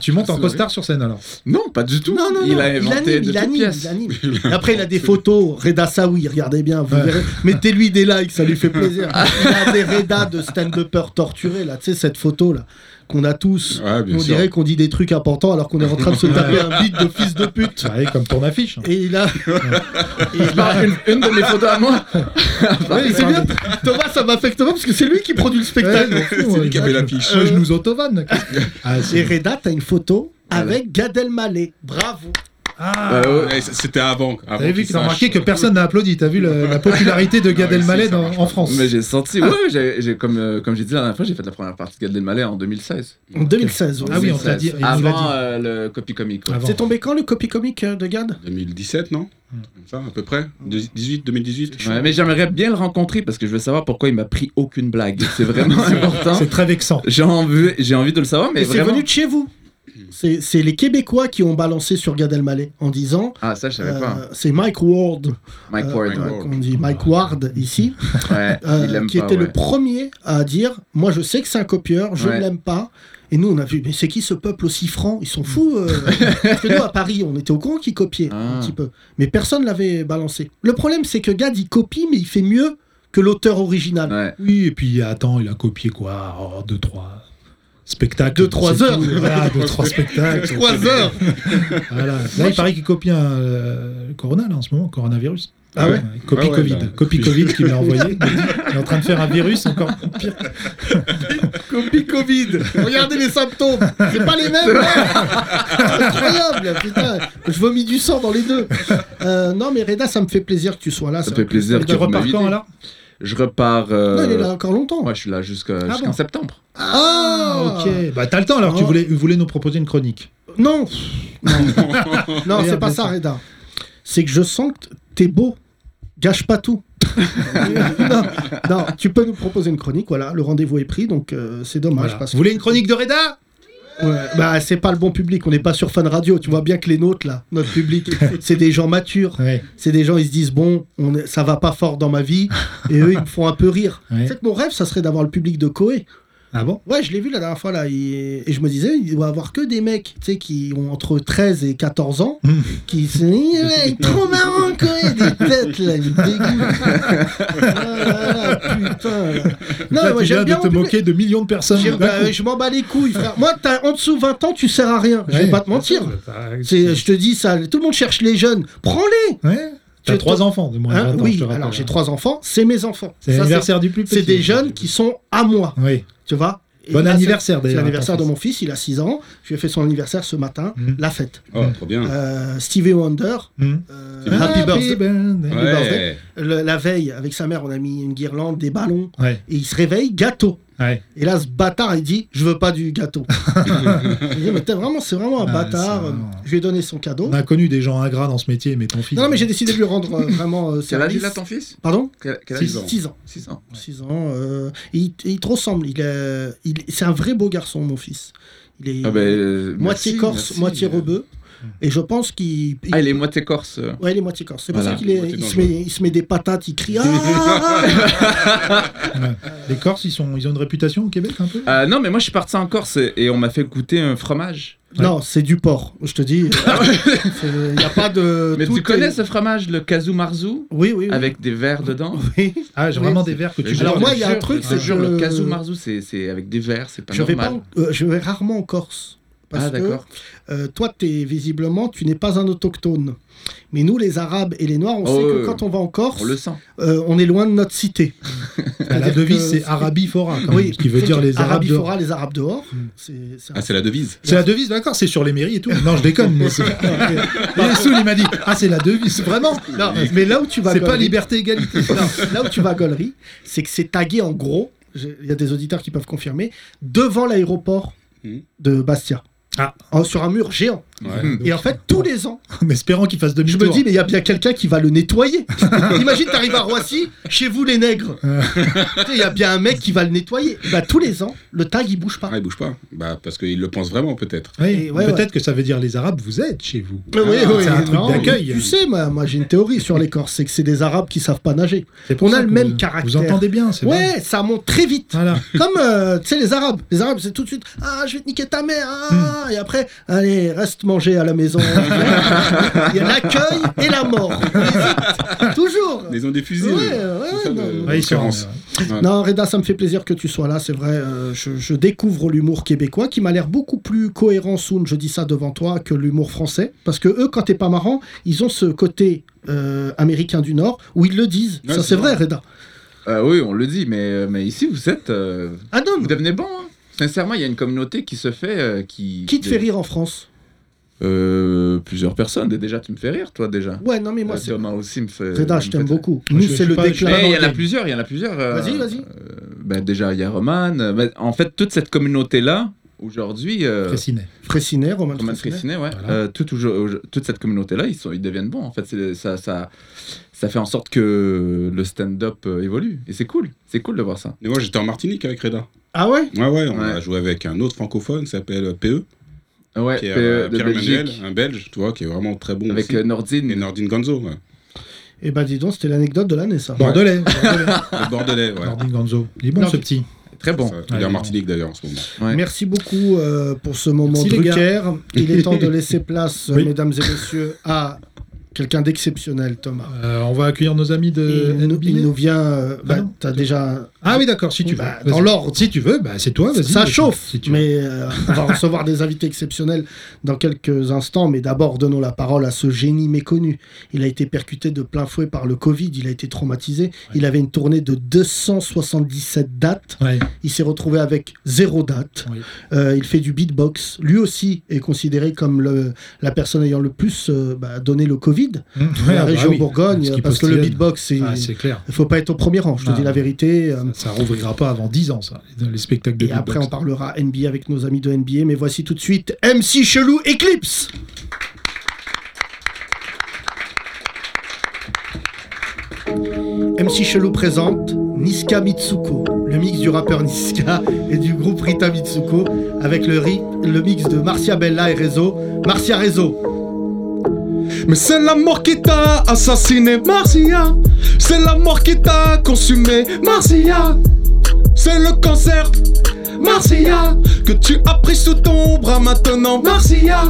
[SPEAKER 4] Tu montes en
[SPEAKER 9] C'est
[SPEAKER 4] costard sur scène alors.
[SPEAKER 9] non, pas du tout.
[SPEAKER 3] Non, non, non,
[SPEAKER 9] il a inventé
[SPEAKER 3] anime,
[SPEAKER 9] de
[SPEAKER 3] il
[SPEAKER 9] toutes
[SPEAKER 3] anime,
[SPEAKER 9] pièces.
[SPEAKER 3] il anime. Et Après, il a des photos, Reda Saoui, regardez bien, vous verrez. Mettez-lui des likes, ça lui fait plaisir. Il a des Reda de stand-uppers torturés, là, tu sais, cette photo, là, qu'on a tous.
[SPEAKER 6] Ouais, bien
[SPEAKER 3] on
[SPEAKER 6] sûr.
[SPEAKER 3] dirait qu'on dit des trucs importants alors qu'on est en train de se taper un beat de fils de pute.
[SPEAKER 4] Ouais, comme ton affiche.
[SPEAKER 3] Et il a. Et il a-
[SPEAKER 9] Bah, une, une de mes photos à moi.
[SPEAKER 3] Ouais, c'est bien. Thomas, ça m'affecte Thomas parce que c'est lui qui produit le spectacle. Euh,
[SPEAKER 4] C'est
[SPEAKER 6] lui qui a fait l'affiche.
[SPEAKER 4] Moi, je nous autovanne. Ah,
[SPEAKER 3] Et
[SPEAKER 4] c'est-
[SPEAKER 3] Reda, t'as une photo avec Gad Elmaleh. Bravo.
[SPEAKER 4] Ah.
[SPEAKER 6] Euh, ouais, C'était avant. avant
[SPEAKER 4] T'avais vu
[SPEAKER 6] qu'il
[SPEAKER 4] qu'ils ont
[SPEAKER 6] sache.
[SPEAKER 4] remarqué que personne n'a applaudi. T'as vu le- la popularité de Gad
[SPEAKER 6] Non, ici,
[SPEAKER 4] Elmaleh
[SPEAKER 6] ça
[SPEAKER 4] dans-
[SPEAKER 6] marche
[SPEAKER 4] en France.
[SPEAKER 9] Mais j'ai senti, ouais, ouais, j'ai- j'ai- comme, euh, comme j'ai dit la dernière fois, j'ai fait la première partie de Gad Elmaleh en 2016.
[SPEAKER 3] En 2016. ouais.
[SPEAKER 4] Ah oui, on
[SPEAKER 9] 2016.
[SPEAKER 4] t'a dit- il nous l'a
[SPEAKER 9] Avant
[SPEAKER 4] dit.
[SPEAKER 9] euh, le copy comic. quoi.
[SPEAKER 4] Avant.
[SPEAKER 3] C'est tombé quand le copy comique euh, de Gad
[SPEAKER 6] 2017, non
[SPEAKER 4] Hmm.
[SPEAKER 6] Comme ça, à peu près 18, 2018
[SPEAKER 9] Ouais, mais j'aimerais bien le rencontrer parce que je veux savoir pourquoi il m'a pris aucune blague. C'est vraiment important.
[SPEAKER 4] C'est très vexant.
[SPEAKER 9] J'ai envie, j'ai envie de le savoir, mais
[SPEAKER 3] Et c'est
[SPEAKER 9] vraiment.
[SPEAKER 3] venu de chez vous. C'est c'est les Québécois qui ont balancé sur Gad Elmaleh en disant
[SPEAKER 9] Ah, ça, je savais
[SPEAKER 3] euh,
[SPEAKER 9] pas.
[SPEAKER 3] c'est Mike Ward,
[SPEAKER 9] Mike
[SPEAKER 3] euh,
[SPEAKER 9] Ward,
[SPEAKER 6] Mike
[SPEAKER 9] ouais.
[SPEAKER 6] Ward.
[SPEAKER 3] on dit Mike Ward ici,
[SPEAKER 9] Ouais,
[SPEAKER 3] euh,
[SPEAKER 9] il l'aime
[SPEAKER 3] qui
[SPEAKER 9] pas,
[SPEAKER 3] était
[SPEAKER 9] ouais.
[SPEAKER 3] le premier à dire moi je sais que c'est un copieur, je ne
[SPEAKER 9] Ouais.
[SPEAKER 3] l'aime pas. Et nous on a vu mais c'est qui ce peuple aussi franc Ils sont fous. euh. Parce que nous à Paris on était au courant qu'ils copiaient un
[SPEAKER 9] Ah.
[SPEAKER 3] petit peu, mais personne l'avait balancé. Le problème c'est que Gad il copie mais il fait mieux que l'auteur original.
[SPEAKER 9] Ouais.
[SPEAKER 4] Oui, et puis attends, il a copié quoi Oh, Deux, trois spectacles.
[SPEAKER 3] Deux, trois
[SPEAKER 4] c'est
[SPEAKER 3] heures.
[SPEAKER 4] tout. Voilà, deux, trois spectacles.
[SPEAKER 3] Trois heures
[SPEAKER 4] Voilà. Là, il paraît qu'il copie un euh, Corona, là, en ce moment, coronavirus.
[SPEAKER 3] Ah ouais
[SPEAKER 4] il Copie
[SPEAKER 6] Ah ouais,
[SPEAKER 4] Covid.
[SPEAKER 6] bah.
[SPEAKER 4] Copie Covid qu'il m'a envoyé. Il est en train de faire un virus encore pire.
[SPEAKER 3] Copie Covid. Regardez les symptômes. C'est pas les mêmes. hein. Incroyable. Putain, je vomis du sang dans les deux. Euh, non, mais Reda, ça me fait plaisir que tu sois là.
[SPEAKER 9] Ça me fait plaisir
[SPEAKER 4] Et
[SPEAKER 9] que
[SPEAKER 4] tu
[SPEAKER 9] vous
[SPEAKER 4] repars
[SPEAKER 9] m'invitez.
[SPEAKER 4] quand alors
[SPEAKER 9] Je repars. euh,
[SPEAKER 3] Non, il est là encore longtemps.
[SPEAKER 9] Ouais, je suis là jusqu'à- jusqu'en
[SPEAKER 4] bon
[SPEAKER 9] septembre.
[SPEAKER 3] Ah, Oh.
[SPEAKER 4] ok. Bah t'as le temps alors. Tu
[SPEAKER 3] Non.
[SPEAKER 4] voulais, vous voulez nous proposer une chronique.
[SPEAKER 3] Non. Non, non c'est
[SPEAKER 4] Merde,
[SPEAKER 3] pas ça,
[SPEAKER 4] ça.
[SPEAKER 3] Reda. C'est que je sens que t'es beau. Gâche pas tout. non, non, tu peux nous proposer une chronique. Voilà, le rendez-vous est pris, donc euh, c'est dommage.
[SPEAKER 4] Voilà.
[SPEAKER 3] parce que-
[SPEAKER 4] Vous voulez une chronique de Reda
[SPEAKER 3] Ouais, bah c'est pas le bon public, on n'est pas sur Fan Radio, tu vois bien que les nôtres là, notre public, c'est des gens matures,
[SPEAKER 4] Ouais.
[SPEAKER 3] c'est des gens ils se disent bon, on est- ça va pas fort dans ma vie et eux ils me font un peu rire.
[SPEAKER 4] Ouais.
[SPEAKER 3] Tu sais que mon rêve ça serait d'avoir le public de Koé.
[SPEAKER 4] Ah bon
[SPEAKER 3] Ouais, je l'ai vu la dernière fois là il- et je me disais il doit avoir que des mecs, tu sais qui ont entre 13 et 14 ans
[SPEAKER 4] Mm.
[SPEAKER 3] qui se disent Ouais, trop marrant Koé des têtes là, ils me dégoûtent. Ah là là, putain. là. Non,
[SPEAKER 4] Là,
[SPEAKER 3] moi,
[SPEAKER 4] tu
[SPEAKER 3] j'aime
[SPEAKER 4] viens
[SPEAKER 3] bien
[SPEAKER 4] de
[SPEAKER 3] mon
[SPEAKER 4] te
[SPEAKER 3] public.
[SPEAKER 4] moquer de millions de personnes.
[SPEAKER 3] J'ai-
[SPEAKER 4] d'un
[SPEAKER 3] bah,
[SPEAKER 4] coup.
[SPEAKER 3] je m'en bats les couilles, frère. Moi, t'as en dessous de 20 ans, tu sers à rien. Je vais
[SPEAKER 4] Ouais. bah,
[SPEAKER 3] pas te mentir. C'est- Je te dis ça, tout le monde cherche les jeunes. Prends-les
[SPEAKER 4] Ouais.
[SPEAKER 3] Je-
[SPEAKER 4] T'as trois enfants de moins de
[SPEAKER 3] Hein,
[SPEAKER 4] 20 ans, je
[SPEAKER 3] Oui,
[SPEAKER 4] te rappelle.
[SPEAKER 3] alors j'ai trois enfants, c'est mes enfants.
[SPEAKER 4] C'est
[SPEAKER 3] Ça,
[SPEAKER 4] l'anniversaire du plus petit.
[SPEAKER 3] c'est des jeunes qui sont à moi,
[SPEAKER 4] Oui.
[SPEAKER 3] tu vois. Et
[SPEAKER 4] Bon
[SPEAKER 3] là, c'est-
[SPEAKER 4] anniversaire
[SPEAKER 3] C'est
[SPEAKER 4] d'ailleurs.
[SPEAKER 3] l'anniversaire
[SPEAKER 4] à
[SPEAKER 3] de
[SPEAKER 4] ton
[SPEAKER 3] mon fils, il a 6 ans. Je lui ai fait son anniversaire ce matin,
[SPEAKER 4] Mhm.
[SPEAKER 3] la fête.
[SPEAKER 6] Oh, trop bien.
[SPEAKER 3] Euh, Stevie Wonder,
[SPEAKER 4] fils. Hmm.
[SPEAKER 3] euh, Happy Birthday.
[SPEAKER 4] birthday.
[SPEAKER 3] Happy birthday. Le- la veille, avec sa mère, on a mis une guirlande, des ballons,
[SPEAKER 4] Ouais.
[SPEAKER 3] et il se réveille, gâteau.
[SPEAKER 4] Ouais.
[SPEAKER 3] Et là, ce bâtard, il dit Je veux pas du gâteau. il dit, mais t'es vraiment, c'est vraiment un
[SPEAKER 4] Ah,
[SPEAKER 3] bâtard.
[SPEAKER 4] c'est vraiment-
[SPEAKER 3] Je lui ai donné son cadeau.
[SPEAKER 4] On a connu des gens ingrats dans ce métier, mais ton fils.
[SPEAKER 3] Non, non, mais j'ai décidé de lui rendre euh, vraiment. euh,
[SPEAKER 9] Quel âge il
[SPEAKER 3] service.
[SPEAKER 9] a ton fils
[SPEAKER 3] Pardon
[SPEAKER 9] Quel quel âge
[SPEAKER 6] Six
[SPEAKER 3] 6
[SPEAKER 6] ans.
[SPEAKER 3] ans.
[SPEAKER 9] 6 ans.
[SPEAKER 3] Six ans, euh, et il, et il te ressemble. Il est- il- c'est un vrai beau garçon, mon fils. Il est
[SPEAKER 9] Ah, ben, euh,
[SPEAKER 3] moitié
[SPEAKER 9] merci,
[SPEAKER 3] corse,
[SPEAKER 9] merci. euh.
[SPEAKER 3] moitié rebeu. Et je pense qu'il. il-
[SPEAKER 9] Ah, il est moitié corse. euh.
[SPEAKER 3] Ouais, il est moitié corse. C'est
[SPEAKER 9] Voilà.
[SPEAKER 3] pour ça qu'il est-
[SPEAKER 6] Moitié
[SPEAKER 3] il se,
[SPEAKER 6] dangereux.
[SPEAKER 3] met, il se met des patates, il crie. Ah
[SPEAKER 4] Les Corses, ils, sont... ils ont une réputation au Québec un peu
[SPEAKER 9] Euh, non, mais moi je suis parti en Corse et, et on m'a fait goûter un fromage.
[SPEAKER 3] Non, c'est du porc, je te dis.
[SPEAKER 4] Ah
[SPEAKER 3] Il n'y a pas de.
[SPEAKER 9] Mais
[SPEAKER 3] tout
[SPEAKER 9] tu connais
[SPEAKER 3] est-
[SPEAKER 9] ce fromage, le Kazoo Marzou,
[SPEAKER 3] Oui, oui. oui.
[SPEAKER 9] avec des verres dedans
[SPEAKER 3] Oui.
[SPEAKER 4] Ah, j'ai
[SPEAKER 3] Oui.
[SPEAKER 4] vraiment des verres que tu
[SPEAKER 9] Je
[SPEAKER 3] Alors,
[SPEAKER 9] te
[SPEAKER 4] bois.
[SPEAKER 3] moi, il y a un
[SPEAKER 9] jure,
[SPEAKER 3] truc,
[SPEAKER 9] je
[SPEAKER 3] c'est
[SPEAKER 9] te jure, le
[SPEAKER 3] que-
[SPEAKER 9] Kazoo Marzou, c'est c'est avec des verres, c'est pas
[SPEAKER 3] Je vais, pas,
[SPEAKER 9] normal.
[SPEAKER 3] en- euh, je vais rarement en Corse. Parce
[SPEAKER 9] ah,
[SPEAKER 3] que
[SPEAKER 9] d'accord.
[SPEAKER 3] euh, toi, es, visiblement, tu n'es pas un autochtone. Mais nous, les Arabes et les Noirs, on
[SPEAKER 9] Oh,
[SPEAKER 3] sait que
[SPEAKER 9] ouais.
[SPEAKER 3] quand on va en Corse,
[SPEAKER 9] On le sent.
[SPEAKER 3] euh, on est loin de notre cité.
[SPEAKER 4] Ah, La
[SPEAKER 3] C'est-à-dire
[SPEAKER 4] devise,
[SPEAKER 3] que-
[SPEAKER 4] c'est Arabifora, quand même, ce qui veut
[SPEAKER 3] c'est
[SPEAKER 4] dire
[SPEAKER 3] que
[SPEAKER 4] les Arabes Hmm.
[SPEAKER 3] Arabie
[SPEAKER 4] dehors.
[SPEAKER 3] fera les Arabes dehors. C'est- c'est un-
[SPEAKER 6] Ah, c'est la devise.
[SPEAKER 4] C'est la devise, d'accord, c'est sur les mairies et tout. Non, je déconne, mais c'est. Il est saoul, il m'a dit Ah, c'est la devise, vraiment
[SPEAKER 3] Non, mais là où tu vas, à
[SPEAKER 4] C'est pas
[SPEAKER 3] Gollery-
[SPEAKER 4] liberté, égalité.
[SPEAKER 3] Non, là où tu vas, à Gollery, c'est que c'est tagué en gros. j'ai- Il y a des auditeurs
[SPEAKER 4] Hmm.
[SPEAKER 3] qui peuvent confirmer devant l'aéroport
[SPEAKER 6] Mhm.
[SPEAKER 3] de Bastia.
[SPEAKER 4] Ah. Hum.
[SPEAKER 3] En- sur un mur géant.
[SPEAKER 6] Ouais.
[SPEAKER 3] Et en fait, tous les ans,
[SPEAKER 4] En espérant qu'il fasse
[SPEAKER 3] je
[SPEAKER 4] demi-tour.
[SPEAKER 3] me dis, mais il y a bien quelqu'un qui va le nettoyer. Imagine, t'arrives à Roissy, chez vous les nègres. Tu sais, Il y a bien un mec qui va le nettoyer. Bah, tous les ans, le tag, il bouge pas.
[SPEAKER 6] Ah, il bouge pas. Bah, parce qu'il le pense vraiment, peut-être.
[SPEAKER 4] Oui,
[SPEAKER 3] Et ouais,
[SPEAKER 4] Peut-être que ça veut dire les Arabes, vous êtes chez vous.
[SPEAKER 3] Mais oui,
[SPEAKER 4] Ah,
[SPEAKER 3] oui,
[SPEAKER 4] c'est un
[SPEAKER 3] oui,
[SPEAKER 4] truc
[SPEAKER 3] non,
[SPEAKER 4] d'accueil.
[SPEAKER 3] Tu sais, moi, moi, j'ai une théorie sur les Corses, c'est que c'est des Arabes qui savent pas nager.
[SPEAKER 4] C'est
[SPEAKER 3] On
[SPEAKER 4] ça
[SPEAKER 3] a le
[SPEAKER 4] que
[SPEAKER 3] même
[SPEAKER 4] vous- Vous
[SPEAKER 3] caractère.
[SPEAKER 4] entendez bien, c'est
[SPEAKER 3] Ouais,
[SPEAKER 4] vrai.
[SPEAKER 3] ça monte très vite.
[SPEAKER 4] Voilà.
[SPEAKER 3] Comme, euh, tu sais, les Arabes. Les Arabes, c'est tout de suite Ah, je vais te niquer ta mère. ah, Et après, allez, reste manger à la maison. Il y a l'accueil et la mort. On hésite. Toujours.
[SPEAKER 6] Mais ils ont des fusils.
[SPEAKER 3] Ouais,
[SPEAKER 6] eux.
[SPEAKER 3] ouais,
[SPEAKER 6] C'est ça,
[SPEAKER 3] non,
[SPEAKER 6] le-
[SPEAKER 3] non.
[SPEAKER 6] la
[SPEAKER 4] Ouais, ils sont-
[SPEAKER 6] différence.
[SPEAKER 3] Non, Reda, ça me fait plaisir que tu sois là, c'est vrai. euh, je, je découvre l'humour québécois qui m'a l'air beaucoup plus cohérent, Soun, je dis ça devant toi, que l'humour français. Parce que eux, quand t'es pas marrant, ils ont ce côté euh, américain du Nord où ils le disent.
[SPEAKER 6] Ouais,
[SPEAKER 3] ça,
[SPEAKER 6] c'est
[SPEAKER 3] c'est vrai, Reda.
[SPEAKER 9] Euh, oui, on le dit, mais, mais ici, vous êtes. euh,
[SPEAKER 3] Ah non,
[SPEAKER 9] vous devenez bon. hein. Sincèrement, il y a une communauté qui se fait. euh, qui,
[SPEAKER 3] qui te fait rire en France
[SPEAKER 9] Euh, Plusieurs personnes. Déjà, tu me fais rire, toi, déjà.
[SPEAKER 3] Ouais, non, mais moi,
[SPEAKER 9] Euh,
[SPEAKER 3] c'est.
[SPEAKER 9] Thomas aussi me fait.
[SPEAKER 3] Reda,
[SPEAKER 9] me
[SPEAKER 3] je
[SPEAKER 9] fait
[SPEAKER 3] t'aime
[SPEAKER 9] rire.
[SPEAKER 3] beaucoup.
[SPEAKER 4] Moi,
[SPEAKER 3] Nous,
[SPEAKER 4] je-
[SPEAKER 3] c'est
[SPEAKER 4] je
[SPEAKER 3] le
[SPEAKER 4] suis pas-
[SPEAKER 3] déclin.
[SPEAKER 9] Mais
[SPEAKER 3] dans
[SPEAKER 9] il y
[SPEAKER 3] le
[SPEAKER 9] en a
[SPEAKER 3] game.
[SPEAKER 9] plusieurs, il y en a plusieurs. euh,
[SPEAKER 3] Vas-y, vas-y.
[SPEAKER 9] ben, déjà, il y a Roman. euh, ben, en fait, toute cette communauté-là, aujourd'hui, euh,
[SPEAKER 4] Fraissinet.
[SPEAKER 3] Fraissinet, Roman
[SPEAKER 9] Roman
[SPEAKER 3] Fraissinet.
[SPEAKER 9] Fraissinet, ouais,
[SPEAKER 4] Voilà.
[SPEAKER 9] euh, toute, aujo- aujo- toute cette communauté-là, ils, sont- ils deviennent bons. En fait, C'est- ça, ça, ça fait en sorte que le stand-up euh, évolue. Et c'est cool. C'est cool de voir ça.
[SPEAKER 6] Mais moi, j'étais en Martinique avec Reda.
[SPEAKER 3] Ah ouais
[SPEAKER 6] Ouais, ouais, on a
[SPEAKER 9] Ouais.
[SPEAKER 6] joué avec un autre francophone qui s'appelle PE,
[SPEAKER 9] Ouais,
[SPEAKER 6] qui est
[SPEAKER 9] PE
[SPEAKER 6] euh,
[SPEAKER 9] de
[SPEAKER 6] Pierre Emmanuel,
[SPEAKER 9] Belgique.
[SPEAKER 6] un belge, tu vois, qui est vraiment très bon.
[SPEAKER 9] Avec
[SPEAKER 6] aussi.
[SPEAKER 9] euh, Nordine.
[SPEAKER 6] Et Nordine Ganzo, ouais.
[SPEAKER 3] Eh ben, dis donc, c'était l'anecdote de l'année, ça.
[SPEAKER 4] Bordelais. Bordelais.
[SPEAKER 6] le Bordelais, ouais.
[SPEAKER 4] Nordin Ganzo. Il est bon,
[SPEAKER 3] Nord-
[SPEAKER 4] ce petit.
[SPEAKER 9] Très bon.
[SPEAKER 6] Ça, Il est
[SPEAKER 4] Ouais,
[SPEAKER 6] en Martinique d'ailleurs en ce moment.
[SPEAKER 9] Ouais.
[SPEAKER 3] Merci beaucoup euh, pour ce moment
[SPEAKER 4] Merci, les
[SPEAKER 3] Drucker. Il est temps de laisser place, euh,
[SPEAKER 4] Oui.
[SPEAKER 3] mesdames et messieurs, à quelqu'un d'exceptionnel, Thomas.
[SPEAKER 4] Euh, on va accueillir nos amis de
[SPEAKER 3] il, nous,
[SPEAKER 4] NBD.
[SPEAKER 3] il nous vient. euh, bah,
[SPEAKER 4] non.
[SPEAKER 3] T'as déjà.
[SPEAKER 4] Ah oui, d'accord, si tu veux.
[SPEAKER 3] Bah,
[SPEAKER 4] Vas-y.
[SPEAKER 3] dans l'ordre.
[SPEAKER 4] Si tu veux, bah, c'est toi, vas-y.
[SPEAKER 3] Ça
[SPEAKER 4] vas-y,
[SPEAKER 3] chauffe,
[SPEAKER 4] si tu veux.
[SPEAKER 3] mais euh, on va recevoir des invités exceptionnels dans quelques instants. Mais d'abord, donnons la parole à ce génie méconnu. Il a été percuté de plein fouet par le Covid. Il a été traumatisé. Il avait une tournée de 277 dates.
[SPEAKER 4] Ouais.
[SPEAKER 3] Il s'est retrouvé avec zéro date.
[SPEAKER 4] Oui.
[SPEAKER 3] Euh, il fait du beatbox. Lui aussi est considéré comme le, la personne ayant le plus euh, bah, donné le Covid à
[SPEAKER 4] Ouais,
[SPEAKER 3] la
[SPEAKER 4] bah
[SPEAKER 3] région
[SPEAKER 4] oui,
[SPEAKER 3] Bourgogne,
[SPEAKER 4] ce qui
[SPEAKER 3] parce que le
[SPEAKER 4] postillonne.
[SPEAKER 3] beatbox, c'est- il
[SPEAKER 4] Ah, c'est clair.
[SPEAKER 3] faut pas être au premier rang. Je te
[SPEAKER 4] Ah,
[SPEAKER 3] dis la
[SPEAKER 4] ouais.
[SPEAKER 3] vérité. euh,
[SPEAKER 4] Ça, ça rouvrira pas avant 10 ans, ça, les- les spectacles de
[SPEAKER 3] et après, on
[SPEAKER 4] beatbox.
[SPEAKER 3] parlera NBA avec nos amis de NBA. Mais voici tout de suite MC Chelou Eclipse. MC Chelou présente Niska Mitsuko, le mix du rappeur Niska et du groupe Rita Mitsuko, avec le, ri- le mix de Marcia Bella et Rezo. Marcia Rezo.
[SPEAKER 5] Mais c'est la mort qui t'a assassiné, Marcia. C'est la mort qui t'a consumé, Marcia. C'est le cancer, Marcia. Que tu as pris sous ton bras maintenant, Marcia.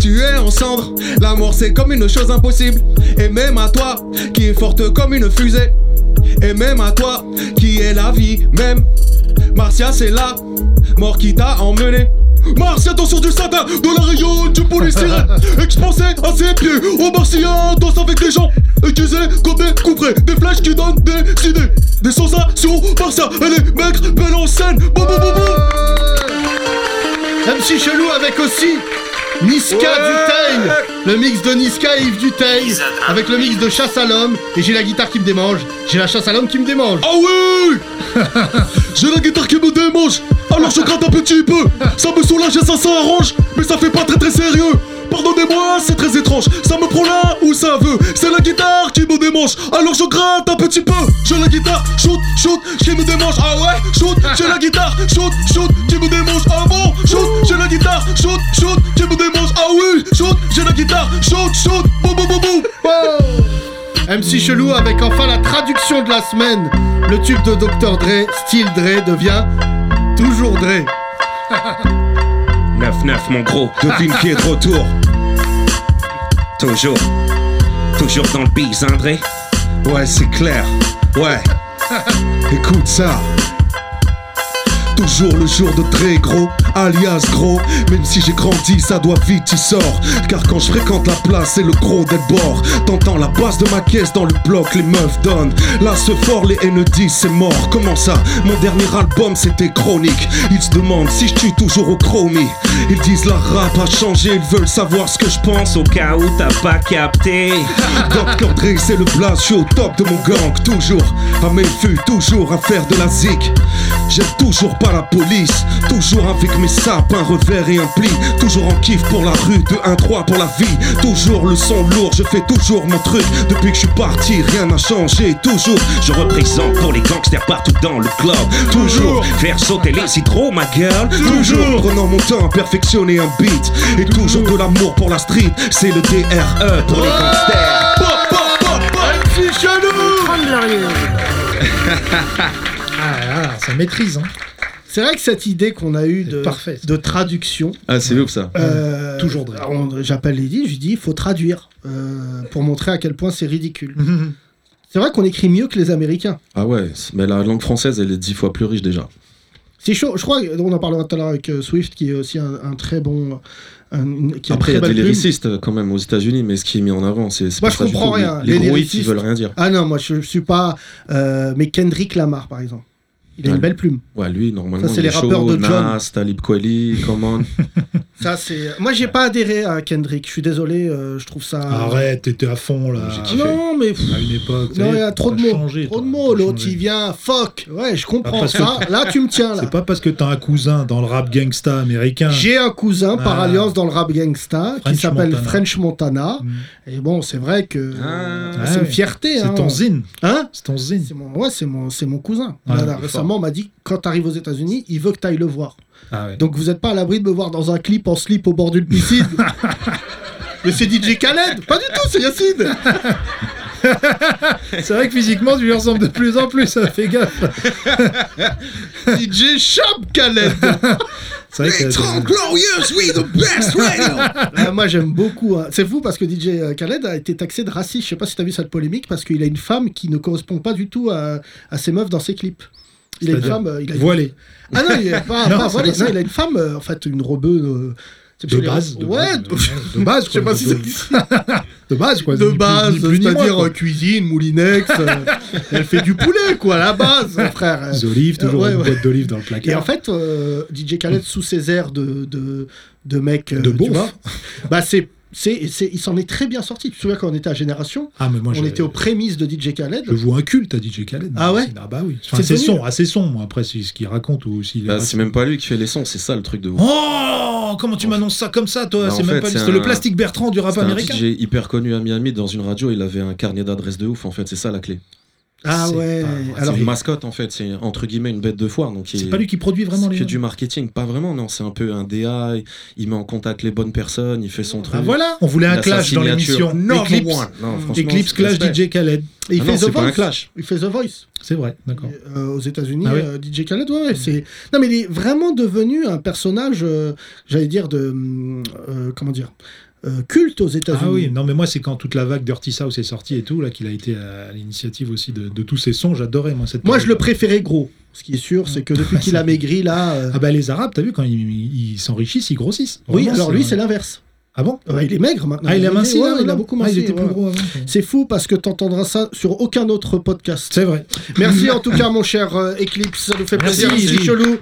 [SPEAKER 5] Tu es en cendres, la mort c'est comme une chose impossible. Et même à toi, qui est forte comme une fusée. Et même à toi, qui est la vie même. Marcia, c'est la mort qui t'a emmené. Marcia, dans sur du satin, dans la rayon du polystyrène. Expansé à ses pieds. Oh, Marcia, danse avec des gens. Accusés comme des couperets. Des flashs qui donnent des idées. Des sensations. Marcia, elle est maigre, belle en scène. Bon, bon, bon, bon.
[SPEAKER 3] MC Chelou avec aussi Niska Duteil, le mix de Niska et Yves Duteil, avec le mix de Chasse à l'homme, et j'ai la guitare qui me démange, j'ai la chasse à l'homme qui me démange.
[SPEAKER 5] Ah oui J'ai la guitare qui me démange Alors je gratte un petit peu Ça me soulage et ça s'arrange Mais ça fait pas très très sérieux Pardonnez-moi, c'est très étrange Ça me prend là où ça veut C'est la guitare qui me démange Alors je gratte un petit peu J'ai la guitare, shoot, shoot, qui me démange Ah ouais, shoot, j'ai la guitare, shoot, shoot, qui me démange Ah bon, shoot, j'ai la guitare, shoot, shoot, qui me démange Ah oui, shoot, j'ai la guitare, shoot, shoot, boum boum boum boum
[SPEAKER 3] MC Chelou avec enfin la traduction de la semaine, le tube de Dr Dre, style Dre devient toujours Dre.
[SPEAKER 10] 9-9 mon gros, devine qui est de retour. Toujours, toujours dans le bise, André.
[SPEAKER 5] Ouais, c'est clair. Ouais. Écoute ça. Toujours le jour de très gros, alias gros. Même si j'ai grandi, ça doit vite y sort. Car quand je fréquente la place, c'est le gros des bords. T'entends la basse de ma caisse dans le bloc, les meufs donnent. Là, ce fort, les haineux disent c'est mort. Comment ça Mon dernier album, c'était chronique. Ils se demandent si je tue toujours au chromie. Ils disent leur rap a changé, ils veulent savoir ce que je pense au cas où t'as pas capté.
[SPEAKER 10] Dr. Dre, c'est le blast, je suis au top de mon gang, toujours à mes fûts, toujours à faire de la zik. J'aime toujours pas la police, toujours avec mes sapes, un revers et un pli. Toujours en kiff pour la rue, de 1-3 pour la vie. Toujours le son lourd, je fais toujours mon truc. Depuis que je suis parti, rien n'a changé, toujours.
[SPEAKER 5] Je représente pour les gangsters partout dans le club. Toujours faire sauter les citrons, ma gueule.
[SPEAKER 10] Toujours prenant mon temps à perfectionner un beat Et toujours de l'amour pour la street C'est le DRE pour les gangsters Pop, pop, pop, pop.
[SPEAKER 4] Ah, là, ça maîtrise, hein.
[SPEAKER 3] C'est vrai que cette idée qu'on a eue de,
[SPEAKER 4] parfait, ça.
[SPEAKER 3] de traduction,
[SPEAKER 11] Ah, c'est ouf ça.
[SPEAKER 3] euh,
[SPEAKER 4] Toujours Dre.
[SPEAKER 3] on- j'appelle Lady, je lui dis il faut traduire euh, pour montrer à quel point c'est ridicule. C'est vrai qu'on écrit mieux que les Américains.
[SPEAKER 12] Ah ouais, mais la langue française, elle est dix fois plus riche déjà.
[SPEAKER 3] C'est chaud. Je crois qu'on en parlera tout à l'heure avec euh, Swift, qui est aussi un, un très bon. un- une- qui a une
[SPEAKER 12] Après,
[SPEAKER 3] très
[SPEAKER 12] il y a
[SPEAKER 3] belle
[SPEAKER 12] des
[SPEAKER 3] plume.
[SPEAKER 12] lyricistes euh, quand même aux États-Unis, mais ce qui est mis en avant, c'est. c'est
[SPEAKER 3] Moi,
[SPEAKER 12] pas
[SPEAKER 3] je
[SPEAKER 12] ça du
[SPEAKER 3] comprends
[SPEAKER 12] tout.
[SPEAKER 3] rien.
[SPEAKER 12] Les,
[SPEAKER 3] Les
[SPEAKER 12] gros hits,
[SPEAKER 3] lyricistes-
[SPEAKER 12] ils veulent rien dire.
[SPEAKER 3] Ah non, moi je, je suis pas. euh, mais Kendrick Lamar, par exemple, il a
[SPEAKER 12] Ouais.
[SPEAKER 3] une belle plume.
[SPEAKER 12] Ouais, lui, normalement,
[SPEAKER 3] Ça, c'est
[SPEAKER 12] il
[SPEAKER 3] les
[SPEAKER 12] est chaud.
[SPEAKER 3] rappeurs de
[SPEAKER 12] Nas, Talib Kweli, Common.
[SPEAKER 3] Ça, c'est. Moi, j'ai pas adhéré à Kendrick. Je suis désolé. euh, je trouve ça. Ah,
[SPEAKER 4] Arrête, t'étais à fond là. Ah,
[SPEAKER 12] J'ai kiffé.
[SPEAKER 3] Non, mais. pff,
[SPEAKER 4] À une époque. ça
[SPEAKER 3] Non,
[SPEAKER 4] y est,
[SPEAKER 3] il y a trop de
[SPEAKER 4] t'as
[SPEAKER 3] mots.
[SPEAKER 4] changé,
[SPEAKER 3] trop de
[SPEAKER 4] t'as-
[SPEAKER 3] mots.
[SPEAKER 4] t'as
[SPEAKER 3] L'autre,
[SPEAKER 4] changé.
[SPEAKER 3] il vient. Fuck. Ouais, je comprends
[SPEAKER 4] Ah, Parce que-
[SPEAKER 3] ça. Là, tu me tiens là.
[SPEAKER 4] C'est pas parce que t'as un cousin dans le rap gangsta américain.
[SPEAKER 3] J'ai un cousin hein, par
[SPEAKER 4] Ah.
[SPEAKER 3] alliance dans le rap gangsta qui
[SPEAKER 4] French
[SPEAKER 3] s'appelle
[SPEAKER 4] Montana.
[SPEAKER 3] French Montana.
[SPEAKER 4] Mm.
[SPEAKER 3] Et bon, c'est vrai que euh,
[SPEAKER 4] Ah.
[SPEAKER 3] c'est
[SPEAKER 4] Ah
[SPEAKER 3] une
[SPEAKER 4] oui.
[SPEAKER 3] fierté. hein.
[SPEAKER 4] C'est ton zine.
[SPEAKER 3] Hein
[SPEAKER 4] C'est ton zine.
[SPEAKER 3] C'est mon, ouais, c'est mon, c'est mon cousin.
[SPEAKER 4] Ouais,
[SPEAKER 3] Là,
[SPEAKER 4] il est
[SPEAKER 3] récemment, on m'a dit quand t'arrives aux États-Unis, il veut que t'ailles le voir.
[SPEAKER 4] Ah ouais.
[SPEAKER 3] Donc vous n'êtes pas à l'abri de me voir dans un clip en slip au bord d'une piscine. Mais c'est DJ Khaled Pas du tout, c'est Yacine
[SPEAKER 4] C'est vrai que physiquement, tu lui ressembles de plus en plus, ça fait gaffe.
[SPEAKER 3] DJ Shab Khaled
[SPEAKER 4] C'est vrai que.
[SPEAKER 5] glorious, we the best radio.
[SPEAKER 3] Ah, Moi j'aime beaucoup. hein. C'est fou parce que DJ euh, Khaled a été taxé de raciste. Je sais pas si t'as vu cette polémique parce qu'il a une femme qui ne correspond pas du tout à, à ses meufs dans ses clips. Il a une
[SPEAKER 4] C'est-à-dire
[SPEAKER 3] femme. euh, il a une-
[SPEAKER 4] Voilé.
[SPEAKER 3] Ah non, il a pas,
[SPEAKER 4] Non,
[SPEAKER 3] pas
[SPEAKER 4] c'est
[SPEAKER 3] voilée,
[SPEAKER 4] pas ça.
[SPEAKER 3] non, il a une femme, euh, en fait, une robeuse. euh, c'est
[SPEAKER 4] De
[SPEAKER 3] parce que-
[SPEAKER 4] base. de
[SPEAKER 3] Ouais,
[SPEAKER 4] base, de base,
[SPEAKER 3] je sais
[SPEAKER 4] quoi,
[SPEAKER 3] pas si
[SPEAKER 4] de-
[SPEAKER 3] ça existe.
[SPEAKER 4] De base, quoi.
[SPEAKER 3] de
[SPEAKER 4] ni plus-
[SPEAKER 3] base,
[SPEAKER 4] ni plus ni moins,
[SPEAKER 3] c'est-à-dire
[SPEAKER 4] quoi.
[SPEAKER 3] euh, cuisine, moulinex. euh, elle fait du poulet, quoi, à la base, euh, frère. euh.
[SPEAKER 4] Des olives, toujours
[SPEAKER 3] ouais,
[SPEAKER 4] une
[SPEAKER 3] ouais.
[SPEAKER 4] boîte d'olives dans le
[SPEAKER 3] Et
[SPEAKER 4] placard.
[SPEAKER 3] en fait, euh, DJ Khaled, sous ses airs de, de, de mec. euh,
[SPEAKER 4] De
[SPEAKER 3] tu
[SPEAKER 4] beauf.
[SPEAKER 3] vois, Bah, c'est. c'est- c'est- il s'en est très bien sorti. Tu te souviens quand on était à Génération
[SPEAKER 4] ah, mais moi,
[SPEAKER 3] On
[SPEAKER 4] j'ai-
[SPEAKER 3] était aux prémices de DJ Khaled.
[SPEAKER 4] Je vois un culte à DJ Khaled.
[SPEAKER 3] Ah ouais
[SPEAKER 4] Ah bah oui. Enfin,
[SPEAKER 3] C'est
[SPEAKER 4] c'est
[SPEAKER 3] devenu-
[SPEAKER 4] son, assez son. moi, Après, c'est ce qu'il raconte ou s'il.
[SPEAKER 12] Bah,
[SPEAKER 4] raconte.
[SPEAKER 12] c'est même pas lui qui fait les sons, c'est ça le truc de ouf.
[SPEAKER 4] Oh Comment tu m'annonces ça comme ça, toi
[SPEAKER 12] Bah,
[SPEAKER 4] C'est
[SPEAKER 12] en
[SPEAKER 4] même
[SPEAKER 12] fait,
[SPEAKER 4] pas
[SPEAKER 12] c'est
[SPEAKER 4] c'est le
[SPEAKER 12] un-
[SPEAKER 4] plastique Bertrand du rap
[SPEAKER 12] C'était un
[SPEAKER 4] américain.
[SPEAKER 12] DJ hyper connu à Miami, dans une radio, il avait un carnet d'adresses de ouf, en fait, c'est ça la clé.
[SPEAKER 3] Ah
[SPEAKER 4] C'est
[SPEAKER 3] ouais.
[SPEAKER 4] pas vrai,
[SPEAKER 3] Alors,
[SPEAKER 12] C'est une mascotte, en fait, c'est entre guillemets une bête de foire. Donc il-
[SPEAKER 4] C'est pas lui qui produit vraiment
[SPEAKER 12] c'est
[SPEAKER 4] les.
[SPEAKER 12] que du marketing, pas vraiment, non, c'est un peu un DA, il- il met en contact les bonnes personnes, il fait son
[SPEAKER 4] Ah
[SPEAKER 12] truc.
[SPEAKER 4] voilà, on voulait
[SPEAKER 12] Il
[SPEAKER 4] un
[SPEAKER 12] a sa
[SPEAKER 4] clash dans
[SPEAKER 12] signature.
[SPEAKER 4] l'émission. Ah,
[SPEAKER 12] Non,
[SPEAKER 4] Eclipse,
[SPEAKER 12] non, franchement,
[SPEAKER 4] Eclipse
[SPEAKER 12] c'est
[SPEAKER 4] clash
[SPEAKER 12] respect.
[SPEAKER 4] DJ Khaled.
[SPEAKER 3] et il
[SPEAKER 12] Ah
[SPEAKER 3] fait
[SPEAKER 12] non,
[SPEAKER 3] The
[SPEAKER 12] c'est pas un
[SPEAKER 3] Voice.
[SPEAKER 12] clash.
[SPEAKER 3] Il fait The Voice
[SPEAKER 4] C'est vrai, d'accord.
[SPEAKER 3] euh, aux États-Unis.
[SPEAKER 4] Ah ouais
[SPEAKER 3] euh, DJ Khaled, ouais, ouais, c'est. Non, mais il est vraiment devenu un personnage, euh, j'allais dire, de. hum, euh, comment dire euh, Culte aux États-Unis.
[SPEAKER 4] Ah oui, non mais moi c'est quand toute la vague Dirty South est sortie et tout là qu'il a été à l'initiative aussi de, de tous ces sons. J'adorais moi cette.
[SPEAKER 3] Moi, je le
[SPEAKER 4] période.
[SPEAKER 3] préférais gros. Ce qui est sûr, c'est que depuis qu'il a maigri, là. euh,
[SPEAKER 4] Ah bah les Arabes, t'as vu quand ils ils s'enrichissent, ils grossissent.
[SPEAKER 3] oui,
[SPEAKER 4] Vraiment,
[SPEAKER 3] alors lui, c'est l'inverse.
[SPEAKER 4] Ah bon
[SPEAKER 3] Ouais, il est maigre maintenant.
[SPEAKER 4] Ah il a minci
[SPEAKER 3] ouais,
[SPEAKER 4] là,
[SPEAKER 3] il a
[SPEAKER 4] maintenant
[SPEAKER 3] beaucoup
[SPEAKER 4] Ah,
[SPEAKER 3] minci.
[SPEAKER 4] il était
[SPEAKER 3] ouais.
[SPEAKER 4] plus gros avant.
[SPEAKER 13] hein.
[SPEAKER 3] C'est fou parce que t'entendras ça sur aucun autre podcast.
[SPEAKER 4] C'est vrai.
[SPEAKER 3] Merci en tout cas, mon cher euh, Eclipse, ça nous fait
[SPEAKER 4] Merci,
[SPEAKER 3] plaisir. C'est
[SPEAKER 4] Lily.
[SPEAKER 3] chelou.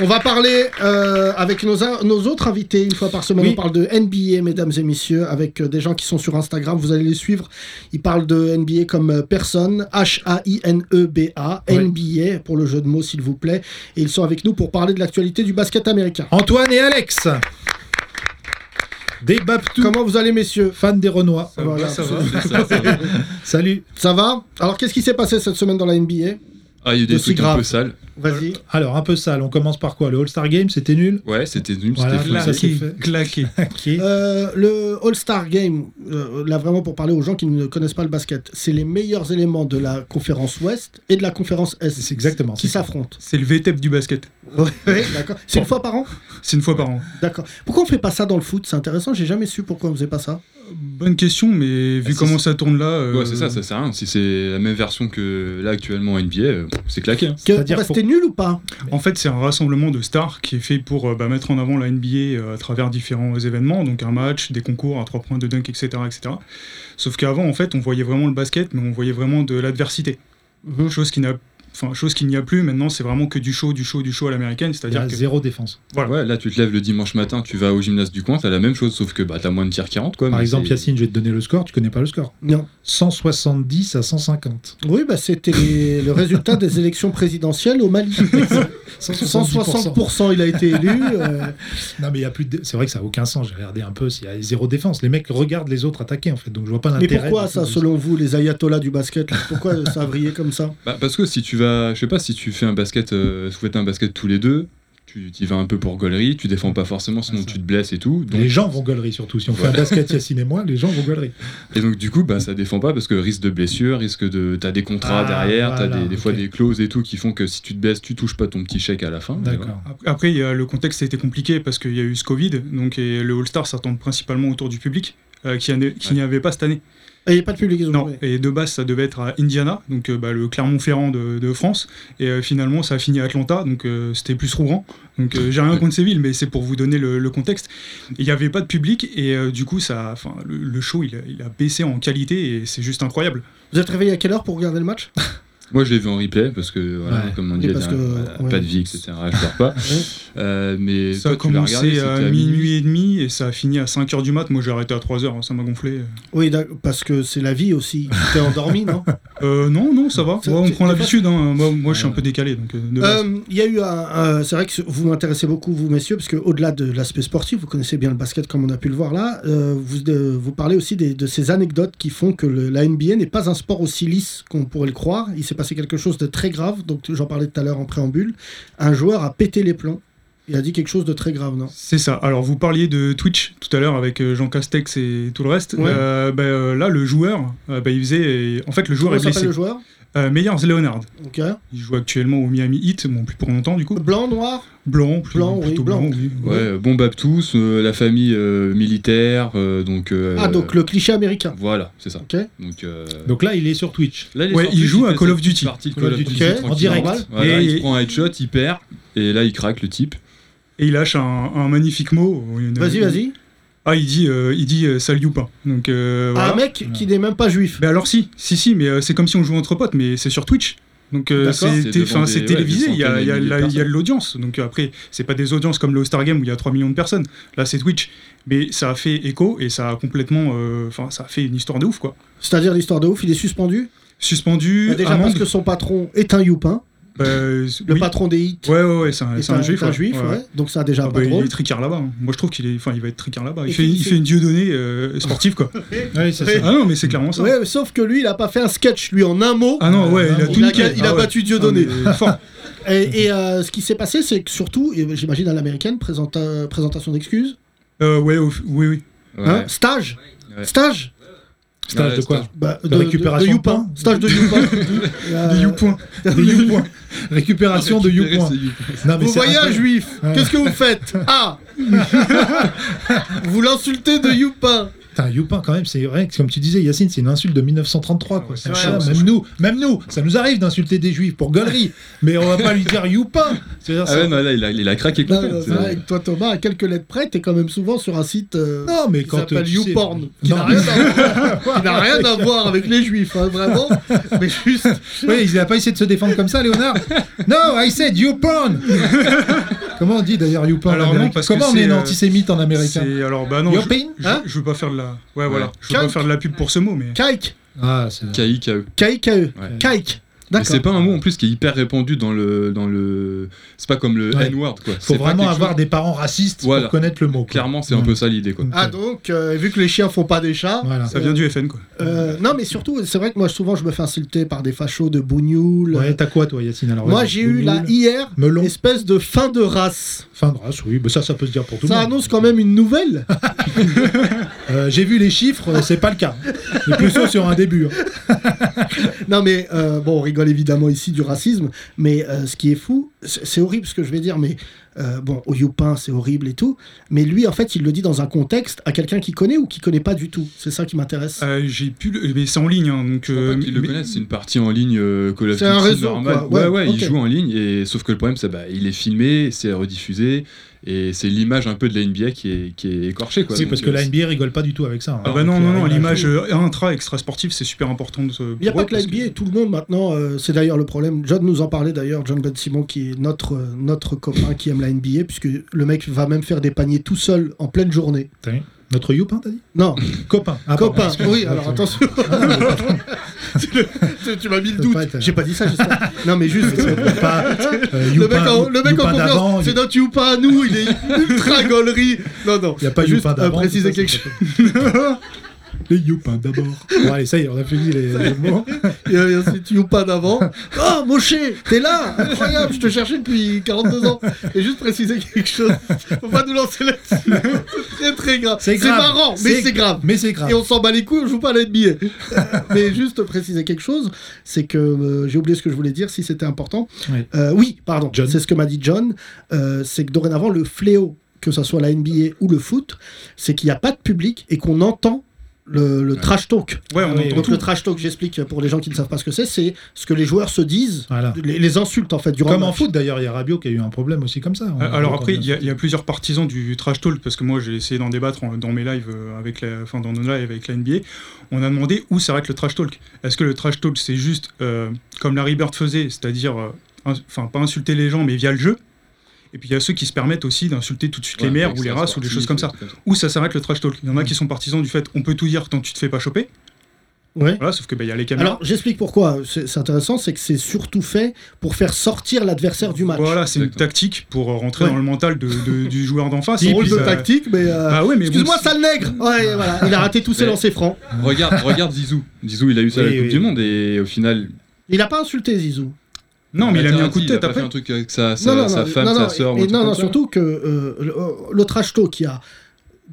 [SPEAKER 3] On va parler euh, avec nos, in- nos autres invités une fois par semaine.
[SPEAKER 4] Oui.
[SPEAKER 3] On parle de NBA, mesdames et messieurs, avec euh, des gens qui sont sur Instagram. Vous allez les suivre. Ils parlent de NBA comme euh, personne, E H-A-I-N-E-B-A,
[SPEAKER 4] Ouais.
[SPEAKER 3] NBA pour le jeu de mots, s'il vous plaît. Et ils sont avec nous pour parler de l'actualité du basket américain.
[SPEAKER 4] Antoine et Alex. Des Babtou,
[SPEAKER 3] Comment vous allez, messieurs
[SPEAKER 4] fans des Renois.
[SPEAKER 3] Voilà.
[SPEAKER 11] Ça va, c'est ça, ça va.
[SPEAKER 4] Salut.
[SPEAKER 3] Ça va Alors, qu'est-ce qui s'est passé cette semaine dans la NBA
[SPEAKER 11] Ah, il y a eu
[SPEAKER 3] De
[SPEAKER 11] des
[SPEAKER 3] si
[SPEAKER 11] trucs
[SPEAKER 3] grave.
[SPEAKER 11] un peu sales.
[SPEAKER 3] Vas-y.
[SPEAKER 4] Euh, Alors un peu sale. On commence par quoi Le All Star Game, c'était nul.
[SPEAKER 11] Ouais, c'était nul,
[SPEAKER 4] Voilà,
[SPEAKER 11] c'était
[SPEAKER 4] ça
[SPEAKER 11] fou.
[SPEAKER 4] c'est fait.
[SPEAKER 8] Claqué.
[SPEAKER 4] Claqué.
[SPEAKER 3] Euh, le All-Star Game, euh, là vraiment pour parler aux gens qui ne connaissent pas le basket, c'est les meilleurs éléments de la conférence Ouest et de la conférence Est.
[SPEAKER 4] C'est exactement
[SPEAKER 3] Qui
[SPEAKER 4] ça.
[SPEAKER 3] s'affrontent.
[SPEAKER 8] C'est le VTEP du basket.
[SPEAKER 3] Ouais, d'accord. C'est une fois par an
[SPEAKER 8] C'est une fois par an.
[SPEAKER 3] D'accord. Pourquoi on fait pas ça dans le foot C'est intéressant, j'ai jamais su pourquoi on faisait pas ça.
[SPEAKER 8] Bonne question, mais vu
[SPEAKER 3] Ah,
[SPEAKER 11] c'est-
[SPEAKER 8] comment ça tourne là. euh,
[SPEAKER 11] Ouais, c'est ça, ça sert à rien. Si c'est la même version que là actuellement NBA, euh, c'est claqué. hein.
[SPEAKER 3] Que-
[SPEAKER 4] C'est-à-dire
[SPEAKER 3] bah,
[SPEAKER 4] pour-
[SPEAKER 3] C'était nul ou pas
[SPEAKER 8] En fait, c'est un rassemblement de stars qui est fait pour euh, bah, mettre en avant la NBA euh, à travers différents événements, donc un match, des concours, un 3 points de dunk, etc. etc.
[SPEAKER 3] Mhm.
[SPEAKER 8] Sauf qu'avant, en fait, on voyait vraiment le basket, mais on voyait vraiment de l'adversité. Chose qui n'a enfin, chose qu'il n'y a plus maintenant, c'est vraiment que du show, du show, du show à l'américaine, c'est-à-dire que
[SPEAKER 4] zéro défense.
[SPEAKER 8] Ouais,
[SPEAKER 11] là, tu te lèves le dimanche matin, tu vas au gymnase du coin, t'as la même chose, sauf que bah, t'as moins de tir 40, quoi.
[SPEAKER 4] Par
[SPEAKER 11] mais
[SPEAKER 4] exemple,
[SPEAKER 11] c'est-
[SPEAKER 4] Yacine, je vais te donner le score, tu connais pas le score.
[SPEAKER 3] Non.
[SPEAKER 4] 170 à 150.
[SPEAKER 3] Oui, bah, c'était les- le résultat des élections présidentielles au Mali. 160%, il a été élu. euh,
[SPEAKER 4] Non, mais il y a plus de... c'est vrai que ça n'a aucun sens. J'ai regardé un peu, s'il y a zéro défense. Les mecs regardent les autres attaquer, en fait. Donc je vois pas
[SPEAKER 3] Mais
[SPEAKER 4] l'intérêt.
[SPEAKER 3] pourquoi
[SPEAKER 4] de-
[SPEAKER 3] ça, selon vous, les ayatollahs du basket là Pourquoi ça a vrillé comme ça
[SPEAKER 11] Bah, parce que si tu vas, je sais pas, si tu fais un basket, euh, si vous faites un basket tous les deux, tu y vas un peu pour gaulerie, tu défends pas forcément, sinon tu te blesses et tout. Donc,
[SPEAKER 4] Les gens vont gaulerie, surtout. Si on fait un
[SPEAKER 11] Voilà.
[SPEAKER 4] basket, Yacine et moi, les gens vont gaulerie.
[SPEAKER 11] Et donc du coup, bah, ça défend pas parce que risque de blessure, risque de, t'as des contrats
[SPEAKER 4] Ah,
[SPEAKER 11] derrière, t'as
[SPEAKER 4] voilà,
[SPEAKER 11] des, des fois
[SPEAKER 4] ok.
[SPEAKER 11] des clauses et tout qui font que si tu te blesses, tu touches pas ton petit chèque à la fin. mais voilà.
[SPEAKER 4] D'accord.
[SPEAKER 8] Ap- Après, il y a- le contexte a été compliqué parce qu'il y a eu ce Covid, donc et le All-Star, ça tourne principalement autour du public, euh, qui, en- qui n'y avait pas cette année.
[SPEAKER 3] Et Ah, il n'y a pas de public, ils ont
[SPEAKER 8] Non,
[SPEAKER 3] joué.
[SPEAKER 8] et de base, ça devait être à Indiana, donc euh, bah, le Clermont-Ferrand de, de France, et euh, finalement, ça a fini à Atlanta, donc euh, c'était plus Rouen. Donc euh, j'ai rien contre ces villes, mais c'est pour vous donner le, le contexte. Il n'y avait pas de public, et euh, du coup, ça, enfin, le, le show, il, a- il a baissé en qualité, et c'est juste incroyable.
[SPEAKER 3] Vous êtes réveillé à quelle heure pour regarder le match
[SPEAKER 11] Moi, je l'ai vu en replay parce que, voilà,
[SPEAKER 4] Ouais.
[SPEAKER 11] comme on
[SPEAKER 3] Et
[SPEAKER 11] dit,
[SPEAKER 3] parce
[SPEAKER 11] t'as-
[SPEAKER 3] que,
[SPEAKER 11] voilà,
[SPEAKER 3] ouais.
[SPEAKER 11] pas de vie, etc. Je dors pas. Euh, mais
[SPEAKER 8] Ça a
[SPEAKER 11] toi, tu l'as regardé,
[SPEAKER 8] commencé
[SPEAKER 11] c'était
[SPEAKER 8] à minuit et demi, et ça a fini à 5h du mat. Moi, j'ai arrêté à 3h, ça m'a gonflé.
[SPEAKER 3] Oui, d'ac- parce que c'est la vie aussi. T'es endormi, non
[SPEAKER 8] Euh, non, non, ça va.
[SPEAKER 3] Ça-
[SPEAKER 8] Ouais, on
[SPEAKER 3] tu-
[SPEAKER 8] prend
[SPEAKER 3] t'es
[SPEAKER 8] l'habitude. hein. Moi, moi, je suis un peu décalé. Donc, euh, de base.
[SPEAKER 3] Euh, Il y a eu un. un- c'est vrai que vous m'intéressez beaucoup, vous messieurs, parce que au-delà de l'aspect sportif, vous connaissez bien le basket comme on a pu le voir là. euh, vous, euh, vous parlez aussi des- de ces anecdotes qui font que le- la NBA n'est pas un sport aussi lisse qu'on pourrait le croire. Il s'est passé quelque chose de très grave. Donc j'en parlais tout à l'heure en préambule. Un joueur a pété les plombs. Il a dit quelque chose de très grave, non
[SPEAKER 8] C'est ça. Alors, vous parliez de Twitch tout à l'heure avec euh, Jean Castex et tout le reste.
[SPEAKER 3] Ouais.
[SPEAKER 8] Euh, bah, euh, là, le joueur, euh, bah, il faisait. En fait, le joueur
[SPEAKER 3] Comment
[SPEAKER 8] est blessé.
[SPEAKER 3] s'appelle le joueur
[SPEAKER 8] Euh, Meyers Leonard.
[SPEAKER 3] Ok.
[SPEAKER 8] Il joue actuellement au Miami Heat, bon, plus pour longtemps du coup.
[SPEAKER 3] Blanc, noir
[SPEAKER 8] Blanc, plus-
[SPEAKER 3] Blanc, oui,
[SPEAKER 8] plutôt
[SPEAKER 3] blanc.
[SPEAKER 8] oui.
[SPEAKER 11] Ouais, euh, bombe à tous, euh, la famille euh, militaire, euh, donc. euh,
[SPEAKER 3] Ah, donc le cliché américain.
[SPEAKER 11] Voilà, c'est ça.
[SPEAKER 3] Ok.
[SPEAKER 11] Donc, euh,
[SPEAKER 4] Donc là, il est sur Twitch.
[SPEAKER 11] là,
[SPEAKER 8] ouais,
[SPEAKER 11] sorti,
[SPEAKER 8] il joue à
[SPEAKER 11] fait
[SPEAKER 8] Call
[SPEAKER 11] sa
[SPEAKER 8] of
[SPEAKER 11] petite
[SPEAKER 8] Duty.
[SPEAKER 11] partie de
[SPEAKER 4] Call of
[SPEAKER 11] Call of
[SPEAKER 4] Duty,
[SPEAKER 11] Duty,
[SPEAKER 3] en
[SPEAKER 11] tranquille.
[SPEAKER 4] direct.
[SPEAKER 11] Voilà,
[SPEAKER 8] Et-
[SPEAKER 11] il se prend un headshot, il perd, et là, il craque le type.
[SPEAKER 8] Et il lâche un, un magnifique mot. une-
[SPEAKER 3] Vas-y, vas-y.
[SPEAKER 8] Ah, il dit, euh, il dit euh, salut ou pas. Donc, euh,
[SPEAKER 3] Ah,
[SPEAKER 8] voilà.
[SPEAKER 3] Un mec qui n'est même pas juif.
[SPEAKER 8] Mais alors si, si, si, mais euh, c'est comme si on jouait entre potes, mais c'est sur Twitch. Donc euh,
[SPEAKER 11] D'accord.
[SPEAKER 8] c'est
[SPEAKER 11] C'est
[SPEAKER 8] té-
[SPEAKER 11] devant
[SPEAKER 8] enfin,
[SPEAKER 11] des-
[SPEAKER 8] c'est
[SPEAKER 11] ouais,
[SPEAKER 8] télévisé,
[SPEAKER 11] des
[SPEAKER 8] il y a, il y a
[SPEAKER 11] centaines de
[SPEAKER 8] la-
[SPEAKER 11] milliers de
[SPEAKER 8] il y a de l'audience. Donc euh, après, c'est pas des audiences comme le All-Star Game où il y a 3 millions de personnes. Là, c'est Twitch. Mais ça a fait écho et ça a complètement... euh, Enfin, ça a fait une histoire de ouf, quoi.
[SPEAKER 3] C'est-à-dire l'histoire de ouf, il est suspendu.
[SPEAKER 8] Suspendu,
[SPEAKER 3] Bah, déjà
[SPEAKER 8] amende,
[SPEAKER 3] parce que son patron est un youpin.
[SPEAKER 8] euh,
[SPEAKER 3] Le
[SPEAKER 8] oui.
[SPEAKER 3] patron des hits.
[SPEAKER 8] Ouais, ouais, ouais, c'est un,
[SPEAKER 3] est
[SPEAKER 8] c'est un juif.
[SPEAKER 3] un
[SPEAKER 8] ouais.
[SPEAKER 3] juif,
[SPEAKER 8] Ouais.
[SPEAKER 3] ouais. Donc ça a déjà
[SPEAKER 8] Ah,
[SPEAKER 3] pas
[SPEAKER 8] bah, il
[SPEAKER 3] drôle.
[SPEAKER 8] est tricard là-bas. hein. Moi je trouve qu'il est, enfin il va être tricard là-bas.
[SPEAKER 3] Et
[SPEAKER 8] Il fait,
[SPEAKER 3] puis,
[SPEAKER 8] il
[SPEAKER 3] c'est-
[SPEAKER 8] fait une dieu donnée sportive quoi.
[SPEAKER 4] Oui, c'est
[SPEAKER 8] Ah non mais c'est clairement ça.
[SPEAKER 3] Ouais, mais sauf que lui, il a pas fait un sketch, lui, en un mot.
[SPEAKER 8] Ah non ouais,
[SPEAKER 4] Ah,
[SPEAKER 8] il a
[SPEAKER 4] non,
[SPEAKER 8] tout
[SPEAKER 3] il a,
[SPEAKER 8] niqué.
[SPEAKER 3] il a
[SPEAKER 8] Ah ouais.
[SPEAKER 3] battu Dieudonné.
[SPEAKER 8] Ah, mais fort.
[SPEAKER 3] Et, et, euh, ce qui s'est passé, c'est que surtout, et j'imagine à l'américaine, présenta- présentation d'excuses.
[SPEAKER 8] Euh, ouais, au- oui, oui.
[SPEAKER 3] Hein, stage
[SPEAKER 11] Ouais.
[SPEAKER 3] Stage
[SPEAKER 4] Stage de quoi
[SPEAKER 3] bah,
[SPEAKER 4] De récupération
[SPEAKER 3] de
[SPEAKER 4] de
[SPEAKER 3] youpin.
[SPEAKER 4] pain.
[SPEAKER 3] Stage de youpin. Euh,
[SPEAKER 8] Du point.
[SPEAKER 4] De YouPoint. Récupération de YouPoint. Non, mais
[SPEAKER 3] Vous
[SPEAKER 4] c'est
[SPEAKER 3] voyez un
[SPEAKER 4] incroyable.
[SPEAKER 3] juif,
[SPEAKER 4] Ouais.
[SPEAKER 3] qu'est-ce que vous faites Ah Vous l'insultez de youpin.
[SPEAKER 4] Putain, Youpin, quand même, c'est vrai que, comme tu disais, Yacine, c'est une insulte de 1933. Quoi.
[SPEAKER 8] c'est
[SPEAKER 4] Ça,
[SPEAKER 8] chaud,
[SPEAKER 4] même nous, même nous, ça nous arrive d'insulter des juifs pour galerie, mais on va pas lui dire Youpin. C'est-à-dire
[SPEAKER 11] Ah
[SPEAKER 4] ça-
[SPEAKER 11] ouais, non, là, il a, il a craqué.
[SPEAKER 3] Non,
[SPEAKER 11] complet,
[SPEAKER 3] non,
[SPEAKER 11] c'est-
[SPEAKER 3] c'est vrai, toi Thomas, à quelques lettres près, t'es quand même souvent sur un site euh,
[SPEAKER 4] Non, mais
[SPEAKER 3] qui
[SPEAKER 4] quand
[SPEAKER 3] s'appelle
[SPEAKER 4] euh, tu sais-
[SPEAKER 3] YouPorn, qui
[SPEAKER 4] Non,
[SPEAKER 3] n'a
[SPEAKER 4] mais-
[SPEAKER 3] rien, à- qui n'a rien à voir avec les juifs, hein, vraiment. Mais juste,
[SPEAKER 4] Oui, il a pas essayé de se défendre comme ça, Léonard. No, I said YouPorn. Comment on dit d'ailleurs YouPorn en
[SPEAKER 8] Alors non,
[SPEAKER 4] Amérique
[SPEAKER 8] parce que
[SPEAKER 4] Comment on est
[SPEAKER 8] c'est,
[SPEAKER 4] un
[SPEAKER 8] euh,
[SPEAKER 4] antisémite en hein? américain
[SPEAKER 8] C'est alors bah non,
[SPEAKER 4] Your
[SPEAKER 8] je,
[SPEAKER 4] pain,
[SPEAKER 8] je-
[SPEAKER 3] hein
[SPEAKER 8] je veux pas faire de la ouais, voilà, je veux
[SPEAKER 3] Calque.
[SPEAKER 8] pas faire de la pub pour ce mot mais
[SPEAKER 3] Kaik,
[SPEAKER 4] Ah, c'est
[SPEAKER 11] KI, KE.
[SPEAKER 6] E.
[SPEAKER 3] E.
[SPEAKER 4] E.
[SPEAKER 3] K-I-K-E,
[SPEAKER 11] Ouais.
[SPEAKER 3] Kaik.
[SPEAKER 11] Mais c'est
[SPEAKER 3] D'accord.
[SPEAKER 11] pas un mot en plus qui est hyper répandu dans le. Dans le... C'est pas comme le
[SPEAKER 4] Ouais.
[SPEAKER 11] N-word quoi.
[SPEAKER 4] faut
[SPEAKER 11] C'est pas
[SPEAKER 4] vraiment
[SPEAKER 11] quelque
[SPEAKER 4] avoir
[SPEAKER 11] chose-
[SPEAKER 4] des parents racistes
[SPEAKER 11] Voilà.
[SPEAKER 4] pour connaître le mot. quoi.
[SPEAKER 11] Clairement, c'est un peu ça l'idée quoi.
[SPEAKER 3] Ah donc, euh, vu que les chiens font pas des chats.
[SPEAKER 4] Voilà.
[SPEAKER 8] ça vient du FN quoi.
[SPEAKER 3] euh, non, mais surtout, c'est vrai que moi, souvent, je me fais insulter par des fachos de bougnoul.
[SPEAKER 4] Ouais, t'as quoi toi, Yacine Alors, euh,
[SPEAKER 3] moi,
[SPEAKER 4] vas-y,
[SPEAKER 3] j'ai eu là
[SPEAKER 4] boule,
[SPEAKER 3] hier
[SPEAKER 4] melon.
[SPEAKER 3] espèce de fin de race.
[SPEAKER 4] Fin de race, oui, mais ça, ça peut se dire pour tout
[SPEAKER 3] Ça
[SPEAKER 4] le monde.
[SPEAKER 3] annonce quand même une nouvelle.
[SPEAKER 4] Euh, j'ai vu les chiffres, euh, c'est pas le cas. Mais plutôt sur un début. hein.
[SPEAKER 3] Non mais euh, bon, on rigole évidemment ici du racisme, mais euh, ce qui est fou, c'est c'est horrible ce que je vais dire, mais euh, bon, au Youpin, c'est horrible et tout. Mais lui, en fait, il le dit dans un contexte à quelqu'un qui connaît ou qui connaît pas du tout. C'est ça qui m'intéresse.
[SPEAKER 8] Euh, j'ai pu le- mais c'est en ligne hein, donc euh,
[SPEAKER 6] Ils le
[SPEAKER 8] mais-
[SPEAKER 6] connaissent, c'est une partie en ligne euh, Call of
[SPEAKER 3] C'est un
[SPEAKER 6] Duty
[SPEAKER 3] réseau,
[SPEAKER 6] normal.
[SPEAKER 3] quoi.
[SPEAKER 6] Ouais,
[SPEAKER 3] Ouais,
[SPEAKER 6] ouais, il
[SPEAKER 3] ok.
[SPEAKER 6] joue en ligne, et sauf que le problème, c'est bah, il est filmé, c'est rediffusé, et c'est l'image un peu de la NBA qui est, qui est écorchée. Quoi.
[SPEAKER 4] Oui,
[SPEAKER 6] Donc,
[SPEAKER 4] parce que
[SPEAKER 6] euh,
[SPEAKER 4] la NBA rigole pas du tout avec ça. hein.
[SPEAKER 8] Ah bah non,
[SPEAKER 4] Donc,
[SPEAKER 8] non,
[SPEAKER 4] euh,
[SPEAKER 8] non,
[SPEAKER 4] il a-
[SPEAKER 8] l'image euh, intra extra sportive, c'est super important. de
[SPEAKER 3] Il n'y a pas que la NBA, tout le monde maintenant, euh, c'est d'ailleurs le problème. John nous en parlait d'ailleurs, John Ben Simon, qui est notre, euh, notre copain qui aime la NBA, puisque le mec va même faire des paniers tout seul en pleine journée.
[SPEAKER 4] T'as vu Notre Youpin, t'as dit
[SPEAKER 3] Non,
[SPEAKER 4] Copain. Ah, pardon,
[SPEAKER 3] copain,
[SPEAKER 4] excuse-moi.
[SPEAKER 3] oui, alors attention. Tu le- tu tu m'as mis le doute.
[SPEAKER 4] Faut pas être- euh,
[SPEAKER 3] J'ai pas dit ça, j'espère. Non, mais juste.
[SPEAKER 4] Pas, euh,
[SPEAKER 3] Le mec
[SPEAKER 4] Youpin-
[SPEAKER 3] en, le mec en
[SPEAKER 4] Youpin d'avant,
[SPEAKER 3] confiance, c'est notre Youpa à nous, il est ultra gaulerie. Non, non.
[SPEAKER 4] Il n'y a pas
[SPEAKER 3] juste
[SPEAKER 4] Youpin
[SPEAKER 3] à
[SPEAKER 4] d'avant.
[SPEAKER 3] préciser
[SPEAKER 4] c'est
[SPEAKER 3] quelque
[SPEAKER 4] pas-
[SPEAKER 3] chose.
[SPEAKER 4] Les Youpins d'abord. Bon, allez, ça y est, on a fini les, les mots.
[SPEAKER 3] Il y a euh, ensuite Youpa d'avant. Oh, Moshe, t'es là Incroyable, je te cherchais depuis 42 ans. Et juste préciser quelque chose. Faut pas nous lancer là-dessus. C'est très très grave.
[SPEAKER 4] C'est grave.
[SPEAKER 3] marrant, mais c'est grave.
[SPEAKER 4] Mais c'est grave.
[SPEAKER 3] Et on s'en bat les couilles, on joue pas à la NBA. Euh, mais juste préciser quelque chose, c'est que euh, j'ai oublié ce que je voulais dire, si c'était important.
[SPEAKER 4] Oui.
[SPEAKER 3] Euh, oui, pardon,
[SPEAKER 4] John.
[SPEAKER 3] c'est ce que m'a dit John, euh, c'est que dorénavant, le fléau, que ce soit la NBA ou le foot, c'est qu'il n'y a pas de public et qu'on entend le, le trash talk. Euh,
[SPEAKER 8] Ouais, on
[SPEAKER 4] Ah oui,
[SPEAKER 8] entend
[SPEAKER 4] oui.
[SPEAKER 3] Donc
[SPEAKER 8] tout.
[SPEAKER 3] le trash talk, j'explique pour les gens qui ne savent pas ce que c'est, c'est ce que les joueurs se disent,
[SPEAKER 4] Voilà.
[SPEAKER 3] les, les insultes en fait durant
[SPEAKER 4] Comme
[SPEAKER 3] le
[SPEAKER 4] en
[SPEAKER 3] match.
[SPEAKER 4] foot d'ailleurs, il y a Rabiot qui a eu un problème aussi comme ça. On-
[SPEAKER 8] Euh, Alors
[SPEAKER 4] on-
[SPEAKER 8] après, il y, a- il y a plusieurs partisans du trash talk parce que moi j'ai essayé d'en débattre en- dans mes lives euh, avec la, enfin dans nos lives avec la NBA. On a demandé où s'arrête le trash talk. Est-ce que le trash talk c'est juste euh, comme Larry Bird faisait, c'est-à-dire, euh, ins- enfin pas insulter les gens mais via le jeu. Et puis il y a ceux qui se permettent aussi d'insulter tout de suite
[SPEAKER 6] ouais,
[SPEAKER 8] les mères ou les
[SPEAKER 6] extra
[SPEAKER 8] races ou des
[SPEAKER 6] sportif,
[SPEAKER 8] choses comme ça. Où ça s'arrête le trash talk. Il y en a qui sont partisans du fait on peut tout dire tant que tu te fais pas choper.
[SPEAKER 3] Ouais.
[SPEAKER 8] Voilà, sauf que bah, il y a les caméras.
[SPEAKER 3] Alors j'explique pourquoi, c'est c'est intéressant, c'est que c'est surtout fait pour faire sortir l'adversaire du match.
[SPEAKER 8] Voilà, c'est une
[SPEAKER 6] D'accord.
[SPEAKER 8] tactique pour euh, rentrer
[SPEAKER 3] Ouais.
[SPEAKER 8] dans le mental de- de- du joueur d'en face.
[SPEAKER 3] C'est
[SPEAKER 8] Et
[SPEAKER 3] drôle
[SPEAKER 8] puis
[SPEAKER 3] de
[SPEAKER 8] ça-
[SPEAKER 3] tactique, mais... euh,
[SPEAKER 8] Bah ouais, mais bon,
[SPEAKER 3] Excuse-moi,
[SPEAKER 8] c'est-
[SPEAKER 3] sale nègre Ouais, voilà, il a raté tous ses
[SPEAKER 6] Mais-
[SPEAKER 3] lancers francs.
[SPEAKER 6] Regarde, regarde Zizou. Zizou, il a eu ça à la
[SPEAKER 4] Oui,
[SPEAKER 6] Coupe
[SPEAKER 4] oui.
[SPEAKER 6] du Monde, et au final.
[SPEAKER 3] Il a pas insulté Zizou.
[SPEAKER 8] Non, mais il a mis un
[SPEAKER 6] interdit,
[SPEAKER 8] coup de tête
[SPEAKER 6] pas fait
[SPEAKER 8] après.
[SPEAKER 6] un truc avec sa, sa, sa femme,
[SPEAKER 3] non,
[SPEAKER 6] sa
[SPEAKER 3] non,
[SPEAKER 6] sœur. ou
[SPEAKER 3] et-
[SPEAKER 6] un
[SPEAKER 3] et
[SPEAKER 6] truc
[SPEAKER 3] non,
[SPEAKER 6] comme
[SPEAKER 3] non,
[SPEAKER 6] ça.
[SPEAKER 3] surtout que euh, le, le trash talk, il y a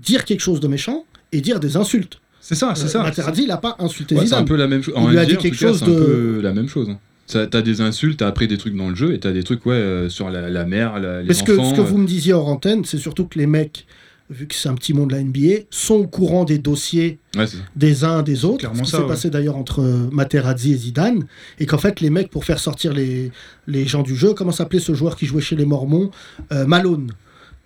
[SPEAKER 3] dire quelque chose de méchant et dire des insultes.
[SPEAKER 8] C'est ça, c'est ça.
[SPEAKER 3] Interdit, il a pas insulté
[SPEAKER 6] Ouais, c'est
[SPEAKER 3] Zidane.
[SPEAKER 6] un peu la même chose.
[SPEAKER 3] Il
[SPEAKER 6] En
[SPEAKER 3] lui a
[SPEAKER 6] NBA,
[SPEAKER 3] dit
[SPEAKER 6] en
[SPEAKER 3] quelque
[SPEAKER 6] tout cas,
[SPEAKER 3] chose
[SPEAKER 6] c'est un
[SPEAKER 3] de-
[SPEAKER 6] peu la même chose. hein. Ça- T'as des insultes, t'as appris des trucs dans le jeu, et t'as des trucs ouais, euh, sur la, la mère, la- les
[SPEAKER 3] Parce que
[SPEAKER 6] enfants.
[SPEAKER 3] ce que
[SPEAKER 6] euh,
[SPEAKER 3] vous me disiez hors antenne, c'est surtout que les mecs, vu que c'est un petit monde de la NBA, sont au courant des dossiers
[SPEAKER 6] euh, ouais, c'est ça.
[SPEAKER 3] des uns des autres.
[SPEAKER 8] Clairement
[SPEAKER 3] ce qui
[SPEAKER 8] ça,
[SPEAKER 3] s'est
[SPEAKER 8] ouais.
[SPEAKER 3] passé d'ailleurs entre euh, Materazzi et Zidane. Et qu'en fait, les mecs, pour faire sortir les, les gens du jeu, comment s'appelait ce joueur qui jouait chez les Mormons Euh, Malone.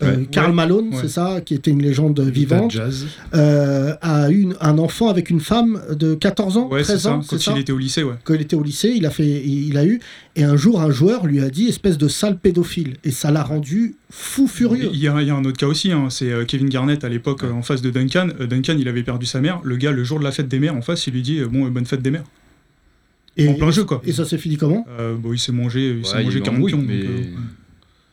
[SPEAKER 3] Euh,
[SPEAKER 8] Ouais.
[SPEAKER 3] Karl
[SPEAKER 8] Ouais.
[SPEAKER 3] Malone,
[SPEAKER 8] Ouais.
[SPEAKER 3] c'est ça, qui était une légende
[SPEAKER 4] Viva
[SPEAKER 3] vivante,
[SPEAKER 4] Jazz.
[SPEAKER 3] euh, a eu une- un enfant avec une femme de 14 ans,
[SPEAKER 8] Ouais, c'est
[SPEAKER 3] 13
[SPEAKER 8] ça.
[SPEAKER 3] ans,
[SPEAKER 8] Quand
[SPEAKER 3] c'est ça
[SPEAKER 8] il était au lycée, ouais.
[SPEAKER 3] quand il était au lycée, il a, fait, il il a eu. Et un jour, un joueur lui a dit espèce de sale pédophile. Et ça l'a rendu fou furieux.
[SPEAKER 8] Il y, a, il y a un autre cas aussi, hein, c'est euh, Kevin Garnett à l'époque euh, en face de Duncan. Euh, Duncan, il avait perdu sa mère. Le gars, le jour de la fête des mères, en face, il lui dit euh, Bon, euh, bonne fête des mères.
[SPEAKER 3] Et,
[SPEAKER 8] en plein jeu, quoi.
[SPEAKER 3] et ça s'est fini comment
[SPEAKER 8] Euh, bon, il s'est mangé, il s'est
[SPEAKER 6] Ouais, il y a
[SPEAKER 8] mangé
[SPEAKER 6] eu
[SPEAKER 8] 40
[SPEAKER 6] l'embrouille,
[SPEAKER 8] pions. donc,
[SPEAKER 6] mais-
[SPEAKER 8] euh,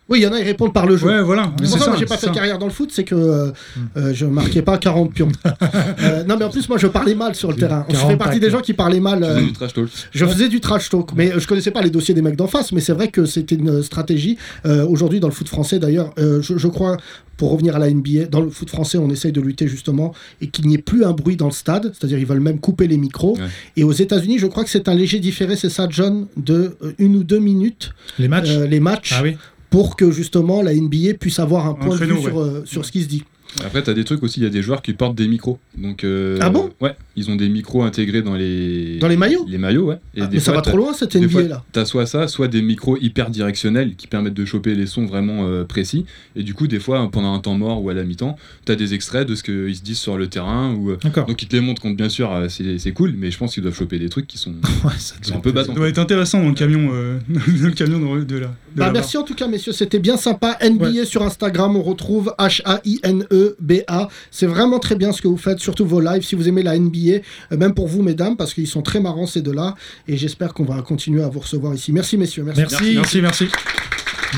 [SPEAKER 3] Oui, il y en a, ils répondent par le jeu.
[SPEAKER 8] Ouais, voilà.
[SPEAKER 3] C'est
[SPEAKER 8] Mais c'est
[SPEAKER 3] pour ça
[SPEAKER 8] ça.
[SPEAKER 3] que j'ai pas
[SPEAKER 8] c'est
[SPEAKER 3] fait
[SPEAKER 8] ça. Hmm.
[SPEAKER 3] carrière dans le foot, c'est que euh, euh, je marquais pas 40 pions. Euh, non, mais en plus, moi, je parlais mal sur le terrain. Je
[SPEAKER 4] 40
[SPEAKER 3] fais partie des
[SPEAKER 4] tacles.
[SPEAKER 3] gens qui parlaient mal.
[SPEAKER 6] Tu
[SPEAKER 3] euh,
[SPEAKER 6] faisais du trash talk.
[SPEAKER 3] je faisais du trash talk, mais euh, je connaissais pas les dossiers des mecs d'en face. Mais c'est vrai que c'était une stratégie. Euh, Aujourd'hui, dans le foot français, d'ailleurs, euh, je, je crois, pour revenir à la NBA, dans le foot français, on essaye de lutter justement et qu'il n'y ait plus un bruit dans le stade. C'est-à-dire, ils veulent même couper les micros.
[SPEAKER 6] Ouais.
[SPEAKER 3] Et aux États-Unis, je crois que c'est un léger différé, c'est ça, John, de euh, une ou deux minutes
[SPEAKER 4] Les matchs.
[SPEAKER 3] euh, les matchs
[SPEAKER 4] ah oui.
[SPEAKER 3] pour que justement la NBA puisse avoir un point
[SPEAKER 8] créneau,
[SPEAKER 3] de vue sur, euh, sur ce qui se dit.
[SPEAKER 6] Après, t'as des trucs aussi, il y a des joueurs qui portent des micros. Donc, euh,
[SPEAKER 3] Ah bon
[SPEAKER 6] Ouais, ils ont des micros intégrés dans les.
[SPEAKER 3] Dans les maillots
[SPEAKER 6] Les maillots, ouais. Et
[SPEAKER 3] Ah,
[SPEAKER 6] des
[SPEAKER 3] mais ça
[SPEAKER 6] fois,
[SPEAKER 3] va
[SPEAKER 6] t'as-
[SPEAKER 3] trop loin cette
[SPEAKER 6] des
[SPEAKER 3] NBA
[SPEAKER 6] fois,
[SPEAKER 3] là.
[SPEAKER 6] T'as soit ça, soit des micros hyper directionnels qui permettent de choper les sons vraiment euh, précis. Et du coup, des fois, pendant un temps mort ou à la mi-temps, t'as des extraits de ce qu'ils se disent sur le terrain. Ou, euh,
[SPEAKER 4] D'accord.
[SPEAKER 6] donc, ils te les montrent, contre, bien sûr, euh, c'est c'est cool, mais je pense qu'ils doivent choper des trucs qui sont,
[SPEAKER 4] Ouais, ça
[SPEAKER 6] qui sont
[SPEAKER 4] doit
[SPEAKER 6] un peu
[SPEAKER 4] être-
[SPEAKER 6] battants.
[SPEAKER 8] Ça doit être intéressant dans le camion, euh, dans le camion de, de la. de
[SPEAKER 3] Bah,
[SPEAKER 8] la
[SPEAKER 3] merci en tout cas messieurs, c'était bien sympa. NBA sur Instagram, on retrouve H-A-I-N-E-B-A. E C'est vraiment très bien ce que vous faites, surtout vos lives. Si vous aimez la NBA, euh, même pour vous mesdames, parce qu'ils sont très marrants ces deux-là. Et j'espère qu'on va continuer à vous recevoir ici. Merci messieurs, merci.
[SPEAKER 8] barre. Merci, merci, merci.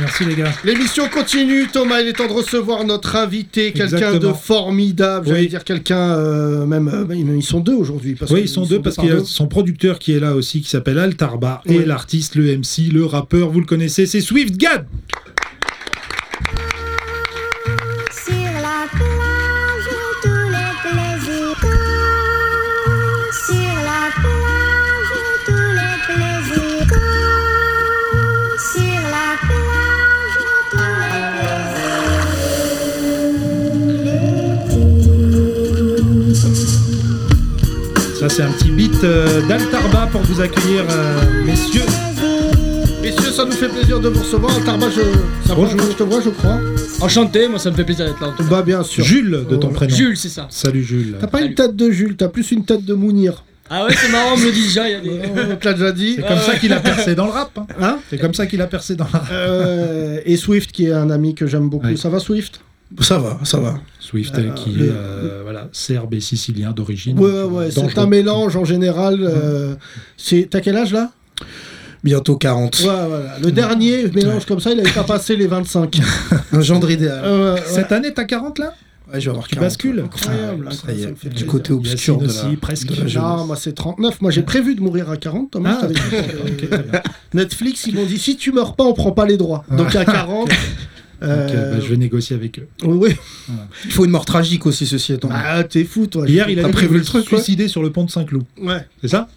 [SPEAKER 4] Merci les gars.
[SPEAKER 3] L'émission continue, Thomas. Il est temps de recevoir notre invité, quelqu'un
[SPEAKER 4] Exactement.
[SPEAKER 3] de formidable.
[SPEAKER 4] Oui.
[SPEAKER 3] J'allais dire quelqu'un, euh, même, euh, même ils sont deux aujourd'hui. parce
[SPEAKER 4] Oui,
[SPEAKER 3] que
[SPEAKER 4] ils sont deux parce
[SPEAKER 3] par
[SPEAKER 4] qu'il y a son producteur qui est là aussi, qui s'appelle Altarba, et
[SPEAKER 3] Ouais.
[SPEAKER 4] l'artiste, le MC, le rappeur, vous le connaissez, c'est Swift Gad.
[SPEAKER 14] Sur la plage, tous les plaisirs courent. Sur la plage, tous les plaisirs courent. Sur la plage.
[SPEAKER 4] Ça, c'est un petit beat euh, d'Altarba pour vous accueillir, euh, messieurs.
[SPEAKER 3] Messieurs, ça nous fait plaisir de vous recevoir. Altarba, je... ça Bonjour. je te vois, je crois.
[SPEAKER 15] Enchanté, moi ça me fait plaisir d'être là. en tout cas.
[SPEAKER 3] Bah, bien sûr.
[SPEAKER 4] Jules, de ton prénom.
[SPEAKER 15] Jules, c'est ça.
[SPEAKER 4] Salut, Jules.
[SPEAKER 3] T'as pas une tête de Jules, t'as plus une tête de Mounir. Oh,
[SPEAKER 15] Ah ouais, c'est marrant, on me le dit déjà. il Y a des...
[SPEAKER 3] On te l'a déjà dit.
[SPEAKER 4] C'est comme ça qu'il a percé dans le rap. hein.
[SPEAKER 3] Hein
[SPEAKER 4] C'est comme ça qu'il a percé dans le rap.
[SPEAKER 3] Euh, et Swift, qui est un ami que j'aime beaucoup.
[SPEAKER 4] Ouais.
[SPEAKER 3] Ça va, Swift Ça va, ça va.
[SPEAKER 4] Swift,
[SPEAKER 3] Euh,
[SPEAKER 4] qui
[SPEAKER 3] le-
[SPEAKER 4] est euh, voilà, serbe et sicilien d'origine.
[SPEAKER 3] Ouais, ouais, ouais, c'est
[SPEAKER 4] Dangereux.
[SPEAKER 3] un mélange en général. euh, c'est- T'as quel âge là
[SPEAKER 13] Bientôt 40.
[SPEAKER 3] Ouais, voilà. Le dernier mélange comme ça, il avait pas passé les 25.
[SPEAKER 13] Un gendre idéal.
[SPEAKER 3] Euh, ouais.
[SPEAKER 4] Cette année, t'as 40 là
[SPEAKER 13] Ouais, je vais avoir
[SPEAKER 4] Tu
[SPEAKER 13] 40.
[SPEAKER 4] bascules
[SPEAKER 3] Incroyable,
[SPEAKER 13] Ça y est,
[SPEAKER 3] ça me fait
[SPEAKER 13] du
[SPEAKER 3] plaisir.
[SPEAKER 13] côté obscur
[SPEAKER 4] Yacine
[SPEAKER 13] de
[SPEAKER 4] aussi,
[SPEAKER 13] la,
[SPEAKER 4] presque.
[SPEAKER 13] de la jeunesse.
[SPEAKER 3] Non, moi c'est 39. Moi j'ai prévu de mourir à 40. Thomas, je
[SPEAKER 4] Ah,
[SPEAKER 3] t'avais dit. Euh,
[SPEAKER 4] ok, très bien.
[SPEAKER 3] Netflix, ils m'ont dit si tu meurs pas, on prend pas les droits. Donc à 40.
[SPEAKER 4] Donc, euh, bah,
[SPEAKER 3] euh,
[SPEAKER 4] je vais négocier avec eux.
[SPEAKER 3] Oui.
[SPEAKER 13] Il faut une mort tragique aussi, ceci étant.
[SPEAKER 3] Ah, t'es fou, toi.
[SPEAKER 4] Hier, il a
[SPEAKER 13] T'as
[SPEAKER 4] dit qu'il
[SPEAKER 13] prévu
[SPEAKER 4] voulait
[SPEAKER 13] le
[SPEAKER 4] se
[SPEAKER 13] truc, quoi
[SPEAKER 4] suicider sur le pont de Saint-Cloud.
[SPEAKER 3] Ouais.
[SPEAKER 4] C'est ça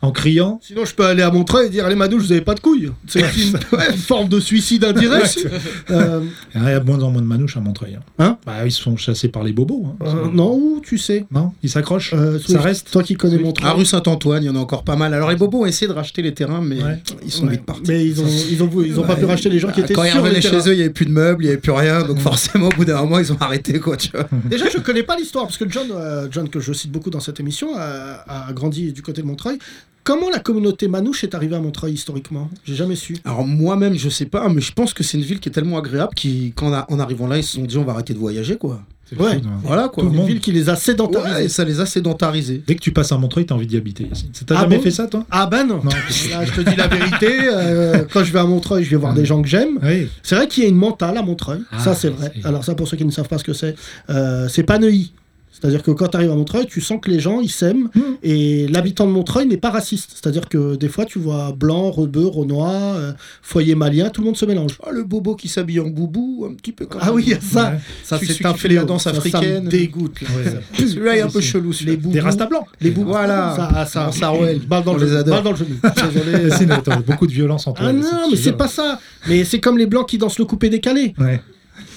[SPEAKER 4] En criant.
[SPEAKER 3] Sinon, je peux aller à Montreuil et dire allez, Madou, vous avez pas de couilles. C'est une ouais, une forme de suicide indirect. Euh,
[SPEAKER 4] Il y a de moins en moins de manouches à Montreuil. hein.
[SPEAKER 3] Hein
[SPEAKER 4] bah, ils se sont chassés par les bobos. hein.
[SPEAKER 3] euh, non, où, tu sais.
[SPEAKER 4] Non Ils s'accrochent
[SPEAKER 3] Euh, Swift,
[SPEAKER 4] Ça reste
[SPEAKER 3] Toi qui connais Montreuil.
[SPEAKER 13] À Ah, rue Saint-Antoine, il y en a encore pas mal. Alors les bobos ont essayé de racheter les terrains, mais
[SPEAKER 4] Ouais.
[SPEAKER 13] ils sont
[SPEAKER 3] Ouais.
[SPEAKER 13] vite partis.
[SPEAKER 3] Mais ils ont, ils ont, ils ont pas pu racheter les gens qui
[SPEAKER 13] Ah,
[SPEAKER 3] étaient
[SPEAKER 13] Quand ils
[SPEAKER 3] sur le
[SPEAKER 13] revenaient chez
[SPEAKER 3] terrain.
[SPEAKER 13] eux, il n'y avait plus de meubles, il n'y avait plus rien. Donc forcément, au bout d'un moment, ils ont arrêté. Quoi, tu vois.
[SPEAKER 3] Déjà, je connais pas l'histoire, parce que John, euh, John, que je cite beaucoup dans cette émission, euh, a, a grandi du côté de Montreuil. Comment la communauté manouche est arrivée à Montreuil historiquement J'ai jamais su.
[SPEAKER 13] Alors moi-même, je sais pas, mais je pense que c'est une ville qui est tellement agréable qui- qu'en a- en arrivant là, ils se sont dit on va arrêter de voyager. quoi.
[SPEAKER 3] Ouais,
[SPEAKER 4] hein.
[SPEAKER 13] Voilà quoi.
[SPEAKER 3] une ville qui les a sédentarisés.
[SPEAKER 13] Ouais, et ça les a sédentarisés.
[SPEAKER 4] Dès que tu passes à Montreuil, t'as envie d'y habiter. Yacine. T'as
[SPEAKER 3] Ah
[SPEAKER 4] jamais
[SPEAKER 3] bon
[SPEAKER 4] fait ça, toi
[SPEAKER 3] Ah ben non,
[SPEAKER 4] Non.
[SPEAKER 3] Là, je te dis la vérité, euh, quand je vais à Montreuil, je vais
[SPEAKER 13] Ah
[SPEAKER 3] voir des gens que j'aime.
[SPEAKER 4] Oui.
[SPEAKER 3] C'est vrai qu'il y a une mentale à Montreuil,
[SPEAKER 4] Ah,
[SPEAKER 3] ça c'est vrai.
[SPEAKER 4] c'est-
[SPEAKER 3] Alors ça, pour ceux qui ne savent pas ce que c'est, euh, c'est pas Neuilly. C'est-à-dire que quand tu arrives à Montreuil, tu sens que les gens, ils s'aiment,
[SPEAKER 13] Hmm.
[SPEAKER 3] et l'habitant de Montreuil n'est pas raciste. C'est-à-dire que des fois, tu vois blanc, rebeu, renois, euh, foyer malien, tout le monde se mélange.
[SPEAKER 13] Ah, le bobo qui s'habille en boubou, un petit peu comme
[SPEAKER 3] Ah oui, il y a ça.
[SPEAKER 13] ça
[SPEAKER 3] Celui-
[SPEAKER 13] c'est
[SPEAKER 3] celui
[SPEAKER 13] un
[SPEAKER 3] qui fait
[SPEAKER 13] fléau.
[SPEAKER 3] la danse
[SPEAKER 13] Ça, Ça
[SPEAKER 3] africaine.
[SPEAKER 13] me dégoûte. Là. Celui-là est un peu chelou.
[SPEAKER 3] Les
[SPEAKER 13] celui-là.
[SPEAKER 3] boubous,
[SPEAKER 4] Des rastas blancs.
[SPEAKER 3] les boubous,
[SPEAKER 13] Voilà.
[SPEAKER 3] ça, ça,
[SPEAKER 13] Ah, ça, ouais.
[SPEAKER 3] balle dans
[SPEAKER 13] On
[SPEAKER 3] le
[SPEAKER 13] les
[SPEAKER 3] genou,
[SPEAKER 13] adore.
[SPEAKER 3] balle dans le genou. Désolé.
[SPEAKER 4] Yacine, attends, beaucoup de violence en toi.
[SPEAKER 3] Ah
[SPEAKER 4] Yacine,
[SPEAKER 3] non,
[SPEAKER 4] je
[SPEAKER 3] mais
[SPEAKER 4] te
[SPEAKER 3] c'est
[SPEAKER 4] jure.
[SPEAKER 3] pas ça. Mais c'est comme les blancs qui dansent le coupé décalé.
[SPEAKER 4] hein.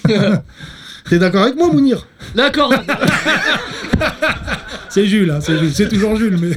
[SPEAKER 4] Ouais.
[SPEAKER 3] T'es d'accord avec moi, Mounir
[SPEAKER 15] D'accord.
[SPEAKER 4] C'est Jules, hein, c'est Jules. C'est toujours Jules, mais.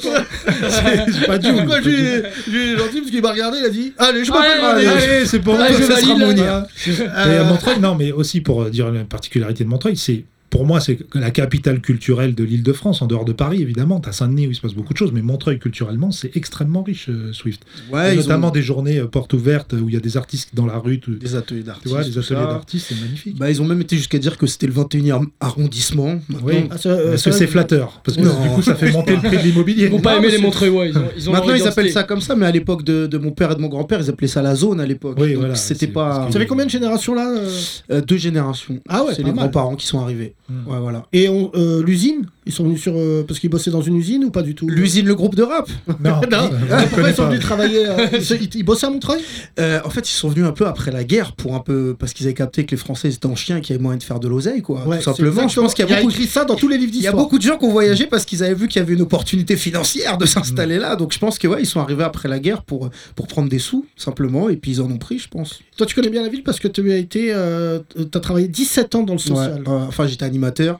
[SPEAKER 4] c'est pas Jules.
[SPEAKER 3] Pourquoi j'ai j'ai gentil parce qu'il m'a regardé, il a dit Allez, je m'appelle
[SPEAKER 4] Allez,
[SPEAKER 3] Allez,
[SPEAKER 4] allez, c'est pour
[SPEAKER 15] Ouais,
[SPEAKER 4] toi,
[SPEAKER 15] je
[SPEAKER 4] ça sera
[SPEAKER 15] valide,
[SPEAKER 4] Mounir.
[SPEAKER 15] là.
[SPEAKER 3] Euh,
[SPEAKER 16] euh.
[SPEAKER 4] Et à Montreuil, non, mais aussi pour euh, dire la particularité de Montreuil, c'est pour moi, c'est que la capitale culturelle de l'île de France, en dehors de Paris, évidemment. T'as Saint-Denis où il se passe beaucoup de choses, mais Montreuil, culturellement, c'est extrêmement riche, euh, Swift.
[SPEAKER 13] Ouais,
[SPEAKER 4] Et
[SPEAKER 13] ils
[SPEAKER 4] notamment
[SPEAKER 13] ont
[SPEAKER 4] des journées euh, portes ouvertes euh, où il y a des artistes dans la rue, tu,
[SPEAKER 13] des ateliers
[SPEAKER 4] tu
[SPEAKER 13] d'artistes.
[SPEAKER 4] vois, des
[SPEAKER 13] tout
[SPEAKER 4] ateliers
[SPEAKER 13] ça.
[SPEAKER 4] d'artistes, c'est magnifique.
[SPEAKER 13] Bah, ils ont même été jusqu'à dire que c'était le 21e arrondissement. Maintenant,
[SPEAKER 4] Oui.
[SPEAKER 3] Ah, ça, euh,
[SPEAKER 4] Parce
[SPEAKER 3] ça
[SPEAKER 4] que
[SPEAKER 3] va-
[SPEAKER 4] c'est flatteur. Parce que
[SPEAKER 13] Non.
[SPEAKER 4] du coup, ça fait monter le prix de l'immobilier.
[SPEAKER 15] Ils vont pas
[SPEAKER 13] Non,
[SPEAKER 15] aimer
[SPEAKER 13] mais
[SPEAKER 15] les
[SPEAKER 13] c'est-
[SPEAKER 15] Montreuil, ouais. Ils ont, ils ont leur
[SPEAKER 13] Maintenant, ils appellent
[SPEAKER 15] identité.
[SPEAKER 13] ça comme ça, mais à l'époque de, de mon père et de mon grand-père, ils appelaient ça la zone à l'époque.
[SPEAKER 4] Oui,
[SPEAKER 13] Donc,
[SPEAKER 4] voilà,
[SPEAKER 13] c'était
[SPEAKER 4] c'est-
[SPEAKER 13] pas
[SPEAKER 4] parce
[SPEAKER 3] Vous savez combien de générations là euh
[SPEAKER 13] Euh, deux générations.
[SPEAKER 3] Ah ouais,
[SPEAKER 13] c'est
[SPEAKER 3] pas
[SPEAKER 13] les
[SPEAKER 3] mal.
[SPEAKER 13] grands-parents qui sont arrivés.
[SPEAKER 4] Hmm.
[SPEAKER 13] Ouais, voilà.
[SPEAKER 3] Et on- euh, l'usine Ils sont venus sur. euh, parce qu'ils bossaient dans une usine ou pas du tout
[SPEAKER 13] L'usine, le groupe de rap.
[SPEAKER 4] Non,
[SPEAKER 3] Non.
[SPEAKER 4] je- je
[SPEAKER 3] Ah,
[SPEAKER 4] connais
[SPEAKER 3] pourquoi ils sont
[SPEAKER 4] pas.
[SPEAKER 3] venus travailler euh, ils, se- ils- ils bossaient à Montreuil
[SPEAKER 13] Euh, en fait, ils sont venus un peu après la guerre pour un peu parce qu'ils avaient capté que les Français étaient en chien, et qu'il y avait moyen de faire de l'oseille, quoi.
[SPEAKER 3] Ouais,
[SPEAKER 13] tout
[SPEAKER 3] c'est
[SPEAKER 13] simplement. Je
[SPEAKER 3] exactement-
[SPEAKER 13] pense qu'il y
[SPEAKER 3] il
[SPEAKER 13] a beaucoup.
[SPEAKER 3] écrit ça dans tous les livres
[SPEAKER 13] Il y a
[SPEAKER 3] d'histoire.
[SPEAKER 13] beaucoup de gens qui ont voyagé parce qu'ils avaient vu qu'il y avait une opportunité financière de
[SPEAKER 3] Mm.
[SPEAKER 13] s'installer là. Donc je pense que ouais, ils sont arrivés après la guerre pour, pour prendre des sous, simplement, et puis ils en ont pris, je pense.
[SPEAKER 3] Toi, tu connais bien la ville parce que tu as été. euh, t'as travaillé 17 ans dans le social.
[SPEAKER 13] Ouais, euh, enfin, j'étais animateur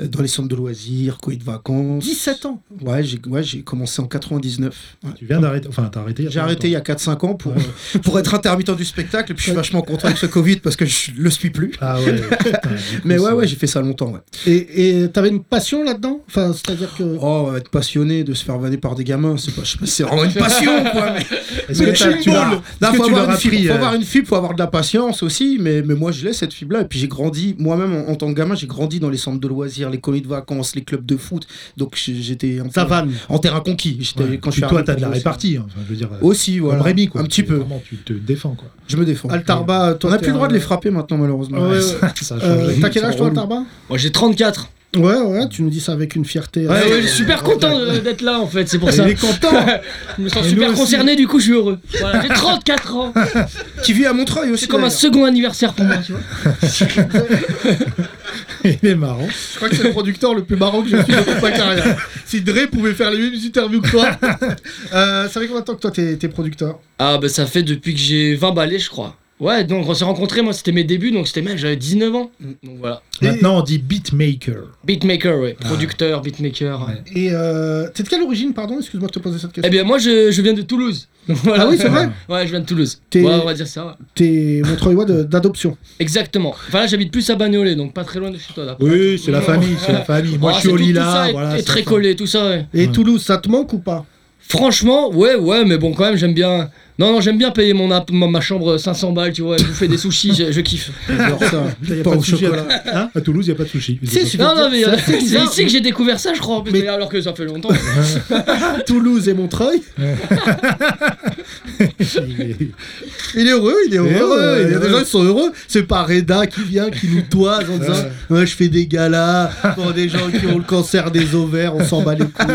[SPEAKER 13] euh, dans les centres de loisirs, coït de vacances.
[SPEAKER 3] 17 ans
[SPEAKER 13] Ouais, j'ai ouais, j'ai commencé en 99. Ouais.
[SPEAKER 4] Tu viens d'arrêter. Enfin, t'as arrêté. il y a
[SPEAKER 13] J'ai
[SPEAKER 4] pas
[SPEAKER 13] arrêté il y a 4-5 ans pour, euh, pour être intermittent du spectacle, et puis je suis vachement content avec ce Covid parce que je le suis plus.
[SPEAKER 4] longtemps. Ah ouais. putain, du coup,
[SPEAKER 13] Mais ouais,
[SPEAKER 4] c'est-
[SPEAKER 13] ouais, j'ai fait ça longtemps, ouais.
[SPEAKER 3] Et et t'avais une passion là-dedans Enfin, c'est-à-dire que.
[SPEAKER 13] Oh, être passionné de se faire vanner par des gamins, c'est pas, je sais pas si c'est vraiment une passion, quoi. Mais,
[SPEAKER 4] Est-ce que
[SPEAKER 13] mais
[SPEAKER 4] t'as- tu
[SPEAKER 13] bon,
[SPEAKER 4] l'as-
[SPEAKER 13] non,
[SPEAKER 4] est-ce que
[SPEAKER 13] faut
[SPEAKER 4] tu
[SPEAKER 13] avoir
[SPEAKER 4] leur
[SPEAKER 13] une
[SPEAKER 4] as
[SPEAKER 13] fibre,
[SPEAKER 4] pris,
[SPEAKER 13] faut
[SPEAKER 4] euh,
[SPEAKER 13] avoir une fibre, faut avoir de la patience aussi, mais, mais moi je l'ai cette fibre-là, et puis j'ai grandi, moi-même en, en tant que gamin, j'ai grandi dans les centres de loisirs, les colonies de vacances, les clubs de foot, donc j'ai- j'étais un peu
[SPEAKER 3] Ça vanne.
[SPEAKER 13] en terrain conquis. J'étais-
[SPEAKER 4] Ouais.
[SPEAKER 13] Quand je suis
[SPEAKER 4] Puis toi,
[SPEAKER 13] arrivé
[SPEAKER 4] t'as de la
[SPEAKER 13] au-
[SPEAKER 4] répartie. hein. Enfin, je veux dire. euh,
[SPEAKER 13] Aussi,
[SPEAKER 4] comme
[SPEAKER 13] voilà.
[SPEAKER 4] Rémi, quoi.
[SPEAKER 13] Un petit
[SPEAKER 4] C'est
[SPEAKER 13] peu.
[SPEAKER 4] vraiment, tu te défends, quoi.
[SPEAKER 13] Je me défends.
[SPEAKER 3] Altarba, toi.
[SPEAKER 13] On n'a
[SPEAKER 3] t'es
[SPEAKER 13] plus le droit
[SPEAKER 3] un-
[SPEAKER 13] de les frapper maintenant, malheureusement.
[SPEAKER 3] Ouais, ouais.
[SPEAKER 4] Ça a
[SPEAKER 3] Euh,
[SPEAKER 4] changé.
[SPEAKER 3] T'as quel âge toi, Altarba
[SPEAKER 15] Moi j'ai 34.
[SPEAKER 3] Ouais, ouais, tu nous dis ça avec une fierté.
[SPEAKER 15] Ah Ouais,
[SPEAKER 3] euh,
[SPEAKER 15] ouais, je suis super content de- d'être là en fait, c'est pour ça.
[SPEAKER 4] Il est content.
[SPEAKER 15] Je me sens
[SPEAKER 4] Et
[SPEAKER 15] super
[SPEAKER 4] nous aussi.
[SPEAKER 15] concerné, du coup je suis heureux. Voilà, j'ai 34 ans.
[SPEAKER 13] Qui vit à Montreuil aussi.
[SPEAKER 15] C'est comme un
[SPEAKER 13] d'ailleurs.
[SPEAKER 15] second anniversaire pour moi, tu vois.
[SPEAKER 4] Il est marrant.
[SPEAKER 3] Je crois que c'est le producteur le plus marrant que j'ai suis de toute ma carrière. Si Dre pouvait faire les mêmes interviews que toi. Euh, ça fait combien de temps que toi t'es t'es producteur
[SPEAKER 15] Ah bah ça fait depuis que j'ai 20 balais, je crois. Ouais, donc on s'est rencontrés, moi c'était mes débuts, donc c'était même, j'avais 19 ans.
[SPEAKER 3] Mm.
[SPEAKER 15] Donc voilà.
[SPEAKER 4] Maintenant, on dit beatmaker.
[SPEAKER 15] Beatmaker, ouais. Producteur, beatmaker.
[SPEAKER 3] Et euh, t'es de quelle origine, pardon Excuse-moi de te poser cette question.
[SPEAKER 15] Eh bien, moi je, je viens de Toulouse. Donc, voilà.
[SPEAKER 3] Ah oui, c'est vrai
[SPEAKER 15] Ouais, je viens de Toulouse.
[SPEAKER 3] T'es-
[SPEAKER 15] Ouais, on va dire ça. ouais.
[SPEAKER 3] T'es Montreuilois de- d'adoption.
[SPEAKER 15] Exactement. Enfin là, j'habite plus à Bagnolet, donc pas très loin de chez toi là.
[SPEAKER 4] Oui, c'est la famille, c'est la famille. Moi,
[SPEAKER 15] Ah,
[SPEAKER 4] je suis
[SPEAKER 15] c'est
[SPEAKER 4] au
[SPEAKER 15] tout- tout
[SPEAKER 4] Lila,
[SPEAKER 15] ça est-
[SPEAKER 4] voilà,
[SPEAKER 15] est
[SPEAKER 4] c'est
[SPEAKER 15] très
[SPEAKER 4] ça.
[SPEAKER 15] collé, tout ça, ouais.
[SPEAKER 3] Et Toulouse, ça te manque ou pas
[SPEAKER 15] Franchement, ouais, ouais, mais bon, quand même, j'aime bien. Non, non, j'aime bien payer mon app- ma, ma chambre 500 balles, tu vois, et bouffer des sushis, je, je kiffe.
[SPEAKER 3] J'adore ça.
[SPEAKER 4] Y a
[SPEAKER 3] Pas
[SPEAKER 4] pas
[SPEAKER 3] au
[SPEAKER 4] de sushi à-
[SPEAKER 3] chocolat.
[SPEAKER 4] Hein à Toulouse, il n'y a pas de sushi.
[SPEAKER 15] non, non, mais y en a- c'est
[SPEAKER 3] bizarre.
[SPEAKER 15] ici que j'ai découvert ça, je crois, en plus, mais alors que ça fait longtemps.
[SPEAKER 3] Toulouse et Montreuil. il est heureux, il est heureux.
[SPEAKER 4] Il est heureux,
[SPEAKER 3] il y
[SPEAKER 4] il
[SPEAKER 3] a
[SPEAKER 4] est
[SPEAKER 3] des
[SPEAKER 4] heureux.
[SPEAKER 3] gens qui sont heureux. C'est pas Reda qui vient, qui nous toise en disant Ouais, Je fais des galas pour des gens qui ont le cancer des ovaires, on s'en bat les couilles.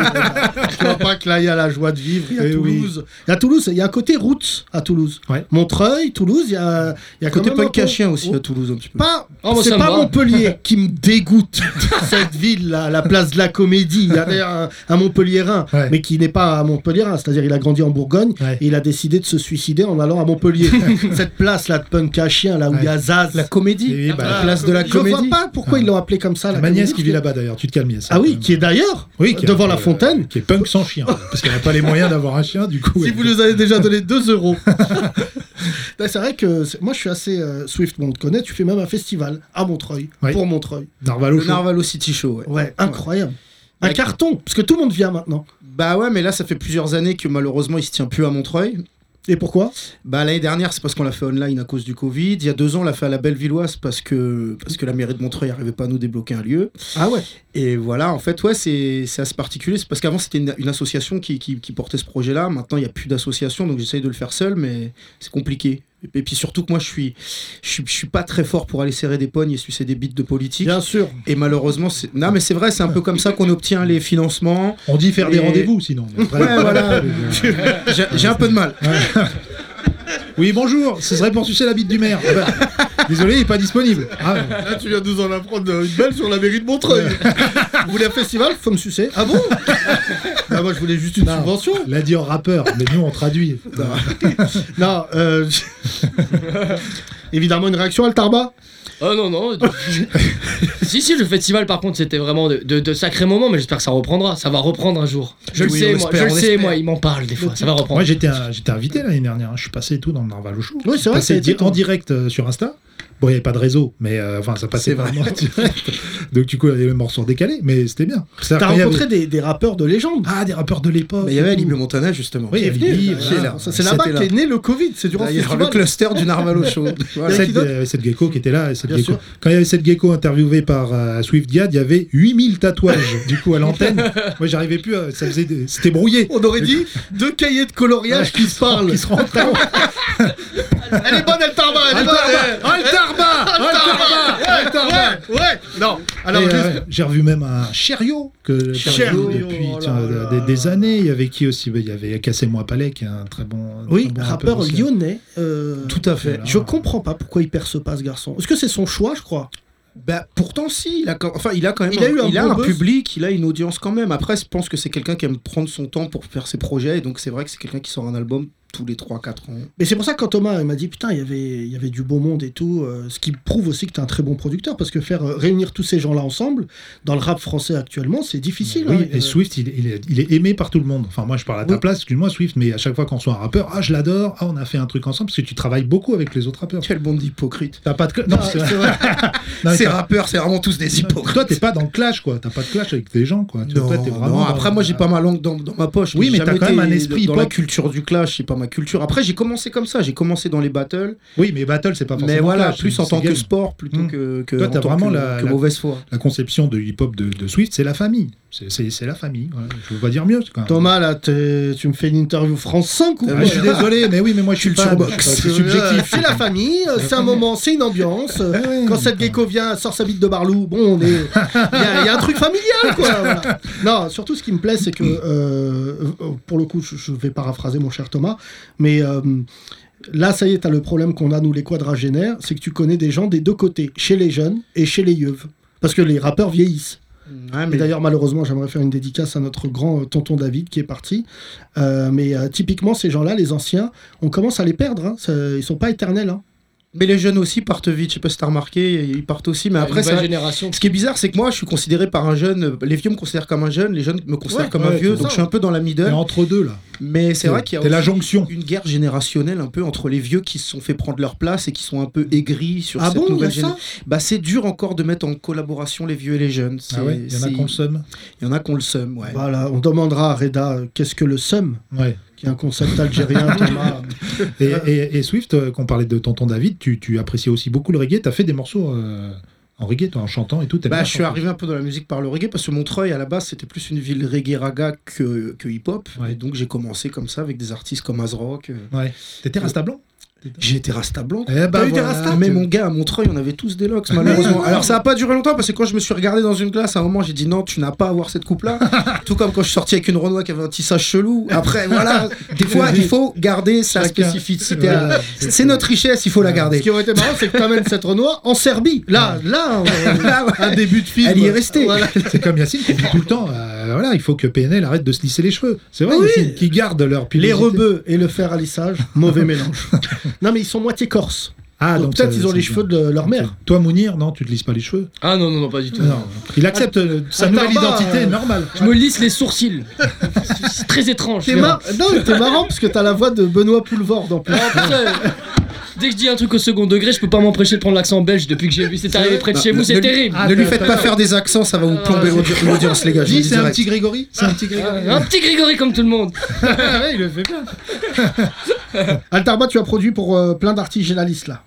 [SPEAKER 3] Je vois pas que là, il y a la joie de vivre. Il y a
[SPEAKER 4] Eh oui.
[SPEAKER 3] Toulouse. Il y a Toulouse, il y a un côté roots à Toulouse. Montreuil, Toulouse, il y a, il y a
[SPEAKER 13] Côté
[SPEAKER 3] quand même un
[SPEAKER 13] punk à
[SPEAKER 3] peu- Oh.
[SPEAKER 13] chien aussi à Toulouse un petit peu.
[SPEAKER 3] Pas,
[SPEAKER 13] Ah, moi,
[SPEAKER 3] c'est
[SPEAKER 13] ça me
[SPEAKER 3] pas
[SPEAKER 13] va.
[SPEAKER 3] Montpellier qui me dégoûte, cette ville, là, la place de la comédie. Il y a d'ailleurs un, un Montpelliérain, mais qui n'est pas un Montpelliérain. C'est-à-dire, il a grandi en Bourgogne et il a décidé de se suicider en allant à Montpellier. cette place, là, de punk à chien, là où il y a Zaz. La comédie.
[SPEAKER 4] bah,
[SPEAKER 3] la
[SPEAKER 4] la
[SPEAKER 3] place de la comédie. Ah, Je vois pas pourquoi ils l'ont appelé comme ça. La
[SPEAKER 4] Ma nièce
[SPEAKER 3] comédie,
[SPEAKER 4] qui vit
[SPEAKER 3] parce que-
[SPEAKER 4] là-bas d'ailleurs, tu te calmes, Yass.
[SPEAKER 3] Ah oui, qui est d'ailleurs
[SPEAKER 4] Oui, qui est-
[SPEAKER 3] devant la
[SPEAKER 4] euh,
[SPEAKER 3] fontaine.
[SPEAKER 4] Qui est punk sans chien, parce qu'elle n'a pas les moyens d'avoir un chien, du coup. euh,
[SPEAKER 3] Si
[SPEAKER 4] elle-
[SPEAKER 3] vous nous avez déjà donné 2 euros. Non, c'est vrai que c'est- moi je suis assez euh, Swift, on te connaît. Tu fais même un festival à Montreuil,
[SPEAKER 4] Ouais.
[SPEAKER 3] pour Montreuil.
[SPEAKER 4] Narvalo
[SPEAKER 3] Le
[SPEAKER 4] Show.
[SPEAKER 3] Narvalo City Show, ouais. incroyable. Un
[SPEAKER 13] Ouais.
[SPEAKER 3] carton, parce que tout le monde vient maintenant.
[SPEAKER 13] Bah ouais, mais là, ça fait plusieurs années que malheureusement, il se tient plus à Montreuil.
[SPEAKER 3] Et pourquoi
[SPEAKER 13] Bah l'année dernière, c'est parce qu'on l'a fait online à cause du Covid. Il y a deux ans, on l'a fait à la Bellevilloise parce que parce que la mairie de Montreuil n'arrivait pas à nous débloquer un lieu.
[SPEAKER 3] Ah ouais.
[SPEAKER 13] Et voilà, en fait, ouais, c'est c'est assez particulier. C'est parce qu'avant, c'était une, une association qui, qui- qui portait ce projet-là. Maintenant, il n'y a plus d'association, donc j'essaye de le faire seul, mais c'est compliqué. Et puis surtout que moi, je suis, je suis, je suis pas très fort pour aller serrer des pognes et sucer des bites de politique. Bien
[SPEAKER 3] sûr.
[SPEAKER 13] Et malheureusement, c'est- non, mais c'est vrai, c'est un peu comme ça qu'on obtient les financements.
[SPEAKER 4] On dit faire
[SPEAKER 13] Et-
[SPEAKER 4] des rendez-vous sinon.
[SPEAKER 13] Ouais, voilà. J'ai- J'ai un peu de mal.
[SPEAKER 4] euh, Oui, bonjour, ce serait pour sucer la bite du maire. Ah bah, désolé, il n'est pas disponible. Ah,
[SPEAKER 3] Là, tu viens de nous en apprendre une belle sur la mairie de Montreuil. Vous voulez un festival Faut me sucer. Ah bon Ah, Moi, je voulais juste une subvention.
[SPEAKER 4] l'a dit en rappeur, mais nous on traduit.
[SPEAKER 3] Non, euh, évidemment, une réaction, Altarba
[SPEAKER 15] Oh non, non. si, si, le festival, par contre, c'était vraiment de, de- de sacrés moments, mais j'espère que ça reprendra. Ça va reprendre un jour. Je le
[SPEAKER 4] Oui,
[SPEAKER 15] sais,
[SPEAKER 4] on
[SPEAKER 15] moi.
[SPEAKER 4] espère,
[SPEAKER 15] je
[SPEAKER 4] on
[SPEAKER 15] le sais,
[SPEAKER 4] espère.
[SPEAKER 15] moi. Il m'en parle des fois. Ça va reprendre.
[SPEAKER 4] Moi j'étais un- j'étais invité l'année dernière, hein. je suis passé et tout dans le Narval Show.
[SPEAKER 3] Oui, c'est vrai, ça a
[SPEAKER 4] Passé
[SPEAKER 3] été
[SPEAKER 4] di- en direct euh, sur Insta. Bon, il n'y avait pas de réseau, mais euh, enfin, ça passait
[SPEAKER 3] C'est vrai.
[SPEAKER 4] vraiment en direct. Donc, du coup, il y avait les morceaux décalés, mais c'était bien.
[SPEAKER 3] T'as rencontré des, des rappeurs de légende
[SPEAKER 4] Ah, des rappeurs de l'époque.
[SPEAKER 13] Bah, Il y avait Alibé Montana justement.
[SPEAKER 4] Oui, il y avait Libby, voilà.
[SPEAKER 3] Ça, C'est là-bas
[SPEAKER 13] C'était
[SPEAKER 3] qu'est né le Covid. C'est durant ce
[SPEAKER 13] D'ailleurs,
[SPEAKER 3] festival.
[SPEAKER 13] le cluster du Narvalo Show. Voilà.
[SPEAKER 4] Cette,
[SPEAKER 13] Anecdote.
[SPEAKER 4] euh, cette gecko qui était là, et cette
[SPEAKER 13] Bien
[SPEAKER 4] gecko.
[SPEAKER 13] sûr.
[SPEAKER 4] Quand il y avait cette gecko interviewée par euh, Swift Diad, il y avait 8000 tatouages du coup à l'antenne. Moi j'arrivais plus, à- ça faisait, des- c'était brouillé.
[SPEAKER 3] On aurait dit deux cahiers de coloriage qui se parlent. elle est bonne, Altarba. Elle est bonne.
[SPEAKER 4] Altarba,
[SPEAKER 3] elle- Altarba. Altarba. Ouais, ouais. Non.
[SPEAKER 13] Ah,
[SPEAKER 3] Alors,
[SPEAKER 4] Et,
[SPEAKER 3] juste-
[SPEAKER 4] euh, j'ai revu même un chériot que
[SPEAKER 3] Chériot,
[SPEAKER 4] Chériot depuis
[SPEAKER 13] oh
[SPEAKER 3] oh
[SPEAKER 4] tiens, Des, des années. Il y avait qui aussi Ben, Il y avait Cassez-moi Palais qui est un très bon. un
[SPEAKER 3] Oui,
[SPEAKER 4] très bon
[SPEAKER 3] rappeur
[SPEAKER 13] hein,
[SPEAKER 4] aussi.
[SPEAKER 3] lyonnais. euh,
[SPEAKER 13] Tout à fait.
[SPEAKER 3] Je comprends pas pourquoi il perce
[SPEAKER 13] Ah,
[SPEAKER 3] pas ce garçon. Est-ce que c'est son choix, je crois
[SPEAKER 13] Bah, pourtant, si, il a quand, enfin, il a quand même
[SPEAKER 3] Il a eu un bon buzz.
[SPEAKER 13] public, il a une audience quand même. Après, je pense que c'est quelqu'un qui aime prendre son temps pour faire ses projets, et donc c'est vrai que c'est quelqu'un qui sort un album tous les 3-4 ans.
[SPEAKER 3] Mais c'est pour ça que quand Thomas il m'a dit putain, il y avait, il y avait du beau monde et tout, euh, ce qui prouve aussi que t'es un très bon producteur parce que faire euh, réunir tous ces gens-là ensemble dans le rap français actuellement, c'est difficile.
[SPEAKER 4] Oui,
[SPEAKER 3] hein.
[SPEAKER 4] et Swift, il, est- il est, il est aimé par tout le monde. Enfin, moi, je parle à ta place, excuse-moi, Swift, mais à chaque fois qu'on soit un rappeur, ah, je l'adore, ah, on a fait un truc ensemble, parce que tu travailles beaucoup avec les autres rappeurs.
[SPEAKER 13] Quel bande d'hypocrites.
[SPEAKER 4] T'as pas de. cla- Non,
[SPEAKER 13] Ah,
[SPEAKER 4] c'est
[SPEAKER 13] c'est vrai.
[SPEAKER 4] Non, mais
[SPEAKER 13] Ces
[SPEAKER 4] t'as-
[SPEAKER 13] rappeurs, c'est vraiment tous des hypocrites.
[SPEAKER 4] Toi, t'es pas dans le clash, quoi. T'as pas de clash avec des gens, quoi. Tu-
[SPEAKER 13] Non,
[SPEAKER 4] toi, t'es
[SPEAKER 13] non,
[SPEAKER 4] vraiment.
[SPEAKER 13] Après,
[SPEAKER 4] dans-
[SPEAKER 13] moi, j'ai pas ma langue dans, dans ma poche.
[SPEAKER 4] Oui,
[SPEAKER 13] J'ai
[SPEAKER 4] mais t'as
[SPEAKER 13] jamais
[SPEAKER 4] quand même
[SPEAKER 13] été
[SPEAKER 4] un esprit
[SPEAKER 13] dans la
[SPEAKER 4] hip-hop.
[SPEAKER 13] culture du clash, c'est pas ma culture. Après, j'ai commencé comme ça, j'ai commencé dans les battles.
[SPEAKER 4] Oui, mais battle, c'est pas forcément.
[SPEAKER 13] mais voilà,
[SPEAKER 4] clash,
[SPEAKER 13] plus
[SPEAKER 4] c'est-
[SPEAKER 13] en
[SPEAKER 4] c'est
[SPEAKER 13] tant que
[SPEAKER 4] game.
[SPEAKER 13] sport plutôt
[SPEAKER 4] Mm.
[SPEAKER 13] que, que
[SPEAKER 4] Toi,
[SPEAKER 13] en
[SPEAKER 4] t'as
[SPEAKER 13] tant
[SPEAKER 4] vraiment
[SPEAKER 13] que-
[SPEAKER 4] la,
[SPEAKER 13] que
[SPEAKER 4] la-
[SPEAKER 13] mauvaise foi.
[SPEAKER 4] La conception de hip-hop de, de Swift, c'est la famille. C'est- C'est c'est la famille. voilà. Je veux pas dire mieux. c'est Quand même.
[SPEAKER 3] Thomas, là, t'es- tu me fais une interview France 5 ou
[SPEAKER 4] Ah,
[SPEAKER 3] quoi
[SPEAKER 4] je suis désolé, mais oui, mais moi je suis pas.
[SPEAKER 3] Culture box.
[SPEAKER 4] je suis pas- C'est
[SPEAKER 3] Euh,
[SPEAKER 4] subjectif. Ah
[SPEAKER 3] C'est la famille, euh, c'est un moment, c'est une ambiance. Euh, Quand cette gecko vient, elle sort sa bite de Barlou, bon, on est. Il y, a- il y a un truc familial, quoi. voilà. Non, surtout ce qui me plaît, c'est que, euh, euh, pour le coup, je, je vais paraphraser mon cher Thomas, mais. euh, Là, ça y est, t'as le problème qu'on a, nous, les quadragénaires, c'est que tu connais des gens des deux côtés, chez les jeunes et chez les yeux. Parce que les rappeurs vieillissent.
[SPEAKER 13] Mm. Ah,
[SPEAKER 3] Et d'ailleurs, malheureusement, j'aimerais faire une dédicace à notre grand euh, tonton David qui est parti. Euh, mais euh, typiquement, ces gens-là, les anciens, on commence à les perdre. Ils Ils sont pas éternels. hein.
[SPEAKER 13] Mais les jeunes aussi partent vite, je sais pas si t'as remarqué, ils partent aussi, mais
[SPEAKER 15] Ouais,
[SPEAKER 13] après
[SPEAKER 15] nouvelle
[SPEAKER 13] ça.
[SPEAKER 15] génération.
[SPEAKER 13] Ce qui est bizarre, c'est que moi, je suis considéré par un jeune. Les vieux me considèrent comme un jeune, les jeunes me considèrent
[SPEAKER 4] Ouais,
[SPEAKER 13] comme un
[SPEAKER 4] ouais,
[SPEAKER 13] vieux, donc
[SPEAKER 4] c'est ça.
[SPEAKER 13] je suis un peu dans la middle.
[SPEAKER 4] T'es entre deux là.
[SPEAKER 13] Mais c'est
[SPEAKER 4] T'es-
[SPEAKER 13] vrai qu'il y a
[SPEAKER 4] t'es la
[SPEAKER 13] aussi
[SPEAKER 4] jonction.
[SPEAKER 13] une guerre générationnelle un peu entre les vieux qui se sont fait prendre leur place et qui sont un peu aigris sur
[SPEAKER 4] Ah
[SPEAKER 13] cette
[SPEAKER 4] bon, il y a
[SPEAKER 13] nouvelle
[SPEAKER 4] ça
[SPEAKER 13] génération. Bah c'est dur encore de mettre en collaboration les vieux et les jeunes.
[SPEAKER 4] Ah ouais, il y en a qu'on le
[SPEAKER 13] somme. Il y en a qu'on le somme, ouais.
[SPEAKER 3] Voilà, on demandera à Reda euh, qu'est-ce que le SUM,
[SPEAKER 4] Ouais.
[SPEAKER 3] qui est un concept algérien, Thomas.
[SPEAKER 4] Et, et- et Swift, euh, qu'on parlait de Tonton David, tu, tu appréciais aussi beaucoup le reggae. T'as fait des morceaux euh, en reggae, toi, en chantant et tout. t'aimes
[SPEAKER 13] Bah,
[SPEAKER 4] bien
[SPEAKER 13] je suis
[SPEAKER 4] chanter.
[SPEAKER 13] arrivé un peu dans la musique par le reggae parce que Montreuil à la base c'était plus une ville reggae raga que, que hip hop et donc j'ai commencé comme ça avec des artistes comme Azrock. euh.
[SPEAKER 4] Ouais. T'étais Rasta Blanc
[SPEAKER 13] J'ai été Rasta Blanc.
[SPEAKER 4] Eh bah
[SPEAKER 13] T'as eu des
[SPEAKER 4] voilà.
[SPEAKER 13] Rasta Mais mon gars à Montreuil on avait tous des locks malheureusement. Alors ça a pas duré longtemps parce que quand je me suis regardé dans une glace à un moment j'ai dit non tu n'as pas à avoir cette coupe là. Tout comme quand je suis sorti avec une Renoir qui avait un tissage chelou. Après voilà des fois il faut garder sa
[SPEAKER 3] Chacun.
[SPEAKER 13] spécificité.
[SPEAKER 3] Voilà.
[SPEAKER 13] C'est notre richesse il faut la garder.
[SPEAKER 3] Euh, Ce qui aurait été marrant, c'est que t'amènes cette Renoir en Serbie. Là, là, on-
[SPEAKER 4] Ah
[SPEAKER 3] un début de film.
[SPEAKER 13] Elle y est restée.
[SPEAKER 4] C'est comme Yacine qui dit tout le temps euh, voilà, il faut que PNL arrête de se lisser les cheveux. C'est vrai,
[SPEAKER 3] Ah Oui.
[SPEAKER 4] Yacine, qui garde leur
[SPEAKER 3] Les
[SPEAKER 4] pilosité.
[SPEAKER 3] rebeux et le fer à lissage, mauvais mélange. Non, mais ils sont moitié corse.
[SPEAKER 4] Ah, donc
[SPEAKER 3] peut-être
[SPEAKER 4] ça-
[SPEAKER 3] ils ont
[SPEAKER 4] ça
[SPEAKER 3] les
[SPEAKER 4] vient.
[SPEAKER 3] cheveux de leur mère.
[SPEAKER 4] Toi, Mounir, non, tu te lisses pas les cheveux
[SPEAKER 15] Ah non, non, non, pas du tout.
[SPEAKER 4] Non. Il accepte
[SPEAKER 3] Ah,
[SPEAKER 4] euh, sa
[SPEAKER 15] Un
[SPEAKER 4] nouvelle
[SPEAKER 3] bah,
[SPEAKER 15] tarbat,
[SPEAKER 4] identité
[SPEAKER 15] euh,
[SPEAKER 4] normale.
[SPEAKER 15] Je me lisse les sourcils. C'est très étrange.
[SPEAKER 3] T'es
[SPEAKER 15] mais
[SPEAKER 3] mar-
[SPEAKER 15] bon.
[SPEAKER 3] Non, mais t'es marrant parce que t'as la voix de Benoît Poulvord en plus.
[SPEAKER 4] Ah,
[SPEAKER 15] En plus, euh, Dès que je dis un truc au second degré, je peux pas m'empêcher de prendre l'accent belge depuis que j'ai vu c'est arrivé près de chez vous, c'est
[SPEAKER 13] Ne-
[SPEAKER 15] terrible.
[SPEAKER 4] Ah,
[SPEAKER 13] Ne lui faites pas faire des accents, ça va vous plomber l'audi- l'audience, les gars. je vous
[SPEAKER 4] Dis,
[SPEAKER 13] le dis
[SPEAKER 4] c'est un
[SPEAKER 13] direct.
[SPEAKER 4] petit Grégory C'est un petit Grégory.
[SPEAKER 15] Un petit Grégory comme tout le monde.
[SPEAKER 4] ouais, il le fait bien.
[SPEAKER 3] Altarba, tu as produit pour euh, plein d'artistes généralistes là.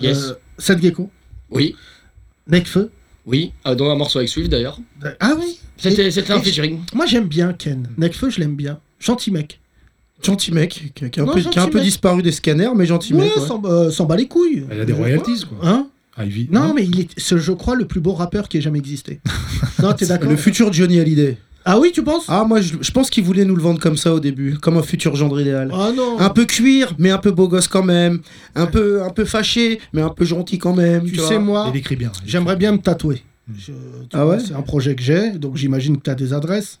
[SPEAKER 15] Yes.
[SPEAKER 3] Euh, Seth Gecko,
[SPEAKER 15] Oui.
[SPEAKER 3] Necfeu.
[SPEAKER 15] Oui, euh, dans un morceau avec Swift d'ailleurs.
[SPEAKER 3] Ah oui
[SPEAKER 15] C'était
[SPEAKER 3] Et-
[SPEAKER 15] c'était un
[SPEAKER 3] et-
[SPEAKER 15] featuring.
[SPEAKER 3] Moi j'aime bien Ken. Necfeu, je l'aime bien. Gentil mec.
[SPEAKER 13] Gentil mec, qui, qui a un,
[SPEAKER 3] Non,
[SPEAKER 13] peu,
[SPEAKER 3] gentil
[SPEAKER 13] qui a un peu
[SPEAKER 3] mec.
[SPEAKER 13] disparu des scanners, mais gentil
[SPEAKER 3] Ouais,
[SPEAKER 13] mec. ouais.
[SPEAKER 3] s'en euh, s'en bat les couilles.
[SPEAKER 4] Il a des
[SPEAKER 3] Je-
[SPEAKER 4] royalties, quoi.
[SPEAKER 3] Hein
[SPEAKER 4] Ah, il vit.
[SPEAKER 3] non, mais il est, ce, je crois, le plus beau rappeur qui ait jamais existé. non, t'es d'accord
[SPEAKER 13] Le futur Johnny Hallyday.
[SPEAKER 3] Ah oui, tu penses
[SPEAKER 13] Ah, moi, je, je pense qu'il voulait nous le vendre comme ça au début, comme un futur gendre idéal.
[SPEAKER 3] Ah non
[SPEAKER 13] Un peu cuir, mais un peu beau gosse quand même. Un peu, un peu fâché, mais un peu gentil quand même.
[SPEAKER 3] Tu
[SPEAKER 13] vois.
[SPEAKER 3] sais, moi,
[SPEAKER 4] Il écrit bien.
[SPEAKER 3] j'aimerais bien me tatouer. Je- tu
[SPEAKER 13] Ah
[SPEAKER 3] vois,
[SPEAKER 13] ouais
[SPEAKER 3] C'est un projet que j'ai, donc j'imagine que tu as des adresses.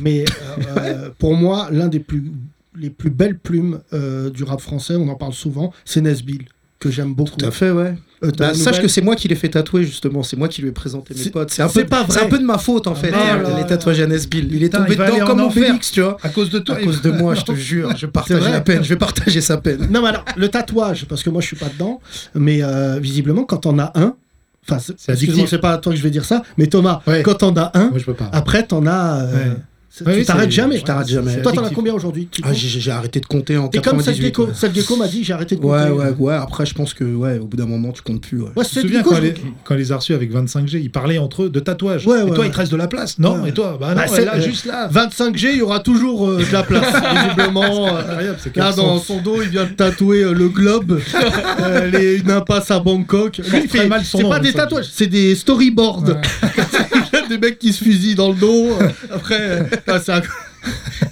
[SPEAKER 3] Mais euh, pour moi, l'un des plus, les plus belles plumes euh, du rap français, on en parle souvent, c'est Nesbill, que j'aime beaucoup.
[SPEAKER 13] Tout à fait, ouais.
[SPEAKER 3] Euh, t'as
[SPEAKER 13] Bah,
[SPEAKER 3] une
[SPEAKER 13] sache
[SPEAKER 3] nouvelle
[SPEAKER 13] que c'est moi qui l'ai fait tatouer justement, c'est moi qui lui ai présenté mes
[SPEAKER 3] C'est-
[SPEAKER 13] potes. C'est un,
[SPEAKER 3] c'est
[SPEAKER 13] peu-
[SPEAKER 3] pas vrai.
[SPEAKER 13] c'est un peu de ma faute en fait,
[SPEAKER 3] Ah, là,
[SPEAKER 13] les
[SPEAKER 3] là.
[SPEAKER 13] tatouages à Nesbill. Il est
[SPEAKER 4] Putain,
[SPEAKER 13] tombé
[SPEAKER 4] il va aller
[SPEAKER 13] dedans
[SPEAKER 4] en
[SPEAKER 13] comme
[SPEAKER 4] enfer.
[SPEAKER 13] Obélix, tu vois.
[SPEAKER 4] À cause de toi.
[SPEAKER 13] À cause de moi, je te jure, je partage
[SPEAKER 3] vrai.
[SPEAKER 13] la peine, je vais partager sa peine.
[SPEAKER 3] Non, mais alors, le tatouage, parce que moi, je suis pas dedans, mais euh, visiblement, quand on a un, enfin, c'est excuse-moi,
[SPEAKER 4] addictif.
[SPEAKER 3] c'est pas à toi que je vais dire ça, mais Thomas,
[SPEAKER 4] Ouais.
[SPEAKER 3] quand on a un,
[SPEAKER 4] Moi, je peux pas.
[SPEAKER 3] après, t'en as. euh,
[SPEAKER 4] Ouais.
[SPEAKER 3] c'est-
[SPEAKER 4] Ouais,
[SPEAKER 3] tu
[SPEAKER 4] oui,
[SPEAKER 3] t'arrêtes
[SPEAKER 4] c'est-
[SPEAKER 3] jamais.
[SPEAKER 13] je t'arrête jamais.
[SPEAKER 3] Toi, t'en as
[SPEAKER 13] Addictif.
[SPEAKER 3] combien aujourd'hui tu
[SPEAKER 13] Ah,
[SPEAKER 3] comptes
[SPEAKER 13] j'ai- j'ai j'ai arrêté de compter en
[SPEAKER 3] T'es comme Seth
[SPEAKER 13] 98.
[SPEAKER 3] Gecko.
[SPEAKER 13] ouais.
[SPEAKER 3] Seth Gecko m'a dit j'ai arrêté de compter.
[SPEAKER 13] Ouais, ouais, ouais. Après, je pense que, ouais, au bout d'un moment, tu comptes plus. ouais.
[SPEAKER 3] Ouais,
[SPEAKER 4] Tu te
[SPEAKER 3] Seth
[SPEAKER 4] souviens
[SPEAKER 3] Gecko.
[SPEAKER 4] quand,
[SPEAKER 3] je-
[SPEAKER 4] les, quand les a reçus avec 25G, ils parlaient entre eux de tatouage.
[SPEAKER 3] Ouais,
[SPEAKER 4] et
[SPEAKER 3] ouais,
[SPEAKER 4] toi,
[SPEAKER 3] ouais.
[SPEAKER 4] il te reste de la place. Non,
[SPEAKER 3] Ouais.
[SPEAKER 4] et toi, bah non,
[SPEAKER 3] Bah, c'est-
[SPEAKER 4] là,
[SPEAKER 3] euh,
[SPEAKER 4] juste là.
[SPEAKER 3] 25G, il y aura toujours euh, de la place, visiblement. euh,
[SPEAKER 4] Incroyable, c'est
[SPEAKER 3] Là,
[SPEAKER 4] qu'elles
[SPEAKER 3] dans
[SPEAKER 4] sont-
[SPEAKER 3] son dos, il vient de tatouer euh, le globe, euh, les- une impasse à Bangkok. Lui, il
[SPEAKER 4] Très
[SPEAKER 3] fait-
[SPEAKER 4] mal son
[SPEAKER 3] c'est
[SPEAKER 4] nom,
[SPEAKER 3] pas
[SPEAKER 4] hein,
[SPEAKER 3] des
[SPEAKER 4] ça,
[SPEAKER 3] tatouages, c'est des storyboards. Il y a des mecs qui se fusillent dans le dos. euh, après, euh, ah, c'est inc-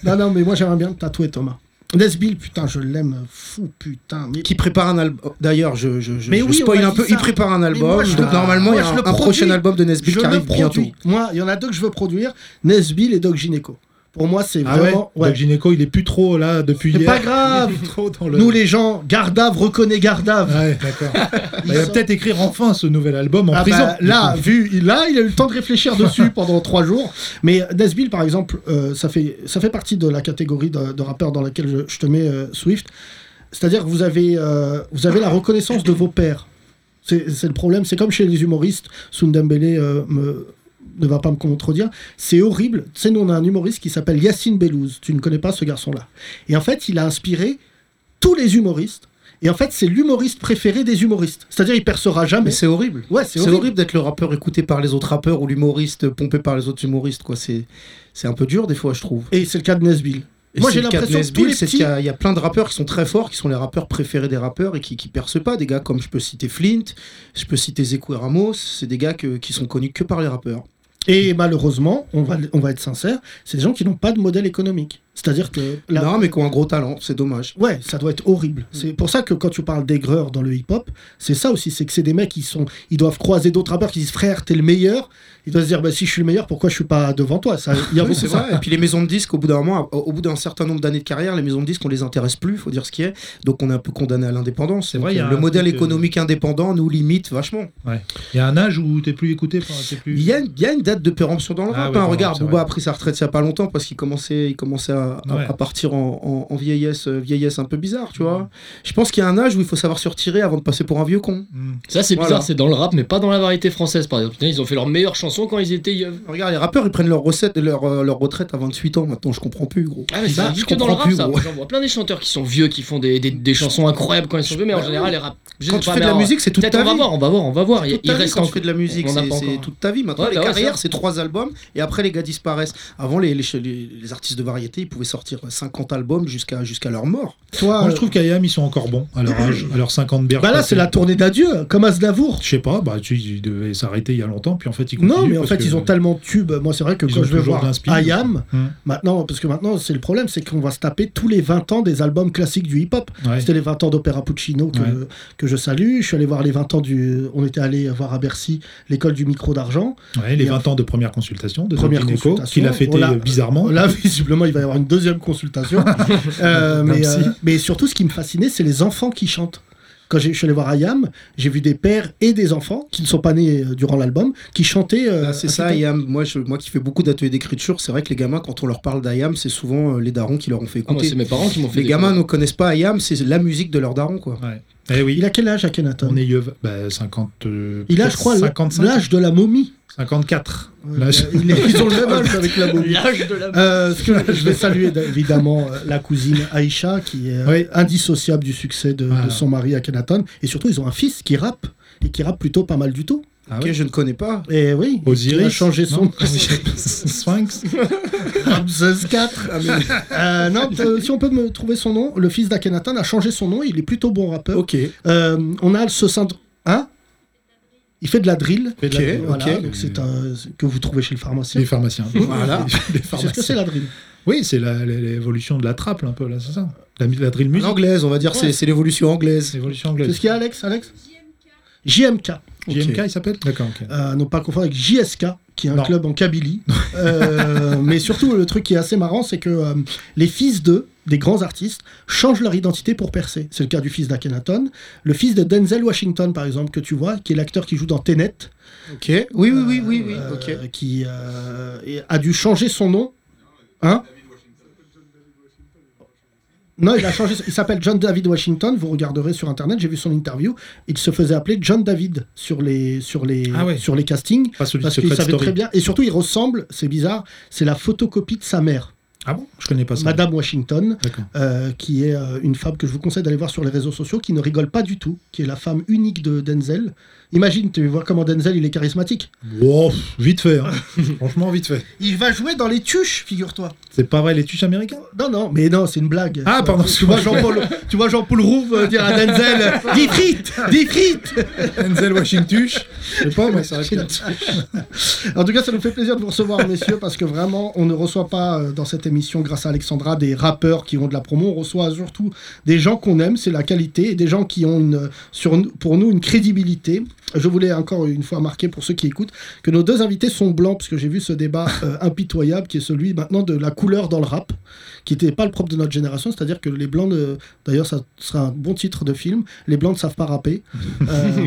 [SPEAKER 3] non, non, mais moi j'aimerais bien le tatouer, Thomas. Nesbill, putain, je l'aime, fou, putain. Mais...
[SPEAKER 13] Qui prépare un album. D'ailleurs, je, je, je,
[SPEAKER 3] Mais
[SPEAKER 13] je
[SPEAKER 3] oui, on
[SPEAKER 13] spoil
[SPEAKER 3] m'a
[SPEAKER 13] un
[SPEAKER 3] dit
[SPEAKER 13] peu.
[SPEAKER 3] ça.
[SPEAKER 13] Il prépare un
[SPEAKER 3] Mais
[SPEAKER 13] album.
[SPEAKER 3] moi, je
[SPEAKER 13] donc,
[SPEAKER 3] le-
[SPEAKER 13] normalement, il y
[SPEAKER 3] moi,
[SPEAKER 13] a
[SPEAKER 3] je
[SPEAKER 13] un,
[SPEAKER 3] le
[SPEAKER 13] un prochain
[SPEAKER 3] produis.
[SPEAKER 13] album de Nesbill
[SPEAKER 3] Je
[SPEAKER 13] qui
[SPEAKER 3] le
[SPEAKER 13] arrive bientôt.
[SPEAKER 3] produis. Moi, il y en a deux que je veux produire Nesbill et Doc Gineco. Pour moi, c'est
[SPEAKER 4] Ah ouais,
[SPEAKER 3] vraiment. ouais.
[SPEAKER 4] Doc Gynéco, il est plus trop là depuis
[SPEAKER 3] C'est
[SPEAKER 4] hier.
[SPEAKER 3] pas grave.
[SPEAKER 4] Trop dans le-
[SPEAKER 3] Nous les gens, Gardave reconnaît Gardave.
[SPEAKER 4] Ouais, d'accord. Bah, il va
[SPEAKER 3] sont-
[SPEAKER 4] peut-être écrire enfin ce nouvel album en
[SPEAKER 3] Ah
[SPEAKER 4] prison.
[SPEAKER 3] bah,
[SPEAKER 4] du
[SPEAKER 3] là,
[SPEAKER 4] coup.
[SPEAKER 3] vu, il- là, il a eu le temps de réfléchir dessus pendant trois jours. Mais Nesbill, par exemple, euh, ça, fait, ça fait partie de la catégorie de, de rappeurs dans laquelle je, je te mets euh, Swift. C'est-à-dire que vous avez, euh, vous avez la reconnaissance de vos pairs. C'est c'est le problème. C'est comme chez les humoristes. Sundembele euh, me- ne va pas me contredire. C'est horrible. Tu sais, nous, on a un humoriste qui s'appelle Yacine Bellouz. Tu ne connais pas ce garçon-là. Et en fait, il a inspiré tous les humoristes. Et en fait, c'est l'humoriste préféré des humoristes. C'est-à-dire, il percera jamais.
[SPEAKER 13] Mais c'est horrible.
[SPEAKER 3] Ouais, c'est
[SPEAKER 13] C'est
[SPEAKER 3] horrible.
[SPEAKER 13] horrible d'être le rappeur écouté par les autres rappeurs ou l'humoriste pompé par les autres humoristes. quoi. C'est c'est un peu dur, des fois, je trouve.
[SPEAKER 3] Et c'est le cas de Nesbill.
[SPEAKER 13] Et
[SPEAKER 3] Moi,
[SPEAKER 13] c'est
[SPEAKER 3] j'ai
[SPEAKER 13] le cas de
[SPEAKER 3] l'impression que tous
[SPEAKER 13] Nesbill,
[SPEAKER 3] les
[SPEAKER 13] c'est
[SPEAKER 3] petits.
[SPEAKER 13] qu'il y, a- il y a plein de rappeurs qui sont très forts, qui sont les rappeurs préférés des rappeurs et qui, qui percent pas. Des gars comme je peux citer Flint, je peux citer Zeku et Ramos, c'est des gars que- qui sont connus que par les rappeurs.
[SPEAKER 3] Et malheureusement, on va, on va être sincère, c'est des gens qui n'ont pas de modèle économique. C'est-à-dire que.
[SPEAKER 13] Non, mais qui ont un gros talent, c'est dommage. Mm.
[SPEAKER 3] Ouais, ça doit être horrible. C'est pour ça que quand tu parles d'aigreur dans le hip-hop, c'est ça aussi, c'est que c'est des mecs qui sont. Ils doivent croiser d'autres rappeurs qui disent frère, t'es le meilleur. Ils doivent se dire bah, si je suis le meilleur, pourquoi je suis pas devant toi ça, Il y a
[SPEAKER 13] Oui,
[SPEAKER 3] beaucoup
[SPEAKER 13] c'est
[SPEAKER 3] ça.
[SPEAKER 13] vrai. Et puis les maisons de disques, au bout d'un moment, au- au bout d'un certain nombre d'années de carrière, les maisons de disques, on les intéresse plus, faut dire ce qui est. Donc on est un peu condamné à l'indépendance. C'est
[SPEAKER 4] vrai, il y a
[SPEAKER 13] le
[SPEAKER 4] un
[SPEAKER 13] modèle
[SPEAKER 4] truc, euh,
[SPEAKER 13] économique indépendant nous limite vachement.
[SPEAKER 4] Il y a un âge où t'es plus écouté. enfin, t'es plus...
[SPEAKER 13] Il y, a, il y a une date de péremption dans le
[SPEAKER 4] Ah
[SPEAKER 13] rap.
[SPEAKER 4] ouais,
[SPEAKER 13] hein.
[SPEAKER 4] dans le
[SPEAKER 13] regarde,
[SPEAKER 4] rap, c'est
[SPEAKER 13] Booba
[SPEAKER 4] vrai.
[SPEAKER 13] a pris sa retraite il y a pas longtemps parce qu'il commençait, il commençait à, à-
[SPEAKER 4] Ouais.
[SPEAKER 13] à partir en, en- en vieillesse, euh, vieillesse un peu bizarre, tu vois. Je pense qu'il y a un âge où il faut savoir se retirer avant de passer pour un vieux con.
[SPEAKER 15] Ça, c'est
[SPEAKER 13] Hmm. Voilà.
[SPEAKER 15] bizarre, c'est dans le rap, mais pas dans la variété française, par exemple. Putain, Ils ont fait leurs meilleures chansons quand ils étaient. euh,
[SPEAKER 13] Regarde, les rappeurs, ils prennent leur, recette, leur, euh, leur retraite à 28 ans maintenant, je comprends plus, gros.
[SPEAKER 15] Ah, mais c'est
[SPEAKER 13] Bah,
[SPEAKER 15] juste
[SPEAKER 13] je
[SPEAKER 15] que dans le
[SPEAKER 13] comprends
[SPEAKER 15] rap,
[SPEAKER 13] plus,
[SPEAKER 15] ça.
[SPEAKER 13] gros.
[SPEAKER 15] J'en vois plein des chanteurs qui sont vieux, qui font des, des- des chansons incroyables quand ils sont vieux, mais en
[SPEAKER 13] Bah
[SPEAKER 15] général,
[SPEAKER 13] oui.
[SPEAKER 15] les rap. je
[SPEAKER 13] Quand
[SPEAKER 15] sais
[SPEAKER 13] tu
[SPEAKER 15] pas,
[SPEAKER 13] fais de
[SPEAKER 15] mais
[SPEAKER 13] la
[SPEAKER 15] alors,
[SPEAKER 13] musique, c'est toute
[SPEAKER 15] peut-être
[SPEAKER 13] ta
[SPEAKER 15] on va
[SPEAKER 13] vie.
[SPEAKER 15] voir, on va voir, on va voir.
[SPEAKER 13] C'est
[SPEAKER 15] Il,
[SPEAKER 13] toute
[SPEAKER 15] il
[SPEAKER 13] ta vie
[SPEAKER 15] reste
[SPEAKER 13] quand
[SPEAKER 15] en-
[SPEAKER 13] tu fais de la musique,
[SPEAKER 15] on en a
[SPEAKER 13] c'est
[SPEAKER 15] pas
[SPEAKER 13] c'est
[SPEAKER 15] encore.
[SPEAKER 13] toute ta vie. Maintenant,
[SPEAKER 15] Ouais,
[SPEAKER 13] les
[SPEAKER 15] bah ouais,
[SPEAKER 13] carrières,
[SPEAKER 15] ça.
[SPEAKER 13] c'est trois albums et après les gars disparaissent. Avant, les, les, les- les artistes de variété, ils pouvaient sortir 50 albums jusqu'à jusqu'à leur mort.
[SPEAKER 4] Toi,
[SPEAKER 3] euh,
[SPEAKER 4] Moi, je trouve qu'Ayam, ils sont encore bons à leur âge, à leur 50 bières.
[SPEAKER 13] euh, Bah là,
[SPEAKER 4] passées.
[SPEAKER 13] c'est la
[SPEAKER 3] tournée d'adieu, comme Aznavour.
[SPEAKER 4] Je sais pas, bah, tu, ils devaient s'arrêter il y a longtemps, puis en fait, ils continuent.
[SPEAKER 3] Non, mais en
[SPEAKER 4] parce
[SPEAKER 3] fait,
[SPEAKER 4] que-
[SPEAKER 3] ils ont tellement de tubes. Moi, c'est vrai que
[SPEAKER 4] Ils
[SPEAKER 3] quand
[SPEAKER 4] ont
[SPEAKER 3] je vais
[SPEAKER 4] toujours de
[SPEAKER 3] voir
[SPEAKER 4] l'inspi.
[SPEAKER 3] IAM,
[SPEAKER 4] Hmm.
[SPEAKER 3] maintenant, parce que maintenant, c'est le problème, c'est qu'on va se taper tous les 20 ans des albums classiques du hip-hop.
[SPEAKER 4] Ouais.
[SPEAKER 3] C'était les 20 ans d'Opéra Puccino que,
[SPEAKER 4] Ouais.
[SPEAKER 3] que je salue. Je suis allé voir les 20 ans du. On était allé voir à Bercy l'école du micro d'argent.
[SPEAKER 4] Ouais, les
[SPEAKER 3] Et en-
[SPEAKER 4] 20 ans de première consultation de
[SPEAKER 3] Première
[SPEAKER 4] Tom Gineco,
[SPEAKER 3] consultation.
[SPEAKER 4] qu'il a fêté euh,
[SPEAKER 3] On l'a-
[SPEAKER 4] bizarrement.
[SPEAKER 3] Là, visiblement, il va y avoir une deuxième consultation. Euh,
[SPEAKER 4] D'un
[SPEAKER 3] mais,
[SPEAKER 4] psy.
[SPEAKER 3] euh, mais surtout, ce qui me fascinait, c'est les enfants qui chantent. Quand j'ai- je suis allé voir Ayam, j'ai vu des pères et des enfants qui ne sont pas nés euh, durant l'album, qui chantaient. euh,
[SPEAKER 13] c'est
[SPEAKER 3] à
[SPEAKER 13] ça,
[SPEAKER 3] cette-
[SPEAKER 13] IAM. Moi, je, moi qui fais beaucoup d'ateliers d'écriture, c'est vrai que les gamins, quand on leur parle d'IAM, c'est souvent euh, les darons qui leur ont fait
[SPEAKER 15] Ah, moi,
[SPEAKER 13] écouter.
[SPEAKER 15] c'est mes parents qui m'ont fait
[SPEAKER 13] Les
[SPEAKER 15] découvrir.
[SPEAKER 13] gamins ne connaissent pas IAM, c'est la musique de leurs darons, quoi.
[SPEAKER 3] Il a quel âge, Akhenaton
[SPEAKER 4] On est yeuve. Eh Bah, 50. euh,
[SPEAKER 3] Il a, je
[SPEAKER 4] peut-être
[SPEAKER 3] crois,
[SPEAKER 4] 55.
[SPEAKER 3] l'âge de la momie.
[SPEAKER 4] 54.
[SPEAKER 3] L'âge- Il est- Ils ont le même âge avec la momie.
[SPEAKER 15] L'âge de la momie.
[SPEAKER 3] Euh, ce que je vais saluer évidemment euh, la cousine Aïcha qui est euh,
[SPEAKER 4] Oui.
[SPEAKER 3] indissociable du succès de, de
[SPEAKER 4] Voilà.
[SPEAKER 3] son mari Akhenaton. Et surtout, ils ont un fils qui rappe et qui rappe plutôt pas mal du tout.
[SPEAKER 13] Ah Ok, ouais. je ne connais pas.
[SPEAKER 3] Et oui, il a
[SPEAKER 4] Osiris,
[SPEAKER 3] changé son.
[SPEAKER 4] non Sphinx. Ah,
[SPEAKER 3] Ramses 4. Euh, non, t- euh, si on peut me trouver son nom, le fils d'Akhenaton a changé son nom, il est plutôt bon rappeur.
[SPEAKER 13] Ok.
[SPEAKER 3] Euh, on a ce syndrome. Hein il fait de la drill.
[SPEAKER 4] fait de la drill,
[SPEAKER 3] Voilà,
[SPEAKER 4] ok.
[SPEAKER 3] donc c'est un- que vous trouvez chez le pharmacien.
[SPEAKER 4] Les pharmaciens.
[SPEAKER 3] Voilà.
[SPEAKER 4] Les
[SPEAKER 3] C'est ce que c'est la drill.
[SPEAKER 4] Oui, c'est la- la- l'évolution de la trappe, un peu, là, c'est ça. La, la drill music.
[SPEAKER 13] L'anglaise, on va dire, c'est- c'est l'évolution anglaise.
[SPEAKER 4] L'évolution
[SPEAKER 3] Qu'est-ce
[SPEAKER 4] anglaise.
[SPEAKER 3] qu'il y a, Alex, Alex JMK.
[SPEAKER 4] JMK,
[SPEAKER 3] Ok.
[SPEAKER 4] il s'appelle D'accord, ok.
[SPEAKER 3] Euh, non pas confondre avec JSK, qui est un club en Kabylie. Euh, mais surtout, le truc qui est assez marrant, c'est que euh, les fils d'eux, des grands artistes, changent leur identité pour percer. C'est le cas du fils d'Akhenaton, le fils de Denzel Washington, par exemple, que tu vois, qui est l'acteur qui joue dans Tenet,
[SPEAKER 13] Ok. Oui, oui, oui, oui, oui.
[SPEAKER 3] euh,
[SPEAKER 13] ok.
[SPEAKER 3] qui euh, et- a dû changer son nom. Hein non, il a changé. Il s'appelle John David Washington. Vous regarderez sur internet. J'ai vu son interview. Il se faisait appeler John David sur les sur les
[SPEAKER 4] Ah ouais.
[SPEAKER 3] sur les castings
[SPEAKER 4] Pas celui de
[SPEAKER 3] parce
[SPEAKER 4] Secret
[SPEAKER 3] qu'il savait
[SPEAKER 4] Story.
[SPEAKER 3] très bien. Et surtout, il ressemble. C'est bizarre. C'est la photocopie de sa mère.
[SPEAKER 4] Ah bon Je connais pas ça.
[SPEAKER 3] Madame Washington,
[SPEAKER 4] D'accord.
[SPEAKER 3] euh, qui est euh, une femme que je vous conseille d'aller voir sur les réseaux sociaux, qui ne rigole pas du tout, qui est la femme unique de Denzel. Imagine, tu vois comment Denzel, il est charismatique.
[SPEAKER 4] Wow, pff, vite fait, hein. franchement, vite fait.
[SPEAKER 3] Il va jouer dans les tuches, figure-toi.
[SPEAKER 4] C'est pas vrai, les tuches américains
[SPEAKER 3] Non, non, mais non, c'est une blague.
[SPEAKER 4] Ah,
[SPEAKER 3] Euh,
[SPEAKER 4] pardon,
[SPEAKER 3] tu vois Jean-Paul, tu vois Jean-Paul Rouve euh, dire à Denzel, euh, des frites, des frites.
[SPEAKER 4] Denzel Washington, je sais pas, moi, ça répète.
[SPEAKER 3] En tout cas, ça nous fait plaisir de vous recevoir, messieurs, parce que vraiment, on ne reçoit pas euh, dans cette émission, grâce à Alexandra, des rappeurs qui ont de la promo. On reçoit surtout des gens qu'on aime, c'est la qualité, et des gens qui ont une, euh, sur, nous- pour nous une crédibilité. Je voulais encore une fois marquer pour ceux qui écoutent que nos deux invités sont blancs, parce que j'ai vu ce débat euh, impitoyable qui est celui maintenant de la couleur dans le rap, qui n'était pas le propre de notre génération, c'est-à-dire que les blancs, ne- d'ailleurs, ça sera un bon titre de film, les blancs ne savent pas rapper. Euh,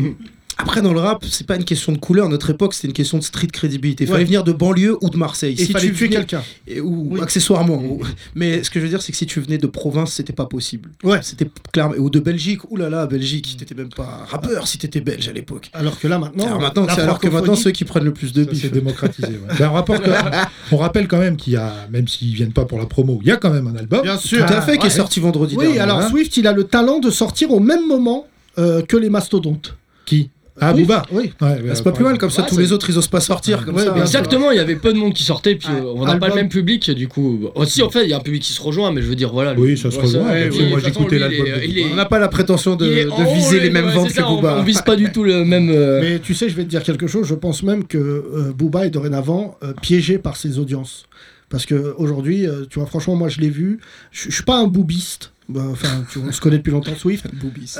[SPEAKER 13] Après, dans le rap, c'est pas une question de couleur. À notre époque, c'était une question de street crédibilité. Il fallait
[SPEAKER 3] Ouais.
[SPEAKER 13] venir de banlieue ou de Marseille.
[SPEAKER 3] Et fallait tuer
[SPEAKER 13] venais-
[SPEAKER 3] quelqu'un.
[SPEAKER 13] et- Ou accessoirement. ou- Mais ce que je veux dire, c'est que si tu venais de province, c'était pas possible.
[SPEAKER 3] Ouais.
[SPEAKER 13] C'était clair. Ou de Belgique. Ouh là là, Belgique. T'étais même pas rappeur si t'étais belge à l'époque.
[SPEAKER 3] alors que là, maintenant.
[SPEAKER 13] Alors, maintenant,
[SPEAKER 3] la
[SPEAKER 13] c'est alors que
[SPEAKER 3] francophonie-
[SPEAKER 13] maintenant, ceux qui prennent le plus de
[SPEAKER 4] Ça,
[SPEAKER 13] bif.
[SPEAKER 4] c'est démocratisé. ouais. Ben, on, rapporte quand même- on rappelle quand même qu'il y a, même s'ils viennent pas pour la promo, il y a quand même un album.
[SPEAKER 3] Bien sûr.
[SPEAKER 4] Tout
[SPEAKER 13] à fait, qui est sorti vendredi
[SPEAKER 3] Oui,
[SPEAKER 13] dernier,
[SPEAKER 3] alors
[SPEAKER 4] hein.
[SPEAKER 3] Swift, il a le talent de sortir au même moment euh, que les mastodontes.
[SPEAKER 4] Qui Ah,
[SPEAKER 3] Oui,
[SPEAKER 4] Booba
[SPEAKER 3] Oui.
[SPEAKER 4] Ouais,
[SPEAKER 13] Bah,
[SPEAKER 4] ouais,
[SPEAKER 13] c'est pas plus mal comme ça.
[SPEAKER 15] Ouais,
[SPEAKER 13] tous
[SPEAKER 15] c'est-
[SPEAKER 13] les autres, ils osent pas sortir comme
[SPEAKER 3] Ouais,
[SPEAKER 13] ça. hein.
[SPEAKER 3] bien sûr.
[SPEAKER 15] Exactement, il y avait peu de monde qui sortait, puis euh, on n'a pas
[SPEAKER 3] album.
[SPEAKER 15] le même public, du coup. euh, Aussi, en fait, il y a un public qui se rejoint, mais je veux dire, voilà. le-
[SPEAKER 4] Oui, ça se
[SPEAKER 15] Ouais,
[SPEAKER 4] rejoint.
[SPEAKER 15] ouais,
[SPEAKER 4] bien sûr.
[SPEAKER 15] oui,
[SPEAKER 4] Moi,
[SPEAKER 15] de toute façon,
[SPEAKER 4] j'écoutais
[SPEAKER 15] lui, il est-
[SPEAKER 4] l'album. de
[SPEAKER 15] il
[SPEAKER 4] Booba.
[SPEAKER 15] est-
[SPEAKER 13] On n'a pas la prétention de,
[SPEAKER 15] il est
[SPEAKER 13] de
[SPEAKER 15] en haut,
[SPEAKER 13] viser
[SPEAKER 15] lui,
[SPEAKER 13] les mêmes
[SPEAKER 15] ouais,
[SPEAKER 13] ventes
[SPEAKER 15] c'est
[SPEAKER 13] que
[SPEAKER 15] ça, on-
[SPEAKER 13] Booba.
[SPEAKER 15] On vise pas du tout le même. euh,
[SPEAKER 3] Mais tu sais, je vais te dire quelque chose. Je pense même que euh, Booba est dorénavant euh, piégé par ses audiences. Parce que aujourd'hui, euh, tu vois, franchement, moi je l'ai vu. Je je suis pas un boobiste. Bah, Enfin, tu- on se connaît depuis longtemps, Swift.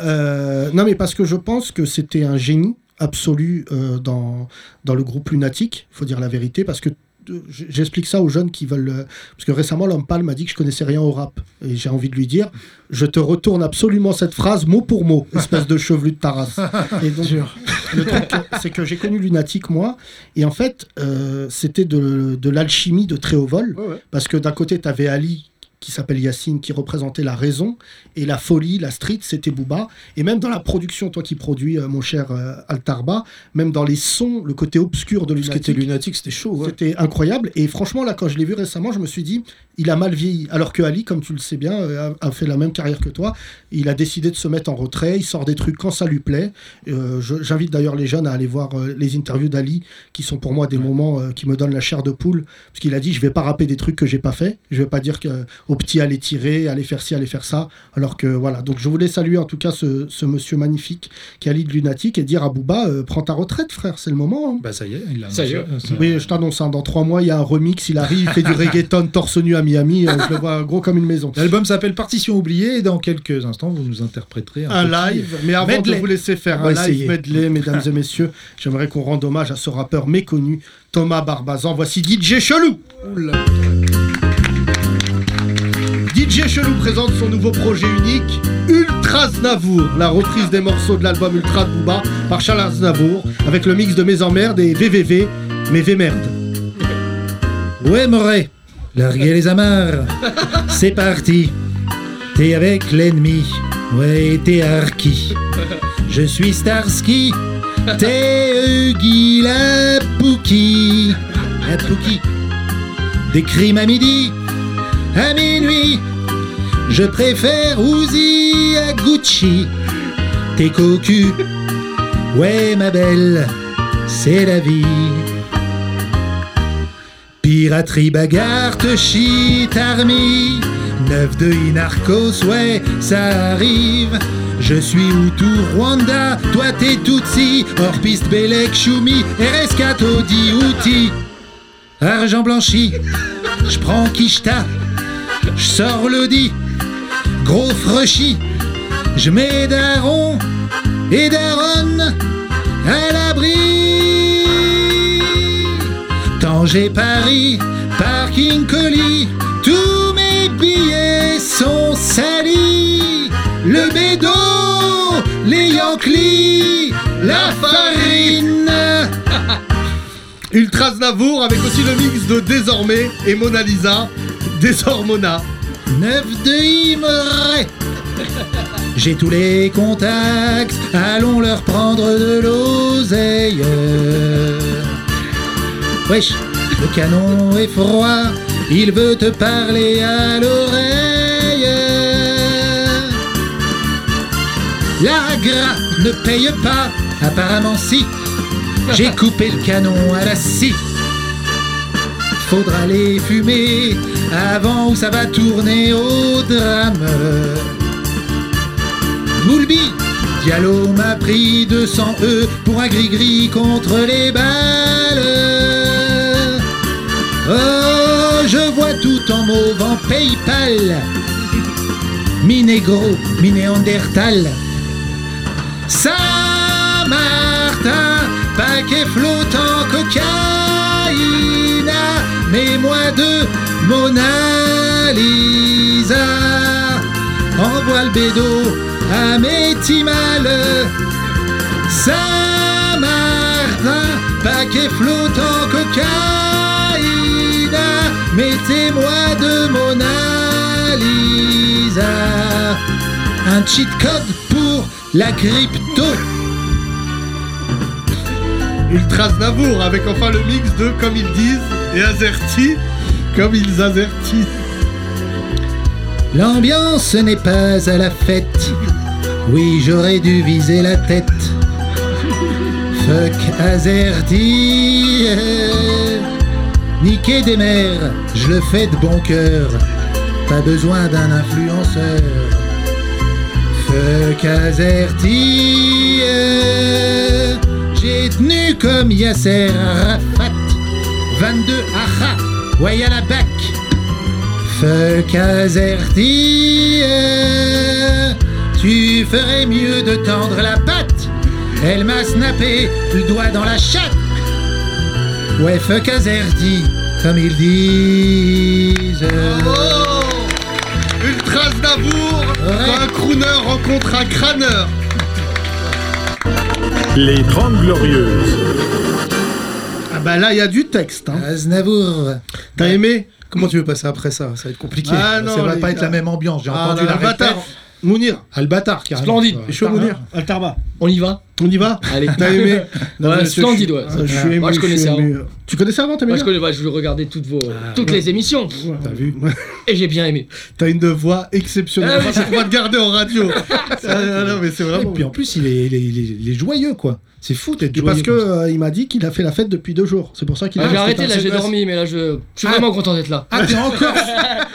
[SPEAKER 3] Euh, non, mais parce que je pense que c'était un génie absolu euh, dans, dans le groupe lunatique, faut dire la vérité, parce que euh, j- j'explique ça aux jeunes qui veulent. euh, parce que récemment, l'homme pâle m'a dit que je connaissais rien au rap. Et j'ai envie de lui dire je te retourne absolument cette phrase mot pour mot, espèce de chevelu de ta race. Et donc, le truc, c'est que j'ai connu Lunatic, moi, et en fait, euh, c'était de, de l'alchimie de très haut vol, parce que d'un côté, tu avais Ali qui s'appelle Yacine, qui représentait la raison, et la folie, la street, c'était Booba. Et même dans la production, toi qui produis, euh, mon cher euh, Altarba, même dans les sons, le côté obscur de Lunatic.
[SPEAKER 17] qui était
[SPEAKER 3] Lunatic, c'était chaud. C'était incroyable. Et franchement, là, quand je l'ai vu récemment, je me suis dit, il a mal vieilli. Alors que Ali, comme tu le sais bien, euh, a, a fait la même carrière que toi. Il a décidé de se mettre en retrait, il sort des trucs quand ça lui plaît. Euh, je- J'invite d'ailleurs les jeunes à aller voir euh, les interviews d'Ali, qui sont pour moi des moments euh, qui me donnent la chair de poule, parce qu'il a dit je vais pas rapper des trucs que j'ai pas fait, je vais pas dire que, euh, aux petits allez tirer, allez faire ci, allez faire ça, alors que voilà. Donc je voulais saluer en tout cas ce, ce monsieur magnifique qui est Ali de Lunatique et dire à Booba euh, prends ta retraite frère, c'est le moment. hein.
[SPEAKER 16] Bah ça y est, il l'a
[SPEAKER 4] euh, Ça y est.
[SPEAKER 16] annoncé.
[SPEAKER 3] Oui, je t'annonce, hein, dans trois mois, il y a un remix, il arrive, il fait du reggaeton torse nu à Miami, euh, je le vois gros comme une maison.
[SPEAKER 16] L'album s'appelle Partition oubliée et dans quelques instants vous nous interpréterez un,
[SPEAKER 3] un
[SPEAKER 16] petit
[SPEAKER 4] euh,
[SPEAKER 3] live, mais avant
[SPEAKER 16] hein. medley.
[SPEAKER 3] de vous laisser faire
[SPEAKER 16] On va
[SPEAKER 3] un live
[SPEAKER 16] essayer.
[SPEAKER 3] medley, mesdames et messieurs, j'aimerais qu'on rende hommage à ce rappeur méconnu, Thomas Barbazan. Voici DJ Chelou. DJ Chelou présente son nouveau projet unique, Ultra Znavour, la reprise des morceaux de l'album Ultra de Booba par Charles Aznavour, avec le mix de Mes Emmerdes et VVV, mais V-Merde.
[SPEAKER 16] Ouais, Moret, larguez les amarres. C'est parti. T'es avec l'ennemi. Ouais, t'es Arki. Je suis Starsky. T'es Huggy la Pouki. La Pouki. Des crimes à midi. À minuit. Je préfère Uzi à Gucci. T'es cocu. Ouais, ma belle. C'est la vie. Piraterie, bagarre, te shit, army. 9 de Inarcos, ouais, ça arrive. Je suis Hutu, Rwanda, toi t'es Tutsi. Hors piste, Belek, Choumi, RS4, Audi, Houthi. Argent blanchi, je prends Kishta, je sors le dit. Gros freshis, je mets Daron et Daron à l'abri. Tanger, Paris, parking colis, tous mes billets sont salis. Le bédo, les Yankees, la farine.
[SPEAKER 3] Ultra Znavour avec aussi le mix de Désormais et Mona Lisa, Désormona.
[SPEAKER 16] 9 de Imre. J'ai tous les contacts, allons leur prendre de l'oseille. Wesh, le canon est froid, il veut te parler à l'oreille. La gras ne paye pas, apparemment si. J'ai coupé le canon à la scie. Faudra les fumer avant où ça va tourner au drame. Moulbi, Diallo m'a pris 200 E pour un gris-gris contre les balles. Oh, je vois tout en mauve en PayPal. Minégro, Minéandertal. Saint-Martin, paquet flottant cocaïne, mets-moi de Mona Lisa, envoie le bédo à Métimal. Saint-Martin, paquet flottant cocaïne, mettez-moi de Mona Lisa un cheat code pour la crypto.
[SPEAKER 3] Ultra Znavour avec enfin le mix de Comme ils disent et Azerty, comme ils azertissent.
[SPEAKER 16] L'ambiance n'est pas à la fête. Oui, j'aurais dû viser la tête. Fuck Azerty. Niquer des mères, je le fais de bon cœur. Pas besoin d'un influenceur. Fuck Azerty. J'ai tenu comme Yasser Arafat. 22 aha Ouais, y a la bac. Fekazertia, tu ferais mieux de tendre la patte. Elle m'a snappé le doigt dans la chatte. Ouais, Fekazerti, comme ils disent.
[SPEAKER 5] Une trace d'amour, Oh un crooner rencontre un crâneur.
[SPEAKER 18] Les 30 Glorieuses.
[SPEAKER 3] Ah bah là, il y a du texte. Hein.
[SPEAKER 19] T'as aimé Comment tu veux passer après ça Ça va être compliqué.
[SPEAKER 4] Ah non, ça va pas être la même ambiance. J'ai
[SPEAKER 15] Ah
[SPEAKER 3] Ah,
[SPEAKER 4] entendu la
[SPEAKER 3] Albatar.
[SPEAKER 4] répète.
[SPEAKER 3] Mounir.
[SPEAKER 4] Albatar, carrément.
[SPEAKER 3] Splendide.
[SPEAKER 4] Ouais.
[SPEAKER 3] Et chaud, Mounir. Altarba.
[SPEAKER 15] On y va
[SPEAKER 3] On y va
[SPEAKER 15] Allez.
[SPEAKER 3] T'as aimé Non,
[SPEAKER 15] Ouais,
[SPEAKER 3] mais monsieur,
[SPEAKER 15] Splendide,
[SPEAKER 3] je-
[SPEAKER 15] ouais.
[SPEAKER 3] je suis ému,
[SPEAKER 15] Moi, je
[SPEAKER 3] je
[SPEAKER 15] connaissais
[SPEAKER 3] suis
[SPEAKER 15] avant.
[SPEAKER 3] ému. Tu connaissais avant, t'aimais
[SPEAKER 15] Moi, je
[SPEAKER 3] bien
[SPEAKER 15] connais pas, bah, je voulais regarder toutes vos, toutes
[SPEAKER 3] ouais.
[SPEAKER 15] les émissions.
[SPEAKER 3] T'as vu
[SPEAKER 15] Et j'ai bien aimé.
[SPEAKER 3] T'as une voix exceptionnelle.
[SPEAKER 15] Ah oui,
[SPEAKER 3] On va- On va te garder en radio. Ah, non, non, mais c'est
[SPEAKER 4] Et
[SPEAKER 3] vraiment.
[SPEAKER 4] puis en plus, il est, il est- il est- il est joyeux, quoi. C'est fou d'être
[SPEAKER 3] Et
[SPEAKER 4] joyeux.
[SPEAKER 3] parce que euh, il m'a dit qu'il a fait la fête depuis deux jours. C'est pour ça qu'il
[SPEAKER 15] Ah,
[SPEAKER 3] a.
[SPEAKER 15] j'ai arrêté là, j'ai dormi, mais là je, je suis vraiment content d'être là.
[SPEAKER 4] Ah, t'es encore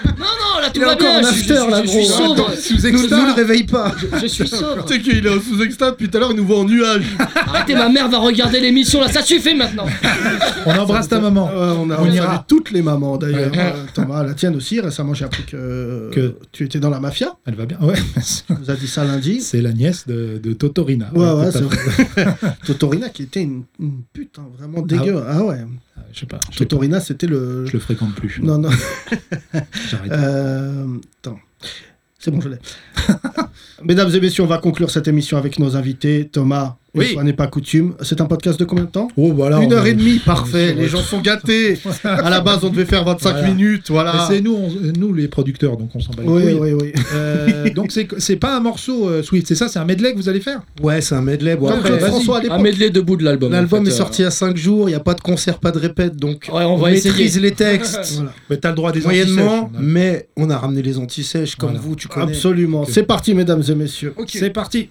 [SPEAKER 15] Non, non, là tout
[SPEAKER 3] Il est
[SPEAKER 15] va
[SPEAKER 3] encore
[SPEAKER 15] bien.
[SPEAKER 3] en
[SPEAKER 15] je suis- je
[SPEAKER 3] after,
[SPEAKER 15] suis-
[SPEAKER 3] là,
[SPEAKER 15] je suis
[SPEAKER 3] gros.
[SPEAKER 15] sobre.
[SPEAKER 3] Attends, sous-extra.
[SPEAKER 15] Nous- nous-
[SPEAKER 3] Ne réveille pas.
[SPEAKER 15] Je, je suis sobre.
[SPEAKER 3] Tu sais qu'il est en sous-extase depuis tout à l'heure, il nous voit en nuage.
[SPEAKER 15] Arrêtez, ma mère va regarder l'émission là, ça suffit maintenant.
[SPEAKER 4] On embrasse ta maman.
[SPEAKER 3] Ah, on a
[SPEAKER 4] On
[SPEAKER 3] on
[SPEAKER 4] ira.
[SPEAKER 3] toutes les mamans d'ailleurs.
[SPEAKER 4] Ouais.
[SPEAKER 3] Euh, Thomas, la tienne aussi. Récemment, j'ai appris que,
[SPEAKER 4] Que-
[SPEAKER 3] tu étais dans la mafia.
[SPEAKER 4] Elle va bien, ouais.
[SPEAKER 3] On nous a dit ça lundi.
[SPEAKER 4] C'est la nièce de, de Totorina.
[SPEAKER 3] Ouais, ouais,
[SPEAKER 4] tout à
[SPEAKER 3] c'est
[SPEAKER 4] fait.
[SPEAKER 3] vrai. Totorina qui était une, une pute, hein, vraiment dégueu. Ah, ouais.
[SPEAKER 4] Je sais pas. je sais
[SPEAKER 3] Totorina, c'était le.
[SPEAKER 4] Je le fréquente plus.
[SPEAKER 3] Non, non.
[SPEAKER 4] J'arrête.
[SPEAKER 3] Euh, attends. C'est bon, je l'ai. Mesdames et messieurs, on va conclure cette émission avec nos invités. Thomas, une
[SPEAKER 19] Oui.
[SPEAKER 3] fois n'est pas coutume. C'est un podcast de combien de temps
[SPEAKER 4] Oh, voilà.
[SPEAKER 3] Une
[SPEAKER 4] on-
[SPEAKER 3] heure et demie, parfait. Les gens sont gâtés. À la base, on devait faire 25
[SPEAKER 4] Voilà.
[SPEAKER 3] minutes. Voilà.
[SPEAKER 4] Mais C'est nous, on- nous les producteurs, donc on s'en bat les
[SPEAKER 3] Oui, oui,
[SPEAKER 4] couilles.
[SPEAKER 3] oui.
[SPEAKER 4] Euh, donc c'est c'est pas un morceau euh, Swift, c'est ça, c'est un medley que vous allez faire
[SPEAKER 19] Ouais, c'est un medley. Bon,
[SPEAKER 4] Comme
[SPEAKER 19] après,
[SPEAKER 3] euh,
[SPEAKER 4] Claude
[SPEAKER 19] vas-y.
[SPEAKER 4] François à l'époque. Un medley
[SPEAKER 15] debout de l'album,
[SPEAKER 19] L'album
[SPEAKER 15] en fait,
[SPEAKER 19] est
[SPEAKER 15] euh.
[SPEAKER 19] sorti à 5 jours, il n'y a pas de concert, pas de répète, donc
[SPEAKER 15] Ouais, on va essayer.
[SPEAKER 19] maîtrise les textes.
[SPEAKER 15] Voilà.
[SPEAKER 4] Mais t'as le droit à des
[SPEAKER 19] Moyennement,
[SPEAKER 4] antisèches, on a-
[SPEAKER 19] mais on a ramené les antisèches comme vous, tu connais.
[SPEAKER 3] Absolument. C'est parti, mesdames et messieurs.
[SPEAKER 4] C'est parti.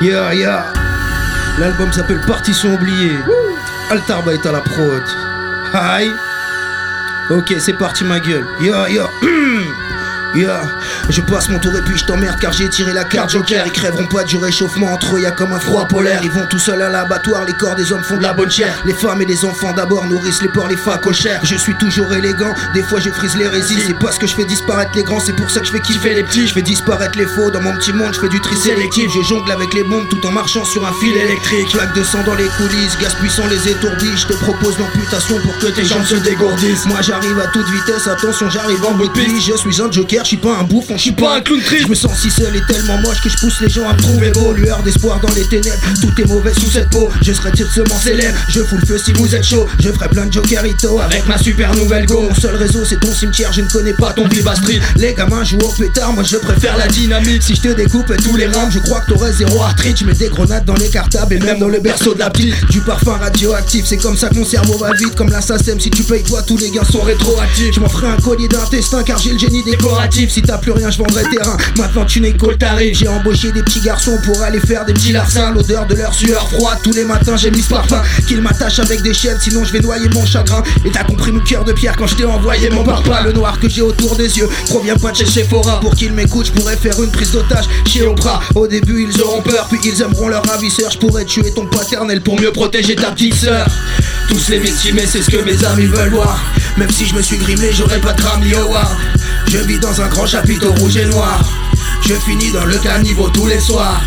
[SPEAKER 19] Yeah, yeah. L'album s'appelle Partition oubliée. Altarba est à la prod. Hi. Ok, c'est parti ma gueule. Yeah, yeah. Yeah. Je passe mon tour et puis je t'emmerde car j'ai tiré la carte joker Ils crèveront pas du réchauffement entre eux, y a comme un froid polaire Ils vont tout seuls à l'abattoir, les corps des hommes font de la bonne chair Les femmes et les enfants d'abord nourrissent les porcs, les facochères Je suis toujours élégant, des fois je frise les résis C'est pas ce que je fais disparaître les grands, c'est pour ça que je fais kiffer les petits Je fais disparaître les faux dans mon petit monde, je fais du tri sélectif Je jongle avec les bombes tout en marchant sur un fil électrique Claque de sang dans les coulisses, gaz puissant les étourdis Je te propose l'amputation pour que tes jambes se dégourdissent Moi j'arrive à toute vitesse, attention j'arrive en bout de piste Je suis un joker, je suis pas un bouffon, je suis pas un clown triste Je me sens si seul et tellement moche que je pousse les gens à me trouver beau Lueur d'espoir dans les ténèbres, tout est mauvais sous cette peau Je serai de semence célèbre, je fous le feu si vous êtes chaud Je ferai plein de jokerito avec ma super nouvelle go Mon seul réseau c'est ton cimetière, je ne connais pas ton Biba Street Les gamins jouent au pétard, moi je préfère la dynamique Si je te découpe tous les rames, je crois que t'aurais zéro arthrite Je mets des grenades dans les cartables et même dans le berceau de la petite Du parfum radioactif, c'est comme ça que mon cerveau va vite Comme la SACEM, si tu payes toi tous les gains sont rétroactifs Je m'en ferai un collier d'intestin car j'ai le génie décoratif Si t'as plus rien je vendrai terrain Maintenant tu n'es qu'au tarif J'ai embauché des petits garçons pour aller faire des petits larcins L'odeur de leur sueur froide tous les matins j'ai mis ce parfum Qu'ils m'attachent avec des chaînes sinon je vais noyer mon chagrin Et t'as compris mon cœur de pierre quand je t'ai envoyé mon parpaing Le noir que j'ai autour des yeux provient pas de chez Sephora Pour qu'ils m'écoutent je pourrais faire une prise d'otage chez Oprah Au début ils auront peur puis ils aimeront leur ravisseur Je pourrais tuer ton paternel pour mieux protéger ta petite sœur tous les victimes, c'est ce que mes amis veulent voir. Même si je me suis grimé, j'aurais pas de rami Howard. Je vis dans un grand chapiteau rouge et noir. Je finis dans le caniveau tous les soirs.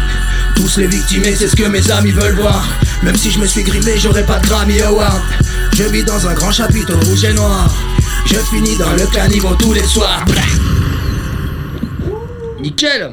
[SPEAKER 19] Tous les victimés, c'est ce que mes amis veulent voir. Même si je me suis grimé, j'aurais pas de Grammy Award. Je vis dans un grand chapiteau rouge et noir. Je finis dans le caniveau tous les soirs.
[SPEAKER 15] Nickel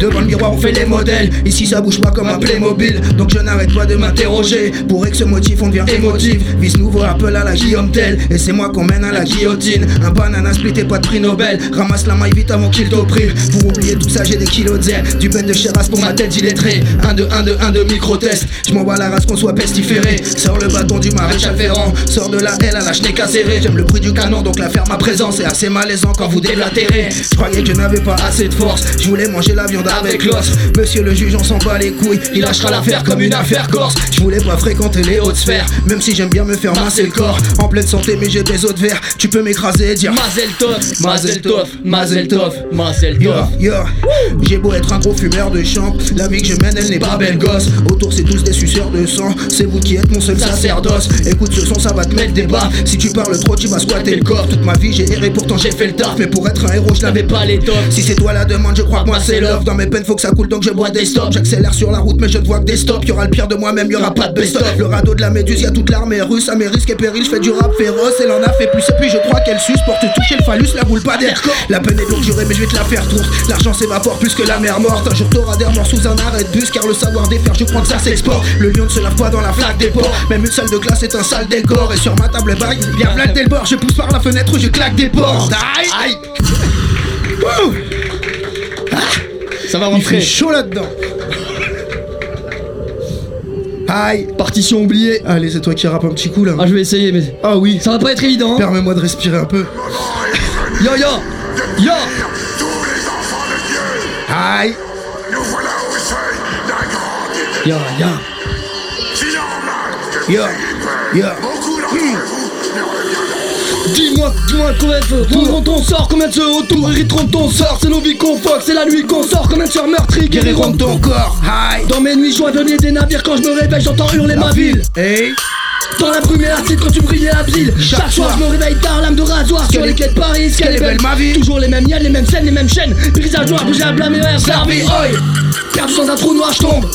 [SPEAKER 19] Devant le miroir on fait les modèles Ici ça bouge pas comme un Playmobil Donc je n'arrête pas de m'interroger Pour que ce motif on devient émotif Vise nouveau appel à la Guillaume Tell Et c'est moi qu'on mène à la guillotine Un banana split et pas de prix Nobel Ramasse la maille vite avant qu'il t'opprime Pour oublier tout ça j'ai des kilos de zèle Du Ben de Cheras pour ma tête illettrée 1, 2, 1, 2, 1, 2 micro-test Je m'envoie la race qu'on soit pestiféré Sors le bâton du maréchal Ferrand Sors de la haine à la Schneca serrée J'aime le bruit du canon donc la ferme à présent C'est assez malaisant quand vous déblatérez Je croyais que je n'avais pas assez de force Je voulais manger la viande dur d'avec l'os. Monsieur le juge, on s'en bat les couilles. Il lâchera l'affaire comme une affaire corse. Je voulais pas fréquenter les hautes sphères, même si j'aime bien me faire masser le corps. En pleine santé, mais j'ai des autres verres. Tu peux m'écraser et dire
[SPEAKER 15] Mazel tov, mazel tov, mazel tov, mazel
[SPEAKER 19] Yo,
[SPEAKER 15] tov.
[SPEAKER 19] yo. J'ai beau être un gros fumeur de champ, la vie que je mène elle n'est pas belle gosse. Autour c'est tous des suceurs de sang, c'est vous qui êtes mon seul sacerdoce. Écoute ce son, ça va te mettre des bas. Si tu parles trop, tu vas squatter le corps. Toute ma vie j'ai erré, pourtant j'ai fait le taf. Mais pour être un héros, je n'avais pas les tops. Si c'est toi la demande, je crois que moi c'est l'offre. Dans mes peines, faut que ça coule donc je bois des stops. J'accélère sur la route, mais je ne vois que des stops. Y'aura le pire de moi-même, y'aura pas de best-of. Le radeau de la méduse, y'a toute l'armée russe. À mes risques et périls, je fais du rap féroce. Elle en a fait plus, et puis je crois qu'elle suce pour te toucher le phallus, la boule pas d'air. La peine est lourde, jurée, mais je vais te la faire tourner. L'argent s'évapore plus que la mer morte. Un jour t'auras des remords sous un arrêt de bus, car le savoir défaire, je crois que ça s'exporte. Le lion ne se lave pas dans la flaque des porcs. Même une salle de classe est un sale décor. Et sur ma table bague, bien blague dès le bord. Je pousse par la fenêtre, je claque des portes. Aïe! Aïe! Wouh
[SPEAKER 15] Ça va
[SPEAKER 19] Il fait chaud là-dedans. Aïe Partition oubliée Allez, c'est toi qui rappe un petit coup là. Ah,
[SPEAKER 15] je vais essayer, mais.
[SPEAKER 19] Ah oui
[SPEAKER 15] Ça va pas être évident. hein.
[SPEAKER 19] Permets-moi de respirer un peu.
[SPEAKER 15] Yo yo Yo
[SPEAKER 19] Aïe Yo, yo Yo, yo
[SPEAKER 10] Hmm.
[SPEAKER 15] Dis-moi, dis-moi combien de tourneront ton sort, combien de ceux autour hériteront de ton sort C'est nos vies qu'on foque, c'est la nuit qu'on sort, combien de sœurs meurtries guériront de ton corps
[SPEAKER 19] Aïe.
[SPEAKER 15] Dans mes nuits joindonnées des navires, quand je me réveille j'entends hurler ma ville
[SPEAKER 19] Hey
[SPEAKER 15] Dans la brume et la titre quand tu brillais la ville
[SPEAKER 19] Chaque
[SPEAKER 15] Chaque, soir
[SPEAKER 19] soir.
[SPEAKER 15] je me réveille tard, l'âme de rasoir Sur
[SPEAKER 19] Quelle
[SPEAKER 15] les
[SPEAKER 19] est-
[SPEAKER 15] quais de Paris,
[SPEAKER 19] quelle est belle ma vie.
[SPEAKER 15] Toujours les mêmes miennes, les mêmes scènes, les mêmes chaînes Paysage noir, bouger à plat, mes rêves, la vie, oi Perdu dans un trou noir, je tombe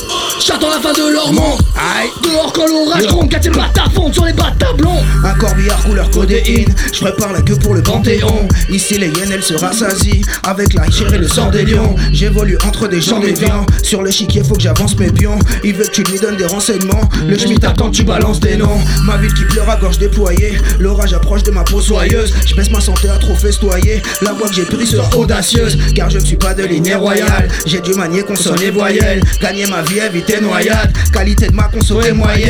[SPEAKER 15] J'attends la fin de leur monde
[SPEAKER 19] Aïe
[SPEAKER 15] Dehors quand l'orage
[SPEAKER 19] Yo.
[SPEAKER 15] gronde, qu'a-t-il pas ta fonte sur les bas tablons
[SPEAKER 19] Un corbillard couleur codéine, je prépare la queue pour le panthéon. Ici les hyènes elles se rassasient avec la chair et le sang des lions. J'évolue entre des gens déviants. Sur l'échiquier faut que j'avance mes pions. Il veut que tu lui donnes des renseignements. Le schmitt attend, tu balances des noms. Ma ville qui pleure à gorge déployée. L'orage approche de ma peau soyeuse. Je baisse ma santé à trop festoyer. La voix que j'ai prise sera audacieuse. Car je ne suis pas de lignée royale. J'ai dû manier consonne et voyelle. Gagner ma vie, éviter noyade. Qualité de ma conso est moyenne.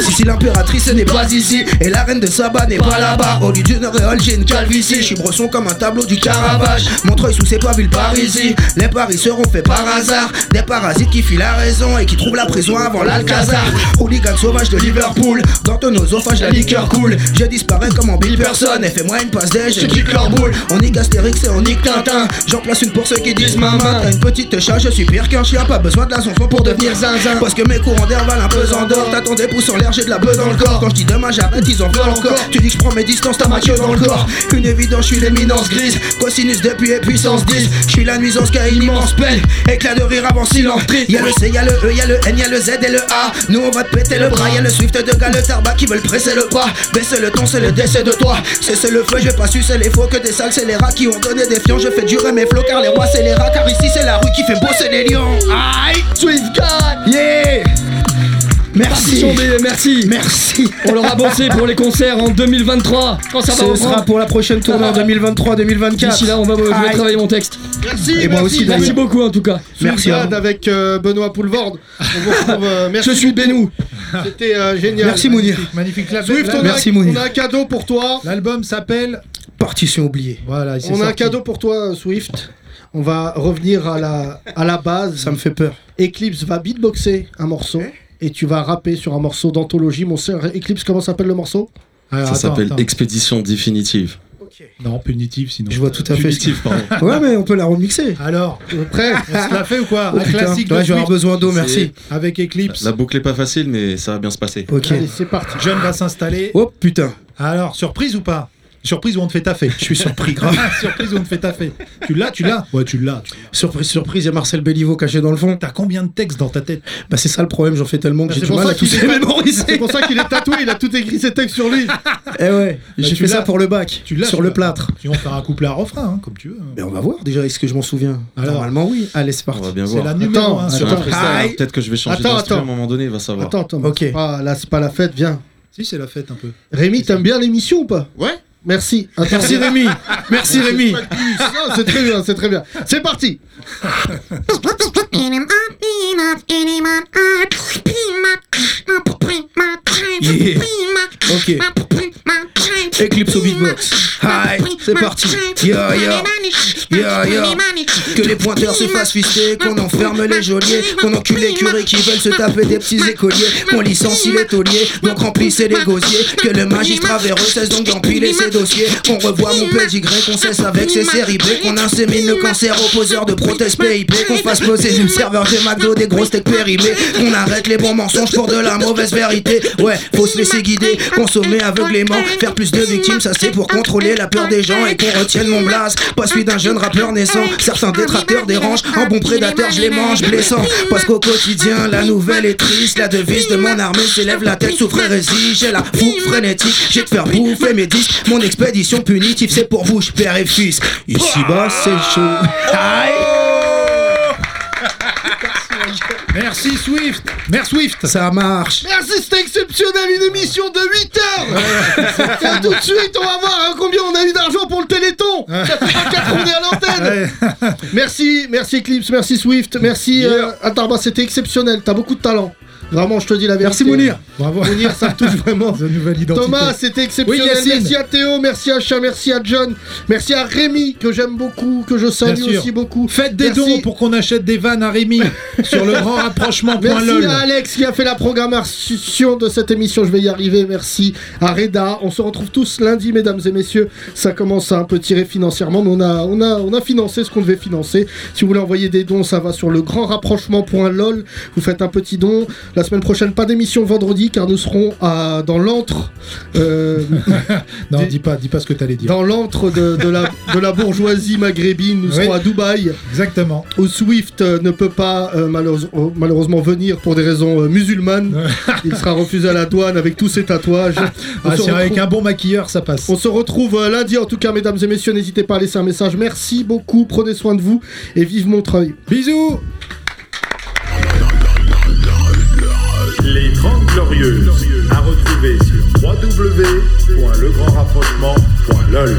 [SPEAKER 19] Si si l'impératrice n'est pas ici Et la reine de Saba n'est pas là-bas Au lieu d'une auréole j'ai une calvitie Je suis bresson comme un tableau du Caravage Montreuil sous ses pas villes par ici Les paris seront faits par hasard Des parasites qui filent la raison Et qui trouvent la prison avant l'Alcazar Hooligan sauvage de Liverpool Dans ton oesophage la liqueur coule Je disparais comme en Bill Person Et fais-moi une passe déj, je kick leur boule On nique Astérix et on nique Tintin J'en place une pour ceux qui disent maman T'as une petite chatte, je suis pire qu'un chien Pas besoin de la chanson pour devenir zinzin Parce que mes courants d'air valent un peu d'or T'attends des pouces en l'air, j'ai de la buzz dans le corps Quand je dis demain j'arrête, ils en veulent encore Tu dis que je prends mes distances, t'as Mathieu dans le corps Une évidence, je suis l'éminence grise Cosinus depuis et puissance 10 Je suis la nuisance qui a une immense peine Éclat de rire avant silence triste Y'a le C, y'a le E, y'a le N, y'a le Z et le A Nous on va te péter le bras Y'a le Swift de gars, le Tarba qui veulent presser le pas Baissez le ton, c'est le décès de toi Cessez le feu, je vais pas sucer les faux Que des sales scélérats qui ont donné des fions Je fais durer mes flots car les rois c'est les rats Car ici c'est la rue qui fait bosser les lions Ah. Aïe
[SPEAKER 15] Swift God
[SPEAKER 19] Yeah Merci
[SPEAKER 15] Partition B, merci
[SPEAKER 19] Merci
[SPEAKER 15] On l'aura bossé pour les concerts en 2023 Quand ça
[SPEAKER 19] Ce
[SPEAKER 15] va
[SPEAKER 19] sera
[SPEAKER 15] reprendre Ah.
[SPEAKER 19] pour la prochaine tournée en 2023-2024.
[SPEAKER 15] D'ici là on va, je vais
[SPEAKER 19] Aïe.
[SPEAKER 15] travailler mon texte
[SPEAKER 3] Merci,
[SPEAKER 19] Et moi aussi,
[SPEAKER 15] Merci
[SPEAKER 19] d'ailleurs.
[SPEAKER 15] beaucoup en tout cas
[SPEAKER 3] Merci
[SPEAKER 19] à vous.
[SPEAKER 3] avec euh, Benoît Poulvord. On vous retrouve, euh, merci.
[SPEAKER 19] Je suis Benou.
[SPEAKER 3] C'était euh, génial.
[SPEAKER 19] Merci Mounir.
[SPEAKER 4] Magnifique clap.
[SPEAKER 3] Swift, on,
[SPEAKER 19] Merci,
[SPEAKER 3] a,
[SPEAKER 19] Mounir.
[SPEAKER 3] on a un cadeau pour toi.
[SPEAKER 4] L'album s'appelle.
[SPEAKER 19] Partition oubliée.
[SPEAKER 4] Voilà, il s'est
[SPEAKER 3] On a un
[SPEAKER 4] sorti.
[SPEAKER 3] cadeau pour toi, euh, Swift. On va revenir à la, à la base.
[SPEAKER 19] Ça me fait peur.
[SPEAKER 3] Eclipse va beatboxer un morceau et tu vas rapper sur un morceau d'anthologie. Mon cher Eclipse, comment s'appelle le morceau
[SPEAKER 4] Alors,
[SPEAKER 12] Ça
[SPEAKER 4] attends,
[SPEAKER 12] s'appelle
[SPEAKER 4] attends.
[SPEAKER 12] Expédition Définitive.
[SPEAKER 4] Non, punitive sinon.
[SPEAKER 19] Je vois tout à fait. ce
[SPEAKER 12] Punitive, pardon.
[SPEAKER 19] que- Ouais, mais on peut la remixer.
[SPEAKER 4] Alors, prêt On se la fait ou quoi
[SPEAKER 19] Oh,
[SPEAKER 4] Un
[SPEAKER 19] putain.
[SPEAKER 4] classique de
[SPEAKER 19] Ouais, je vais avoir
[SPEAKER 4] Swift.
[SPEAKER 19] besoin d'eau, merci.
[SPEAKER 4] Avec Eclipse.
[SPEAKER 12] La boucle est pas facile, mais ça va bien se passer.
[SPEAKER 19] Ok.
[SPEAKER 4] Allez, c'est parti. John va s'installer.
[SPEAKER 19] Oh putain.
[SPEAKER 4] Alors, surprise ou pas Surprise ou on te fait taffer
[SPEAKER 19] Je suis surpris, grave.
[SPEAKER 4] surprise ou on te fait taffer Tu l'as, tu l'as Ouais, tu l'as. tu l'as.
[SPEAKER 19] Surprise, surprise, il y a Marcel Béliveau caché dans le fond.
[SPEAKER 4] T'as combien de textes dans ta tête
[SPEAKER 19] Bah, c'est ça le problème, j'en fais tellement que
[SPEAKER 3] Bah,
[SPEAKER 19] j'ai
[SPEAKER 3] c'est
[SPEAKER 19] du
[SPEAKER 3] pour
[SPEAKER 19] mal
[SPEAKER 3] ça
[SPEAKER 19] à tous
[SPEAKER 3] qu'il
[SPEAKER 19] les
[SPEAKER 3] est- C'est
[SPEAKER 19] mémoriser.
[SPEAKER 3] pour ça qu'il est tatoué, il a tout écrit ses textes sur lui.
[SPEAKER 19] Eh ouais, j'ai
[SPEAKER 4] tu
[SPEAKER 19] fait ça
[SPEAKER 4] l'as.
[SPEAKER 19] pour le bac,
[SPEAKER 4] Tu l'as
[SPEAKER 19] sur
[SPEAKER 4] tu
[SPEAKER 19] le
[SPEAKER 4] l'as.
[SPEAKER 19] plâtre.
[SPEAKER 4] Tu vas faire un couplet à refrain, hein, comme tu veux.
[SPEAKER 19] Mais on va voir déjà, est-ce que je m'en souviens
[SPEAKER 4] Alors.
[SPEAKER 19] Normalement, oui. Allez, c'est parti.
[SPEAKER 12] On va bien
[SPEAKER 4] C'est
[SPEAKER 12] voir.
[SPEAKER 4] la numéro 1
[SPEAKER 12] Sur
[SPEAKER 4] sur
[SPEAKER 12] un
[SPEAKER 4] ta
[SPEAKER 12] freestyle,
[SPEAKER 19] Aïe.
[SPEAKER 12] peut-être que je vais changer
[SPEAKER 3] Attends,
[SPEAKER 12] d'instru à un
[SPEAKER 3] attends.
[SPEAKER 12] moment donné, va savoir.
[SPEAKER 3] Attends, attends.
[SPEAKER 19] Ok.
[SPEAKER 3] c'est pas- là, c'est pas la fête, viens.
[SPEAKER 4] Si, c'est la fête un peu.
[SPEAKER 3] Rémi, t'aimes bien l'émission ou pas
[SPEAKER 12] Ouais.
[SPEAKER 3] Merci. Attends,
[SPEAKER 19] Ah, Merci
[SPEAKER 3] viens.
[SPEAKER 19] Rémi. Merci Rémi.
[SPEAKER 3] Ah, c'est très bien, c'est très bien. C'est parti.
[SPEAKER 19] Yeah. Ok. Eclipse au beatbox. Hi. C'est parti. Yo yo. Yo yo. Que les pointeurs se fassent fister, qu'on enferme les geôliers, qu'on encule les curés qui veulent se taper des petits écoliers, qu'on licencie les tauliers, donc remplissez les gosiers, que le magistrat véreux cesse donc d'empiler ses dossiers, qu'on revoit mon pedigree, qu'on cesse avec ses séries B, qu'on insémine le cancer aux poseurs de prothèses PIP, qu'on fasse poser une serveur chez McDo des grosses tech périmées, qu'on arrête les bons mensonges pour de la mauvaise vérité. Ouais, faut se laisser guider, consommer aveuglément, faire plus de victimes, ça c'est pour contrôler la peur des gens et qu'on retienne mon blase, pas celui d'un jeune rappeur naissant. Certains détracteurs dérangent, un bon prédateur je les mange, blessant. Parce qu'au quotidien, la nouvelle est triste, la devise de mon armée s'élève la tête, souffre et résiste. J'ai la fou frénétique, j'ai de faire bouffer mes disques. Mon expédition punitive, c'est pour vous, je père et fils. Ici bas, c'est chaud. Aïe.
[SPEAKER 4] Merci Swift Merci Swift
[SPEAKER 19] Ça marche
[SPEAKER 3] Merci, c'était exceptionnel, une émission de 8 heures Et tout de suite, on va voir hein, combien on a eu d'argent pour le Téléthon Ça fait pas 4 qu'on est à l'antenne Merci, merci Eclipse, merci Swift, merci... euh, attends, bah, c'était exceptionnel, t'as beaucoup de talent Vraiment, je te dis la vérité.
[SPEAKER 4] Merci Mounir. Bravo.
[SPEAKER 3] Mounir, ça me touche vraiment.
[SPEAKER 4] nouvelle identité.
[SPEAKER 3] Thomas, c'était exceptionnel.
[SPEAKER 4] Oui, Yacine.
[SPEAKER 3] merci à Théo, merci à Chat, merci à John, merci à Rémi, que j'aime beaucoup, que je
[SPEAKER 4] Bien
[SPEAKER 3] salue
[SPEAKER 4] sûr.
[SPEAKER 3] aussi beaucoup.
[SPEAKER 4] Faites des
[SPEAKER 3] Merci.
[SPEAKER 4] dons pour qu'on achète des vannes à Rémi sur le grand
[SPEAKER 3] Merci
[SPEAKER 4] rapprochement.lol.
[SPEAKER 3] à Alex qui a fait la programmation de cette émission. Je vais y arriver. Merci à Reda. On se retrouve tous lundi, mesdames et messieurs. Ça commence à un peu tirer financièrement, mais on a, on a, on a financé ce qu'on devait financer. Si vous voulez envoyer des dons, ça va sur le grand rapprochement.lol. Vous faites un petit don. La semaine prochaine, pas d'émission vendredi, car nous serons à, dans l'antre. euh,
[SPEAKER 4] Non, dis pas, dis pas ce que t'allais dire.
[SPEAKER 3] dans l'antre de, de la, de la bourgeoisie maghrébine. Nous
[SPEAKER 4] Oui.
[SPEAKER 3] serons à Dubaï
[SPEAKER 4] Exactement.
[SPEAKER 3] où Swift euh, ne peut pas euh, malheureuse- euh, malheureusement venir pour des raisons euh, musulmanes. Il sera refusé à la douane avec tous ses tatouages. On
[SPEAKER 4] Ah,
[SPEAKER 3] se
[SPEAKER 4] c'est avec
[SPEAKER 3] retrouve-
[SPEAKER 4] un bon maquilleur, ça passe.
[SPEAKER 3] on se retrouve euh, lundi en tout cas mesdames et messieurs, n'hésitez pas à laisser un message. Merci beaucoup, prenez soin de vous et vive Montreuil.
[SPEAKER 4] Bisous
[SPEAKER 18] Les 30 Glorieuses, à retrouver sur www.legrandrapprochement.lol.